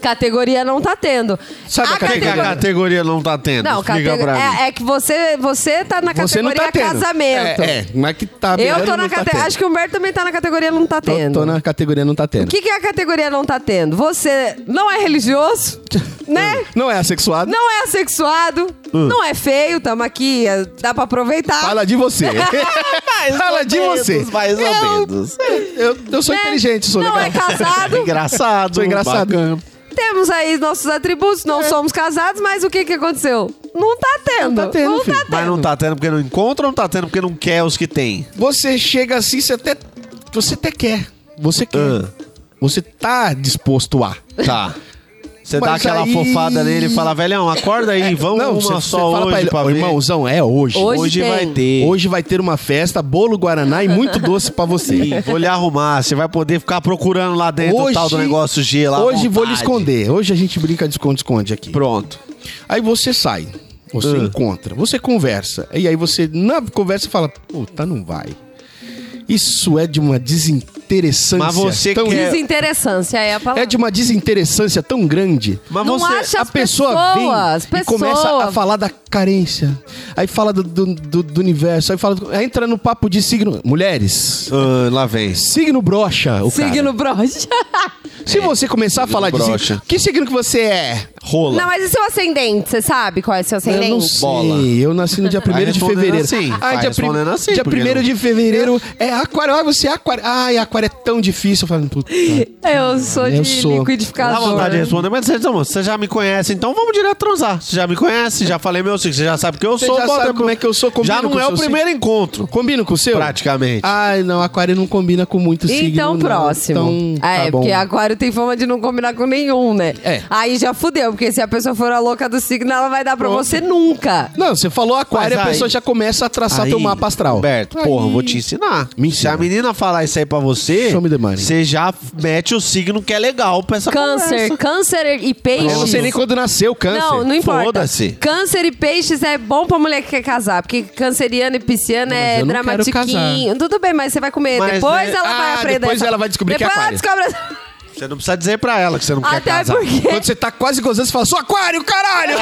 Speaker 2: Categoria não tá tendo.
Speaker 4: Sabe a
Speaker 3: Por que, que a categoria não tá tendo?
Speaker 2: Não,
Speaker 3: Explica
Speaker 2: catego-
Speaker 3: pra mim.
Speaker 2: é, é que você, você tá na
Speaker 4: Você não
Speaker 2: categoria
Speaker 4: tá tendo.
Speaker 2: casamento.
Speaker 4: É, é, mas que tá
Speaker 2: Eu tô
Speaker 4: beirando,
Speaker 2: na
Speaker 4: não tá
Speaker 2: categoria.
Speaker 4: tendo.
Speaker 2: Acho que o Humberto também tá na categoria não tá
Speaker 4: Tô,
Speaker 2: tendo.
Speaker 4: tô na categoria não tá
Speaker 2: O
Speaker 4: tendo.
Speaker 2: que, que é a categoria não tá tendo? Você não é religioso, né?
Speaker 4: Não é assexuado?
Speaker 2: Não é assexuado, não é feio, tamo aqui, é- dá pra aproveitar.
Speaker 4: Hum. Fala de você. Fala de você.
Speaker 3: Mais ou menos.
Speaker 4: Eu, eu sou
Speaker 2: né?
Speaker 4: inteligente, sou
Speaker 2: Não é
Speaker 4: legal.
Speaker 2: casado,
Speaker 3: Engraçado.
Speaker 4: Sou engraçado.
Speaker 3: bacana.
Speaker 2: Temos aí nossos atributos, não somos casados, mas o que que aconteceu? Não tá tendo.
Speaker 4: É. Não tá tendo, filho.
Speaker 2: tá
Speaker 3: Mas não tá tendo porque não encontra ou não tá tendo porque não quer os que tem?
Speaker 4: Você chega assim, você até. Você até quer. Você quer.
Speaker 3: Ah.
Speaker 4: Você tá disposto a.
Speaker 3: Tá. Você dá
Speaker 4: Mas
Speaker 3: aquela
Speaker 4: aí-
Speaker 3: fofada nele e fala, velhão, acorda aí, vamos Então, uma
Speaker 4: você- você
Speaker 3: só hoje pra
Speaker 4: "Ô,
Speaker 3: ver.
Speaker 4: irmãozão, é hoje.
Speaker 2: Hoje
Speaker 3: hoje
Speaker 2: tem.
Speaker 3: vai ter.
Speaker 4: Hoje vai ter uma festa, bolo Guaraná e muito doce pra
Speaker 3: Sim,
Speaker 4: você.
Speaker 3: vou lhe arrumar. Você vai poder ficar procurando lá dentro o tal do negócio G lá. à
Speaker 4: Hoje vou lhe
Speaker 3: vontade."
Speaker 4: esconder. Hoje a gente brinca de esconde-esconde aqui.
Speaker 3: Pronto.
Speaker 4: Aí você sai, você
Speaker 3: Ah.
Speaker 4: encontra, você conversa. E aí você, na conversa, fala: Puta, não vai. Isso é de uma desin- desinteressância.
Speaker 3: Mas você
Speaker 4: tão...
Speaker 3: quer-
Speaker 2: Desinteressância é a palavra.
Speaker 4: É de uma desinteressância tão grande.
Speaker 3: Mas
Speaker 2: Não
Speaker 3: você.
Speaker 2: acha-
Speaker 4: a
Speaker 2: as
Speaker 4: pessoa
Speaker 2: pessoas,
Speaker 4: vem e começa a
Speaker 2: pessoa.
Speaker 4: falar da carência. Aí fala do, do, do- do universo. Aí fala. do- aí entra no papo de signo. Mulheres.
Speaker 3: Ah, lá vem.
Speaker 4: Signo brocha, o cara.
Speaker 2: Signo broxa.
Speaker 4: Se você começar a falar de
Speaker 3: É, broxa.
Speaker 4: signo, que signo que você é?
Speaker 3: Rola.
Speaker 2: Não, mas e seu ascendente? Você sabe qual é seu
Speaker 4: Eu
Speaker 2: ascendente?
Speaker 4: não sei.
Speaker 3: Bola.
Speaker 4: Eu nasci no dia 1 de
Speaker 3: respondendo
Speaker 4: fevereiro.
Speaker 3: assim, vai
Speaker 4: dia prim-
Speaker 3: respondendo assim,
Speaker 4: dia
Speaker 3: porque
Speaker 4: 1
Speaker 3: não-
Speaker 4: de fevereiro é aquário. Ah, você é aquário. Ai, aquário é tão difícil. Eu falo, puta.
Speaker 2: Eu sou de
Speaker 4: Eu sou.
Speaker 3: Dá
Speaker 2: liquidificador.
Speaker 3: vontade de responder, mas vocês, amor, você já me conhece, então vamos direto transar. Você já me conhece, já falei meu signo, você já sabe que eu
Speaker 4: Você
Speaker 3: sou.
Speaker 4: já
Speaker 3: bota-
Speaker 4: sabe como é que eu sou, combina
Speaker 3: Já não
Speaker 4: com
Speaker 3: é
Speaker 4: seu
Speaker 3: o primeiro encontro.
Speaker 4: Combina com o seu?
Speaker 3: Praticamente.
Speaker 4: Ai, não, aquário não combina com muito signo.
Speaker 2: Então,
Speaker 4: não.
Speaker 2: próximo.
Speaker 4: Então,
Speaker 2: Ah, é,
Speaker 4: tá bom.
Speaker 2: porque aquário tem fama de não combinar com nenhum, né?
Speaker 4: É.
Speaker 2: Aí já fudeu, porque se a pessoa for a louca do signo, ela vai dar pra você nunca.
Speaker 4: Não, você falou aquário,
Speaker 3: Mas
Speaker 4: a
Speaker 3: aí-
Speaker 4: pessoa já começa a traçar
Speaker 3: Aí,
Speaker 4: teu um mapa astral.
Speaker 3: Roberto, porra, eu vou te ensinar.
Speaker 4: Mentira.
Speaker 3: Se a menina falar isso aí pra você,
Speaker 4: Show me the money.
Speaker 3: você já mete o signo que é legal pra essa
Speaker 2: Câncer,
Speaker 3: conversa.
Speaker 2: câncer e
Speaker 4: Tá Eu não
Speaker 2: peixes.
Speaker 4: sei nem quando nasceu o câncer.
Speaker 2: Não, não importa.
Speaker 3: Foda-se.
Speaker 2: Câncer e peixes é bom pra mulher que quer casar, porque canceriano e pisciano é
Speaker 4: eu não quero
Speaker 2: dramatiquinho. Tudo bem, mas você vai comer.
Speaker 3: Mas,
Speaker 2: depois
Speaker 3: né,
Speaker 2: ela vai
Speaker 4: ah,
Speaker 2: aprender.
Speaker 4: depois ela vai descobrir que é
Speaker 2: depois ela
Speaker 4: aquário.
Speaker 2: descobre-
Speaker 3: Você não precisa dizer pra ela que você não quer
Speaker 2: Até
Speaker 3: casar.
Speaker 2: porque...
Speaker 4: Quando você tá quase gozando, você fala, sou aquário, caralho!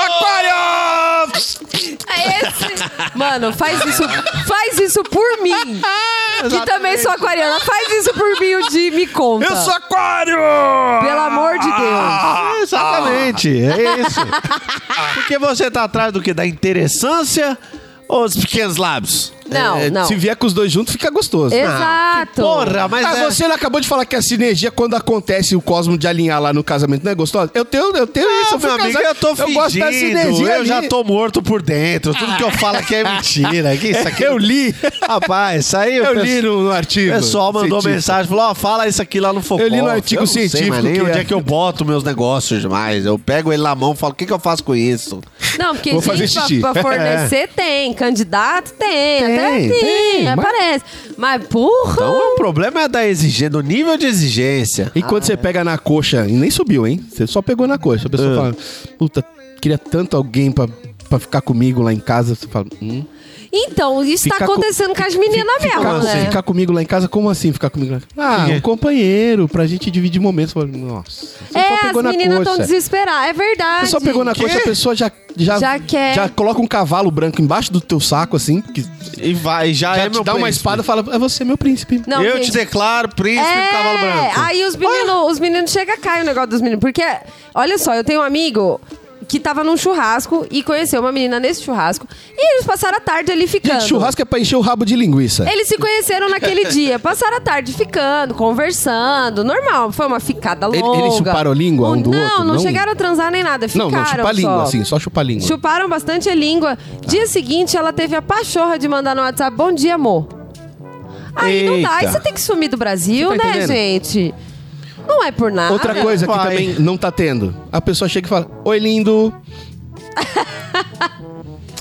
Speaker 4: aquário!
Speaker 2: É esse. Mano, faz isso, faz isso por mim. Ah, Que também sou aquariana. Faz isso por mim, o Di, me conta.
Speaker 4: Eu sou aquário!
Speaker 2: Pelo amor de Deus.
Speaker 3: Ah, exatamente, é isso. Porque você tá atrás do que? Da interessância ou dos pequenos lábios?
Speaker 2: Não,
Speaker 4: É,
Speaker 2: não.
Speaker 4: Se vier com os dois juntos, fica gostoso.
Speaker 2: Exato.
Speaker 3: Porra, mas
Speaker 4: ah,
Speaker 3: é...
Speaker 4: você não acabou de falar que a sinergia, quando acontece o cosmo de alinhar lá no casamento, não é gostosa? Eu tenho, eu tenho isso,
Speaker 3: Não,
Speaker 4: É, eu fui
Speaker 3: Ah, meu amigo,
Speaker 4: casar-
Speaker 3: eu tô fingindo.
Speaker 4: Eu gosto da sinergia
Speaker 3: Eu
Speaker 4: ali.
Speaker 3: já tô morto por dentro. Tudo que eu falo aqui é mentira. Que isso aqui...
Speaker 4: Eu li.
Speaker 3: Rapaz, isso aí... o
Speaker 4: Eu
Speaker 3: pessoal-
Speaker 4: li no, no
Speaker 3: O
Speaker 4: artigo.
Speaker 3: pessoal mandou
Speaker 4: científico.
Speaker 3: mensagem, falou, ó, fala isso aqui lá no Focoff.
Speaker 4: Eu li no artigo
Speaker 3: não Sei,
Speaker 4: científico
Speaker 3: mas nem
Speaker 4: que
Speaker 3: onde
Speaker 4: é.
Speaker 3: é que eu boto meus negócios mais. Eu pego ele na mão e falo, o que, que eu faço com isso?
Speaker 2: Não, porque
Speaker 4: Vou
Speaker 2: gente
Speaker 4: fazer xixi. É.
Speaker 2: pra, pra fornecer tem, candidato tem, até
Speaker 4: Tem,
Speaker 2: tem,
Speaker 4: tem, mas-
Speaker 2: aparece. Mas, porra,
Speaker 3: Então, o problema é da exigência, do nível de exigência.
Speaker 4: E quando você pega na coxa, e nem subiu, hein? Você só pegou na coxa. A
Speaker 3: Ah.
Speaker 4: pessoa fala, puta, queria tanto alguém pra, pra ficar comigo lá em casa. Você fala, hum.
Speaker 2: então, isso
Speaker 4: Fica
Speaker 2: tá
Speaker 4: co-
Speaker 2: acontecendo com as meninas
Speaker 4: ficar,
Speaker 2: mesmo, né?
Speaker 4: ficar comigo lá em casa, como assim ficar comigo lá? Ah, um companheiro, pra gente dividir momentos. Você fala, Nossa, você só
Speaker 2: É,
Speaker 4: pegou
Speaker 2: as
Speaker 4: na
Speaker 2: meninas estão
Speaker 4: coxa.
Speaker 2: desesperadas, é verdade.
Speaker 4: Você só pegou na coxa, a pessoa já, já,
Speaker 2: Já quer.
Speaker 4: já coloca um cavalo branco embaixo do teu saco, assim, que
Speaker 3: E vai, já,
Speaker 4: já
Speaker 3: é
Speaker 4: te
Speaker 3: meu
Speaker 4: dá uma
Speaker 3: príncipe.
Speaker 4: espada e fala, é você, meu príncipe.
Speaker 2: Não,
Speaker 3: eu
Speaker 2: gente,
Speaker 3: te declaro príncipe do cavalo branco.
Speaker 2: É, Aí os meninos, os meninos chega cai o negócio dos meninos, porque olha só, eu tenho um amigo que tava num churrasco e conheceu uma menina nesse churrasco e eles passaram a tarde ali ficando.
Speaker 4: Gente, churrasco é pra encher o rabo de linguiça.
Speaker 2: Eles se conheceram naquele dia, passaram a tarde ficando, conversando, normal, foi uma ficada
Speaker 4: Ele-
Speaker 2: longa.
Speaker 4: eles chuparam a língua um do
Speaker 2: não,
Speaker 4: outro,
Speaker 2: Não,
Speaker 4: não?
Speaker 2: chegaram a transar nem nada,
Speaker 4: não,
Speaker 2: ficaram
Speaker 4: não, chupa a língua,
Speaker 2: só.
Speaker 4: assim, só chupa a língua.
Speaker 2: Chuparam bastante a língua. Dia seguinte, ela teve a pachorra de mandar no WhatsApp: Bom dia, amor. Aí não dá. Aí
Speaker 3: Eita.
Speaker 2: você tem que sumir do Brasil,
Speaker 4: Você tá
Speaker 2: né,
Speaker 4: entendendo?
Speaker 2: gente? Não é por nada.
Speaker 4: Outra coisa que
Speaker 3: vai.
Speaker 4: também não tá tendo. A pessoa chega e fala, oi lindo.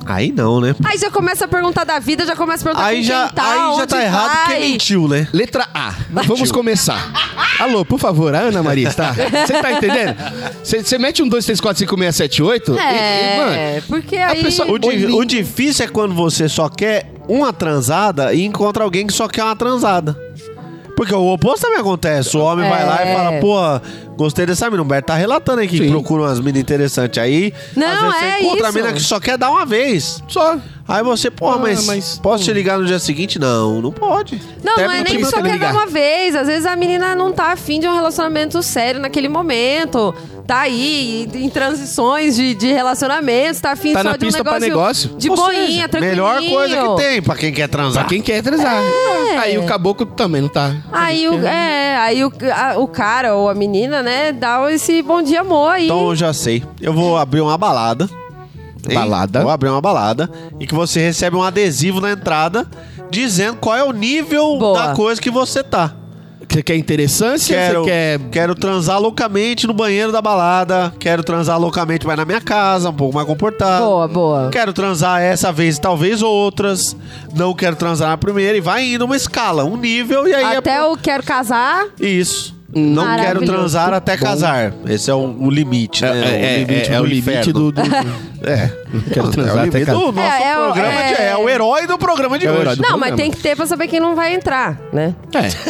Speaker 3: Aí não, né?
Speaker 2: Aí já começa a perguntar da vida, já começa a perguntar
Speaker 3: Aí
Speaker 2: com
Speaker 3: já,
Speaker 2: quem tá,
Speaker 3: aí já
Speaker 2: onde
Speaker 3: tá errado porque
Speaker 2: vai.
Speaker 3: mentiu, né?
Speaker 4: Letra A. Vamos começar. Alô, por favor, a Ana Maria está? Você tá entendendo? Você você mete um 2, 3, 4, 5, 6, 7, 8 e, e,
Speaker 2: É,
Speaker 4: mano...
Speaker 2: porque aí...
Speaker 4: pessoa-
Speaker 3: O, di-
Speaker 4: Oi, Lin.
Speaker 3: o difícil é quando você só quer uma transada e encontra alguém que só quer uma transada. Porque o oposto também acontece. O homem vai lá e
Speaker 2: É.
Speaker 3: fala, porra, gostei dessa mina. O Humberto tá relatando aí que
Speaker 4: Sim.
Speaker 3: procura umas minas interessantes. Aí,
Speaker 2: Não,
Speaker 3: às vezes
Speaker 2: é
Speaker 3: você encontra a
Speaker 2: isso.
Speaker 3: mina que só quer dar uma vez.
Speaker 4: Só.
Speaker 3: Aí você, porra,
Speaker 4: Ah,
Speaker 3: mas,
Speaker 4: mas-
Speaker 3: posso te ligar no dia seguinte? Não, não pode.
Speaker 2: hum. Não,
Speaker 3: Até tá
Speaker 2: não é
Speaker 3: porque
Speaker 2: nem
Speaker 3: você
Speaker 2: só
Speaker 3: me
Speaker 2: quer dar
Speaker 3: ligar.
Speaker 2: uma vez. Às vezes a menina não tá afim de um relacionamento sério naquele momento. Tá aí em transições de, de relacionamentos, tá afim
Speaker 4: Tá
Speaker 2: só
Speaker 4: na
Speaker 2: de um
Speaker 4: pista pra
Speaker 2: negócio,
Speaker 4: negócio.
Speaker 2: de
Speaker 3: Ou seja,
Speaker 2: boinha, tranquilinho.
Speaker 3: Melhor coisa que tem pra quem quer transar.
Speaker 4: Pra quem quer transar.
Speaker 2: É.
Speaker 4: Aí o caboclo também não tá.
Speaker 2: Aí o, é, aí o, a- o cara ou a menina, né, dá esse bom dia amor aí.
Speaker 3: Então eu já sei. Eu vou abrir uma balada. hein?
Speaker 4: Balada.
Speaker 3: Vou abrir uma balada. E que você recebe um adesivo na entrada dizendo qual é o nível
Speaker 2: Boa.
Speaker 3: da coisa que você tá.
Speaker 4: Você quer interessância?
Speaker 3: Quero,
Speaker 4: Você quer...
Speaker 3: quero transar loucamente no banheiro da balada. Quero transar loucamente, mas na minha casa, um pouco mais comportado.
Speaker 2: Boa, boa.
Speaker 3: Quero transar essa vez e talvez outras. Não quero transar na primeira. E vai indo uma escala, um nível. E aí é
Speaker 2: Até o quero casar.
Speaker 3: Isso. Não quero
Speaker 2: Maravilhoso.
Speaker 4: É,
Speaker 3: transar até casar. Esse é o, o limite, né? o limite do inferno.
Speaker 4: do- do-
Speaker 3: É.
Speaker 4: Quero transar
Speaker 3: é o
Speaker 4: até
Speaker 3: livre
Speaker 4: ca-
Speaker 3: do nosso
Speaker 2: É, é o-
Speaker 3: programa de-
Speaker 2: é-
Speaker 3: é o herói do programa de
Speaker 4: É o
Speaker 3: hoje.
Speaker 4: herói do-
Speaker 2: Não,
Speaker 4: problema.
Speaker 2: mas tem que ter pra saber quem não vai entrar, né?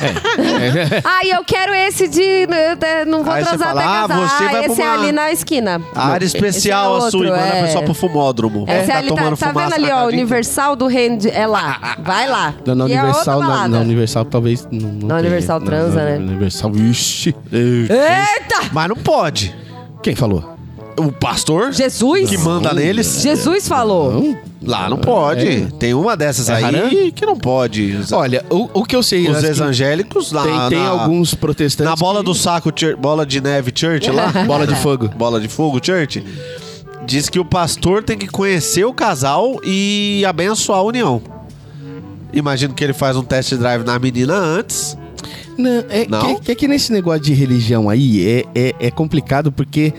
Speaker 4: É, é.
Speaker 2: Ah, e eu quero esse de. né, né, Não vou
Speaker 3: Aí você
Speaker 2: transar
Speaker 3: fala,
Speaker 2: até
Speaker 3: ah,
Speaker 2: casar.
Speaker 3: você vai
Speaker 2: esse
Speaker 3: pra
Speaker 2: é
Speaker 3: uma-
Speaker 2: ali na esquina.
Speaker 3: A área especial,
Speaker 2: Esse é
Speaker 3: a sua, né, e
Speaker 2: outro,
Speaker 3: manda a
Speaker 2: é.
Speaker 3: pessoa pro fumódromo.
Speaker 2: Essa é
Speaker 3: Tá
Speaker 2: ali, tá,
Speaker 3: tomando
Speaker 2: tá vendo
Speaker 3: fumaça
Speaker 2: ali,
Speaker 3: na
Speaker 2: ó,
Speaker 3: casa inteira.
Speaker 2: Universal do Rende, é lá, vai lá.
Speaker 4: Na, na
Speaker 2: Que é outra
Speaker 4: Universal, na,
Speaker 2: balada.
Speaker 4: na Universal talvez não, não
Speaker 2: Na
Speaker 4: tenha.
Speaker 2: Universal transa,
Speaker 4: na
Speaker 2: né?
Speaker 4: Universal, vixe. É.
Speaker 2: Eita!
Speaker 3: Mas não pode.
Speaker 4: Quem falou?
Speaker 3: O pastor
Speaker 2: Jesus?
Speaker 3: que manda neles,
Speaker 2: Jesus falou.
Speaker 3: lá não pode. Tem uma dessas
Speaker 4: É
Speaker 3: aí
Speaker 4: haram?
Speaker 3: que não pode. Os,
Speaker 4: Olha, o, o que eu sei...
Speaker 3: os
Speaker 4: assim,
Speaker 3: evangélicos lá.
Speaker 4: Tem, tem
Speaker 3: na-
Speaker 4: alguns protestantes...
Speaker 3: Na bola do saco, chur- bola de neve church lá.
Speaker 4: Bola de fogo.
Speaker 3: Bola de fogo church. Diz que o pastor tem que conhecer o casal e abençoar a união. Imagino que ele faz um test drive na menina antes.
Speaker 4: Não, é
Speaker 3: Não?
Speaker 4: Que, que, que nesse negócio de religião aí é, é, é complicado porque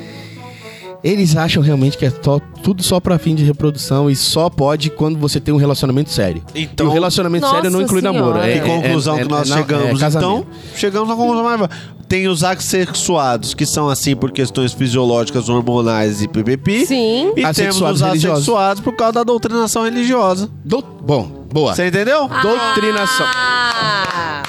Speaker 4: eles acham realmente que é só- tudo só pra fim de reprodução e só pode quando você tem um relacionamento sério.
Speaker 3: Então-
Speaker 4: e o relacionamento
Speaker 2: Nossa
Speaker 4: sério não inclui
Speaker 2: Senhora.
Speaker 4: namoro. É,
Speaker 3: Que
Speaker 4: é-
Speaker 3: conclusão
Speaker 4: é-
Speaker 3: que
Speaker 4: é-
Speaker 3: nós
Speaker 4: não, é
Speaker 3: chegamos.
Speaker 4: casamento.
Speaker 3: então, chegamos a uma conclusão mais. Tem os assexuados, que são assim por questões fisiológicas, hormonais e PPP.
Speaker 2: Sim.
Speaker 3: E temos
Speaker 4: Assexuados
Speaker 3: os
Speaker 4: religiosos.
Speaker 3: assexuados por causa da doutrinação religiosa.
Speaker 4: Dou- bom, boa.
Speaker 3: Você entendeu?
Speaker 4: Doutrinação.
Speaker 2: Ah!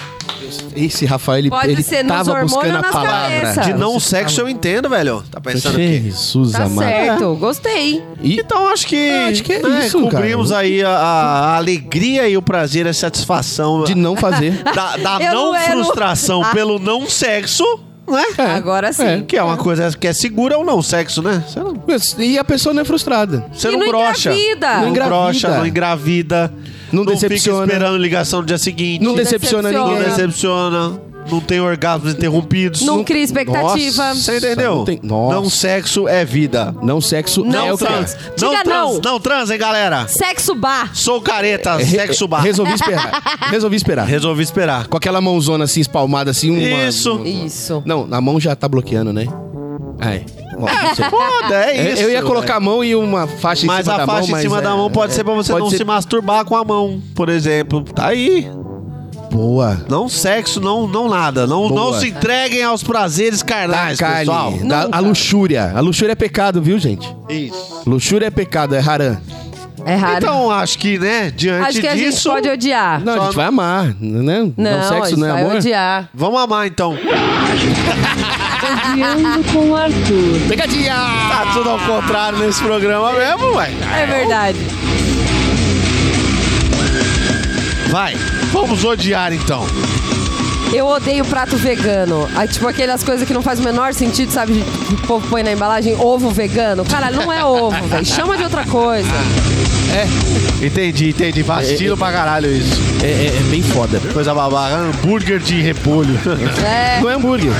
Speaker 4: Esse Rafael, ele,
Speaker 2: Pode
Speaker 4: ele
Speaker 2: ser nos
Speaker 4: tava
Speaker 2: hormônios
Speaker 4: buscando
Speaker 2: ou
Speaker 4: a
Speaker 2: nas
Speaker 4: palavra.
Speaker 2: cabeças.
Speaker 3: De não sexo
Speaker 4: Ah.
Speaker 3: eu entendo, velho. Tá pensando aqui.
Speaker 4: Jesus
Speaker 2: Tá
Speaker 4: amado.
Speaker 2: certo, gostei.
Speaker 4: E-
Speaker 3: Então acho que, né,
Speaker 4: acho que é isso,
Speaker 3: cobrimos
Speaker 4: cara.
Speaker 3: aí a, a alegria e o prazer, a satisfação
Speaker 4: de não fazer.
Speaker 3: da, da
Speaker 2: Eu
Speaker 3: não
Speaker 2: não era o- Ah.
Speaker 3: frustração pelo não sexo, né?
Speaker 2: é? Agora sim.
Speaker 3: Que é uma coisa que é segura ou não sexo, né? Você não,
Speaker 4: Mas- E a pessoa não é frustrada.
Speaker 3: você
Speaker 2: E
Speaker 3: não
Speaker 2: não
Speaker 3: brocha.
Speaker 2: engravida.
Speaker 3: Não
Speaker 4: Não engravida.
Speaker 3: brocha, não engravida.
Speaker 4: Não
Speaker 3: fica
Speaker 4: decepciona.
Speaker 3: esperando ligação no dia seguinte.
Speaker 4: Não decepciona
Speaker 2: decepciona.
Speaker 3: Não
Speaker 4: ninguém.
Speaker 3: decepciona. Não tem orgasmos interrompidos.
Speaker 2: Não cria expectativa.
Speaker 4: Nossa,
Speaker 3: Você entendeu?
Speaker 4: Não, tem- Nossa.
Speaker 3: Não sexo é vida.
Speaker 4: Não sexo
Speaker 2: Não
Speaker 4: é o que é.
Speaker 2: trans.
Speaker 3: Não
Speaker 2: Diga
Speaker 3: trans,
Speaker 2: não.
Speaker 3: não trans, hein, galera?
Speaker 2: Sexo bar.
Speaker 3: Sou careta,
Speaker 4: Re-
Speaker 3: sexo bar.
Speaker 4: Resolvi esperar. Resolvi esperar.
Speaker 3: Resolvi esperar.
Speaker 4: Com aquela mãozona assim, espalmada assim. Uma...
Speaker 3: Isso.
Speaker 2: Isso.
Speaker 4: Não, a mão já tá bloqueando, né? Ai.
Speaker 3: Foda, é isso.
Speaker 4: eu ia colocar a mão e uma faixa em
Speaker 3: Mas
Speaker 4: cima
Speaker 3: a
Speaker 4: da
Speaker 3: faixa
Speaker 4: mão.
Speaker 3: em cima
Speaker 4: mas
Speaker 3: da
Speaker 4: é-
Speaker 3: mão pode
Speaker 4: é-
Speaker 3: ser pra você
Speaker 4: pode
Speaker 3: não
Speaker 4: ser-
Speaker 3: se masturbar com a mão, por exemplo. Tá aí.
Speaker 4: Boa.
Speaker 3: Não sexo, não, não nada. Não,
Speaker 4: Boa.
Speaker 3: não se entreguem aos prazeres
Speaker 4: Da
Speaker 3: carnais, pessoal.
Speaker 4: carne. Da, a
Speaker 2: Nunca.
Speaker 4: luxúria. A luxúria é pecado, viu, gente?
Speaker 3: Isso.
Speaker 4: Luxúria é pecado, é haram.
Speaker 2: É raro.
Speaker 3: Então, acho que, né, diante
Speaker 2: Acho que a gente
Speaker 3: disso.
Speaker 2: pode odiar.
Speaker 4: Não,
Speaker 3: Só
Speaker 4: a gente vai amar, né? Não,
Speaker 2: Não, a
Speaker 4: sexo,
Speaker 2: gente
Speaker 4: né,
Speaker 2: vai
Speaker 4: amor?
Speaker 2: odiar.
Speaker 3: Vamos amar então.
Speaker 1: Odiando com Arthur.
Speaker 4: Pegadinha!
Speaker 3: Tá tudo ao contrário nesse programa mesmo, ué.
Speaker 2: É verdade.
Speaker 3: Vai. Vamos odiar então.
Speaker 2: Eu odeio prato vegano. Ah, tipo aquelas coisas que não faz o menor sentido, sabe? O povo põe na embalagem ovo vegano. Cara, não é ovo, velho. Chama de outra coisa.
Speaker 3: Entendi, entendi. Vacilo pra caralho isso.
Speaker 4: É, é- é bem foda.
Speaker 3: é. Coisa babaca. Hambúrguer de repolho.
Speaker 2: É.
Speaker 4: Não é hambúrguer.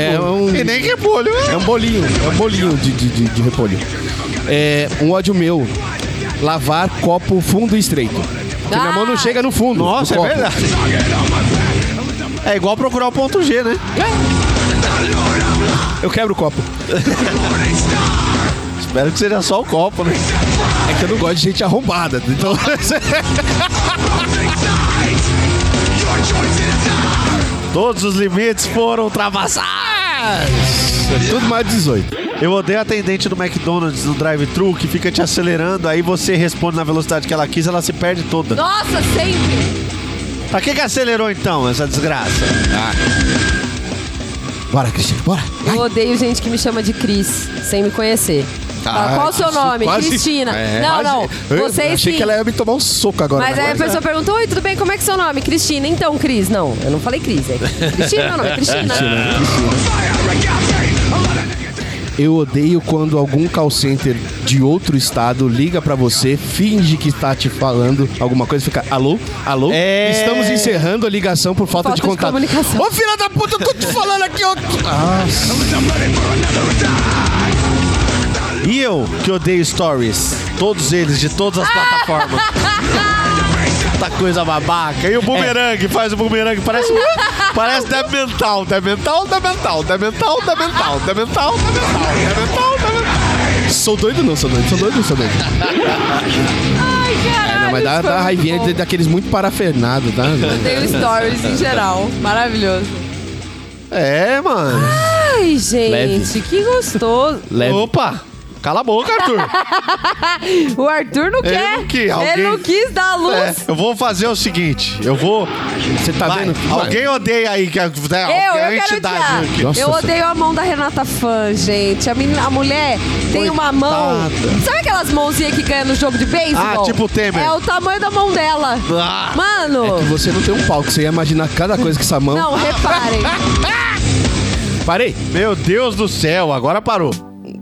Speaker 4: é, um...
Speaker 3: E nem repolho,
Speaker 4: É
Speaker 3: né?
Speaker 4: um bolinho, é um bolinho de, de, de, de repolho. É um ódio meu. Lavar copo fundo e estreito. Porque minha
Speaker 2: Ah!
Speaker 4: mão não chega no fundo.
Speaker 3: Nossa,
Speaker 4: do
Speaker 3: é
Speaker 4: copo.
Speaker 3: verdade. É igual procurar o ponto G, né?
Speaker 4: Eu quebro o copo.
Speaker 3: Espero que seja só o copo, né?
Speaker 4: É que eu não gosto de gente arrombada. Então.
Speaker 3: Todos os limites foram ultrapassados.
Speaker 4: Tudo mais de 18.
Speaker 3: Eu odeio a atendente do McDonald's no drive-thru que fica te acelerando, aí você responde na velocidade que ela quis, ela se perde toda.
Speaker 2: Nossa, sempre.
Speaker 3: Pra que, que acelerou então essa desgraça?
Speaker 4: Bora, Cristiano, bora.
Speaker 2: Eu odeio gente que me chama de Cris, sem me conhecer. Fala, Tá, Qual o seu nome?
Speaker 4: Ah, Quase-
Speaker 2: Cristina.
Speaker 4: É,
Speaker 2: não,
Speaker 4: quase-
Speaker 2: não.
Speaker 4: Eu
Speaker 2: Vocês
Speaker 4: achei
Speaker 2: sim.
Speaker 4: que ela ia me tomar um soco agora.
Speaker 2: Mas é aí a
Speaker 4: Agora.
Speaker 2: pessoa pergunta, oi, tudo bem? Como é que é seu nome? Cristina. Então, Cris. Não, eu não falei Cris. É Cristina, meu nome é Cristina.
Speaker 4: Eu odeio quando algum call center de outro estado liga pra você, finge que tá te falando alguma coisa, fica alô, alô.
Speaker 3: É.
Speaker 4: Estamos encerrando a ligação por falta,
Speaker 2: Falta
Speaker 4: de
Speaker 2: de
Speaker 4: contato.
Speaker 2: comunicação.
Speaker 4: Ô filha da puta, eu tô te falando aqui. Ó. Nossa.
Speaker 3: E eu, que odeio stories. Todos eles, de todas as plataformas. Tá coisa babaca. E o bumerangue, faz o bumerangue. Parece, um, parece da mental, da mental, da mental, da mental, da mental, da mental, da mental, da mental, da mental.
Speaker 4: Sou doido não, sou doido, sou doido não, sou doido.
Speaker 2: Ai, caralho.
Speaker 4: Não, mas dá,
Speaker 2: isso foi
Speaker 4: dá
Speaker 2: muito
Speaker 4: raivinha
Speaker 2: bom.
Speaker 4: de- daqueles muito parafernados, tá?
Speaker 2: Tem um stories em geral. Maravilhoso.
Speaker 3: É, mano.
Speaker 2: Ai, gente, que gostoso.
Speaker 4: Leve.
Speaker 3: Opa!
Speaker 4: Cala a boca, Arthur.
Speaker 2: O Arthur não
Speaker 4: Ele
Speaker 2: quer.
Speaker 4: não quis, alguém-
Speaker 2: Ele não quis dar a luz.
Speaker 4: É.
Speaker 3: Eu vou fazer o seguinte, eu vou.
Speaker 4: Você tá
Speaker 3: Vai,
Speaker 4: vendo? que-
Speaker 3: alguém odeia aí que é, né, a,
Speaker 4: É,
Speaker 2: Eu,
Speaker 3: a
Speaker 2: eu quero odiar.
Speaker 3: aqui.
Speaker 4: Nossa,
Speaker 2: eu
Speaker 4: essa-
Speaker 2: odeio a mão da Renata Fã, gente. A, menina- a mulher tem uma mão.
Speaker 3: Coitada.
Speaker 2: Sabe aquelas mãozinhas que ganha no jogo de beisebol?
Speaker 3: Ah, tipo o Temer.
Speaker 2: É o tamanho da mão dela.
Speaker 3: Ah.
Speaker 2: Mano!
Speaker 4: que Você não tem um pau, que você ia imaginar cada coisa que essa mão.
Speaker 2: Não, reparem.
Speaker 4: Parei.
Speaker 3: Meu Deus do céu, agora parou.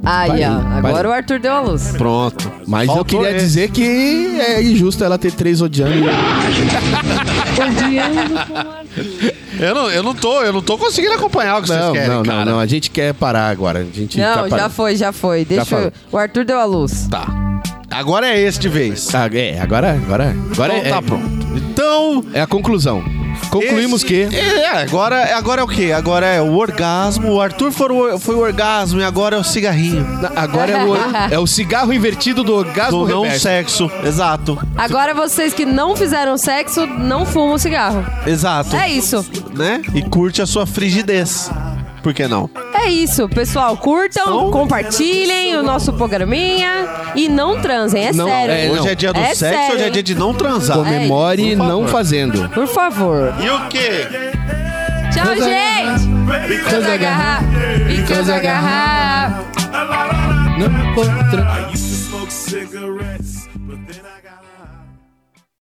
Speaker 2: Aí, ó.
Speaker 4: vai.
Speaker 2: Agora o Arthur deu a luz.
Speaker 3: Pronto.
Speaker 4: Mas eu
Speaker 3: Faltou
Speaker 4: queria
Speaker 3: esse.
Speaker 4: dizer que é injusto ela ter três odiando.
Speaker 1: Odiando com Arthur.
Speaker 3: Eu não, eu não tô, eu não tô conseguindo acompanhar o que vocês
Speaker 4: Não,
Speaker 3: querem,
Speaker 4: não, não,
Speaker 3: cara.
Speaker 4: não. A gente quer parar agora. A gente tá
Speaker 2: Não, já
Speaker 4: parou.
Speaker 2: foi, já foi. Deixa eu...
Speaker 4: falou.
Speaker 2: O Arthur deu a luz.
Speaker 3: Tá. Agora é esse de vez.
Speaker 4: Ah, é, agora, agora, agora
Speaker 3: então
Speaker 4: é,
Speaker 3: tá pronto. Então,
Speaker 4: é a conclusão. Concluímos
Speaker 3: Esse-
Speaker 4: que
Speaker 3: É, agora, agora é o quê? Agora é o orgasmo. O Arthur foi o, foi o orgasmo e agora é o cigarrinho.
Speaker 4: na- agora é o, é o cigarro invertido do orgasmo
Speaker 3: Do não
Speaker 4: reverso.
Speaker 3: sexo. Exato.
Speaker 2: Agora vocês que não fizeram sexo, não fumam cigarro.
Speaker 3: Exato.
Speaker 2: É isso.
Speaker 3: Né? E curte a sua frigidez. Por que não?
Speaker 2: É isso, pessoal. Curtam,
Speaker 3: Então-
Speaker 2: compartilhem o nosso programinha e não transem, é
Speaker 4: Não,
Speaker 2: sério.
Speaker 4: é,
Speaker 3: hoje
Speaker 4: não.
Speaker 3: é dia do
Speaker 2: É
Speaker 3: sexo,
Speaker 2: sério,
Speaker 3: hoje é
Speaker 2: hein?
Speaker 3: dia de não transar.
Speaker 2: É
Speaker 4: Comemore
Speaker 3: por favor.
Speaker 4: não fazendo.
Speaker 2: Por favor.
Speaker 3: E o quê?
Speaker 2: Tchau,
Speaker 4: Todas
Speaker 2: gente! Picas agarrar, picas agarrar.
Speaker 4: Não, outra.
Speaker 6: I used to smoke cigarettes, but then I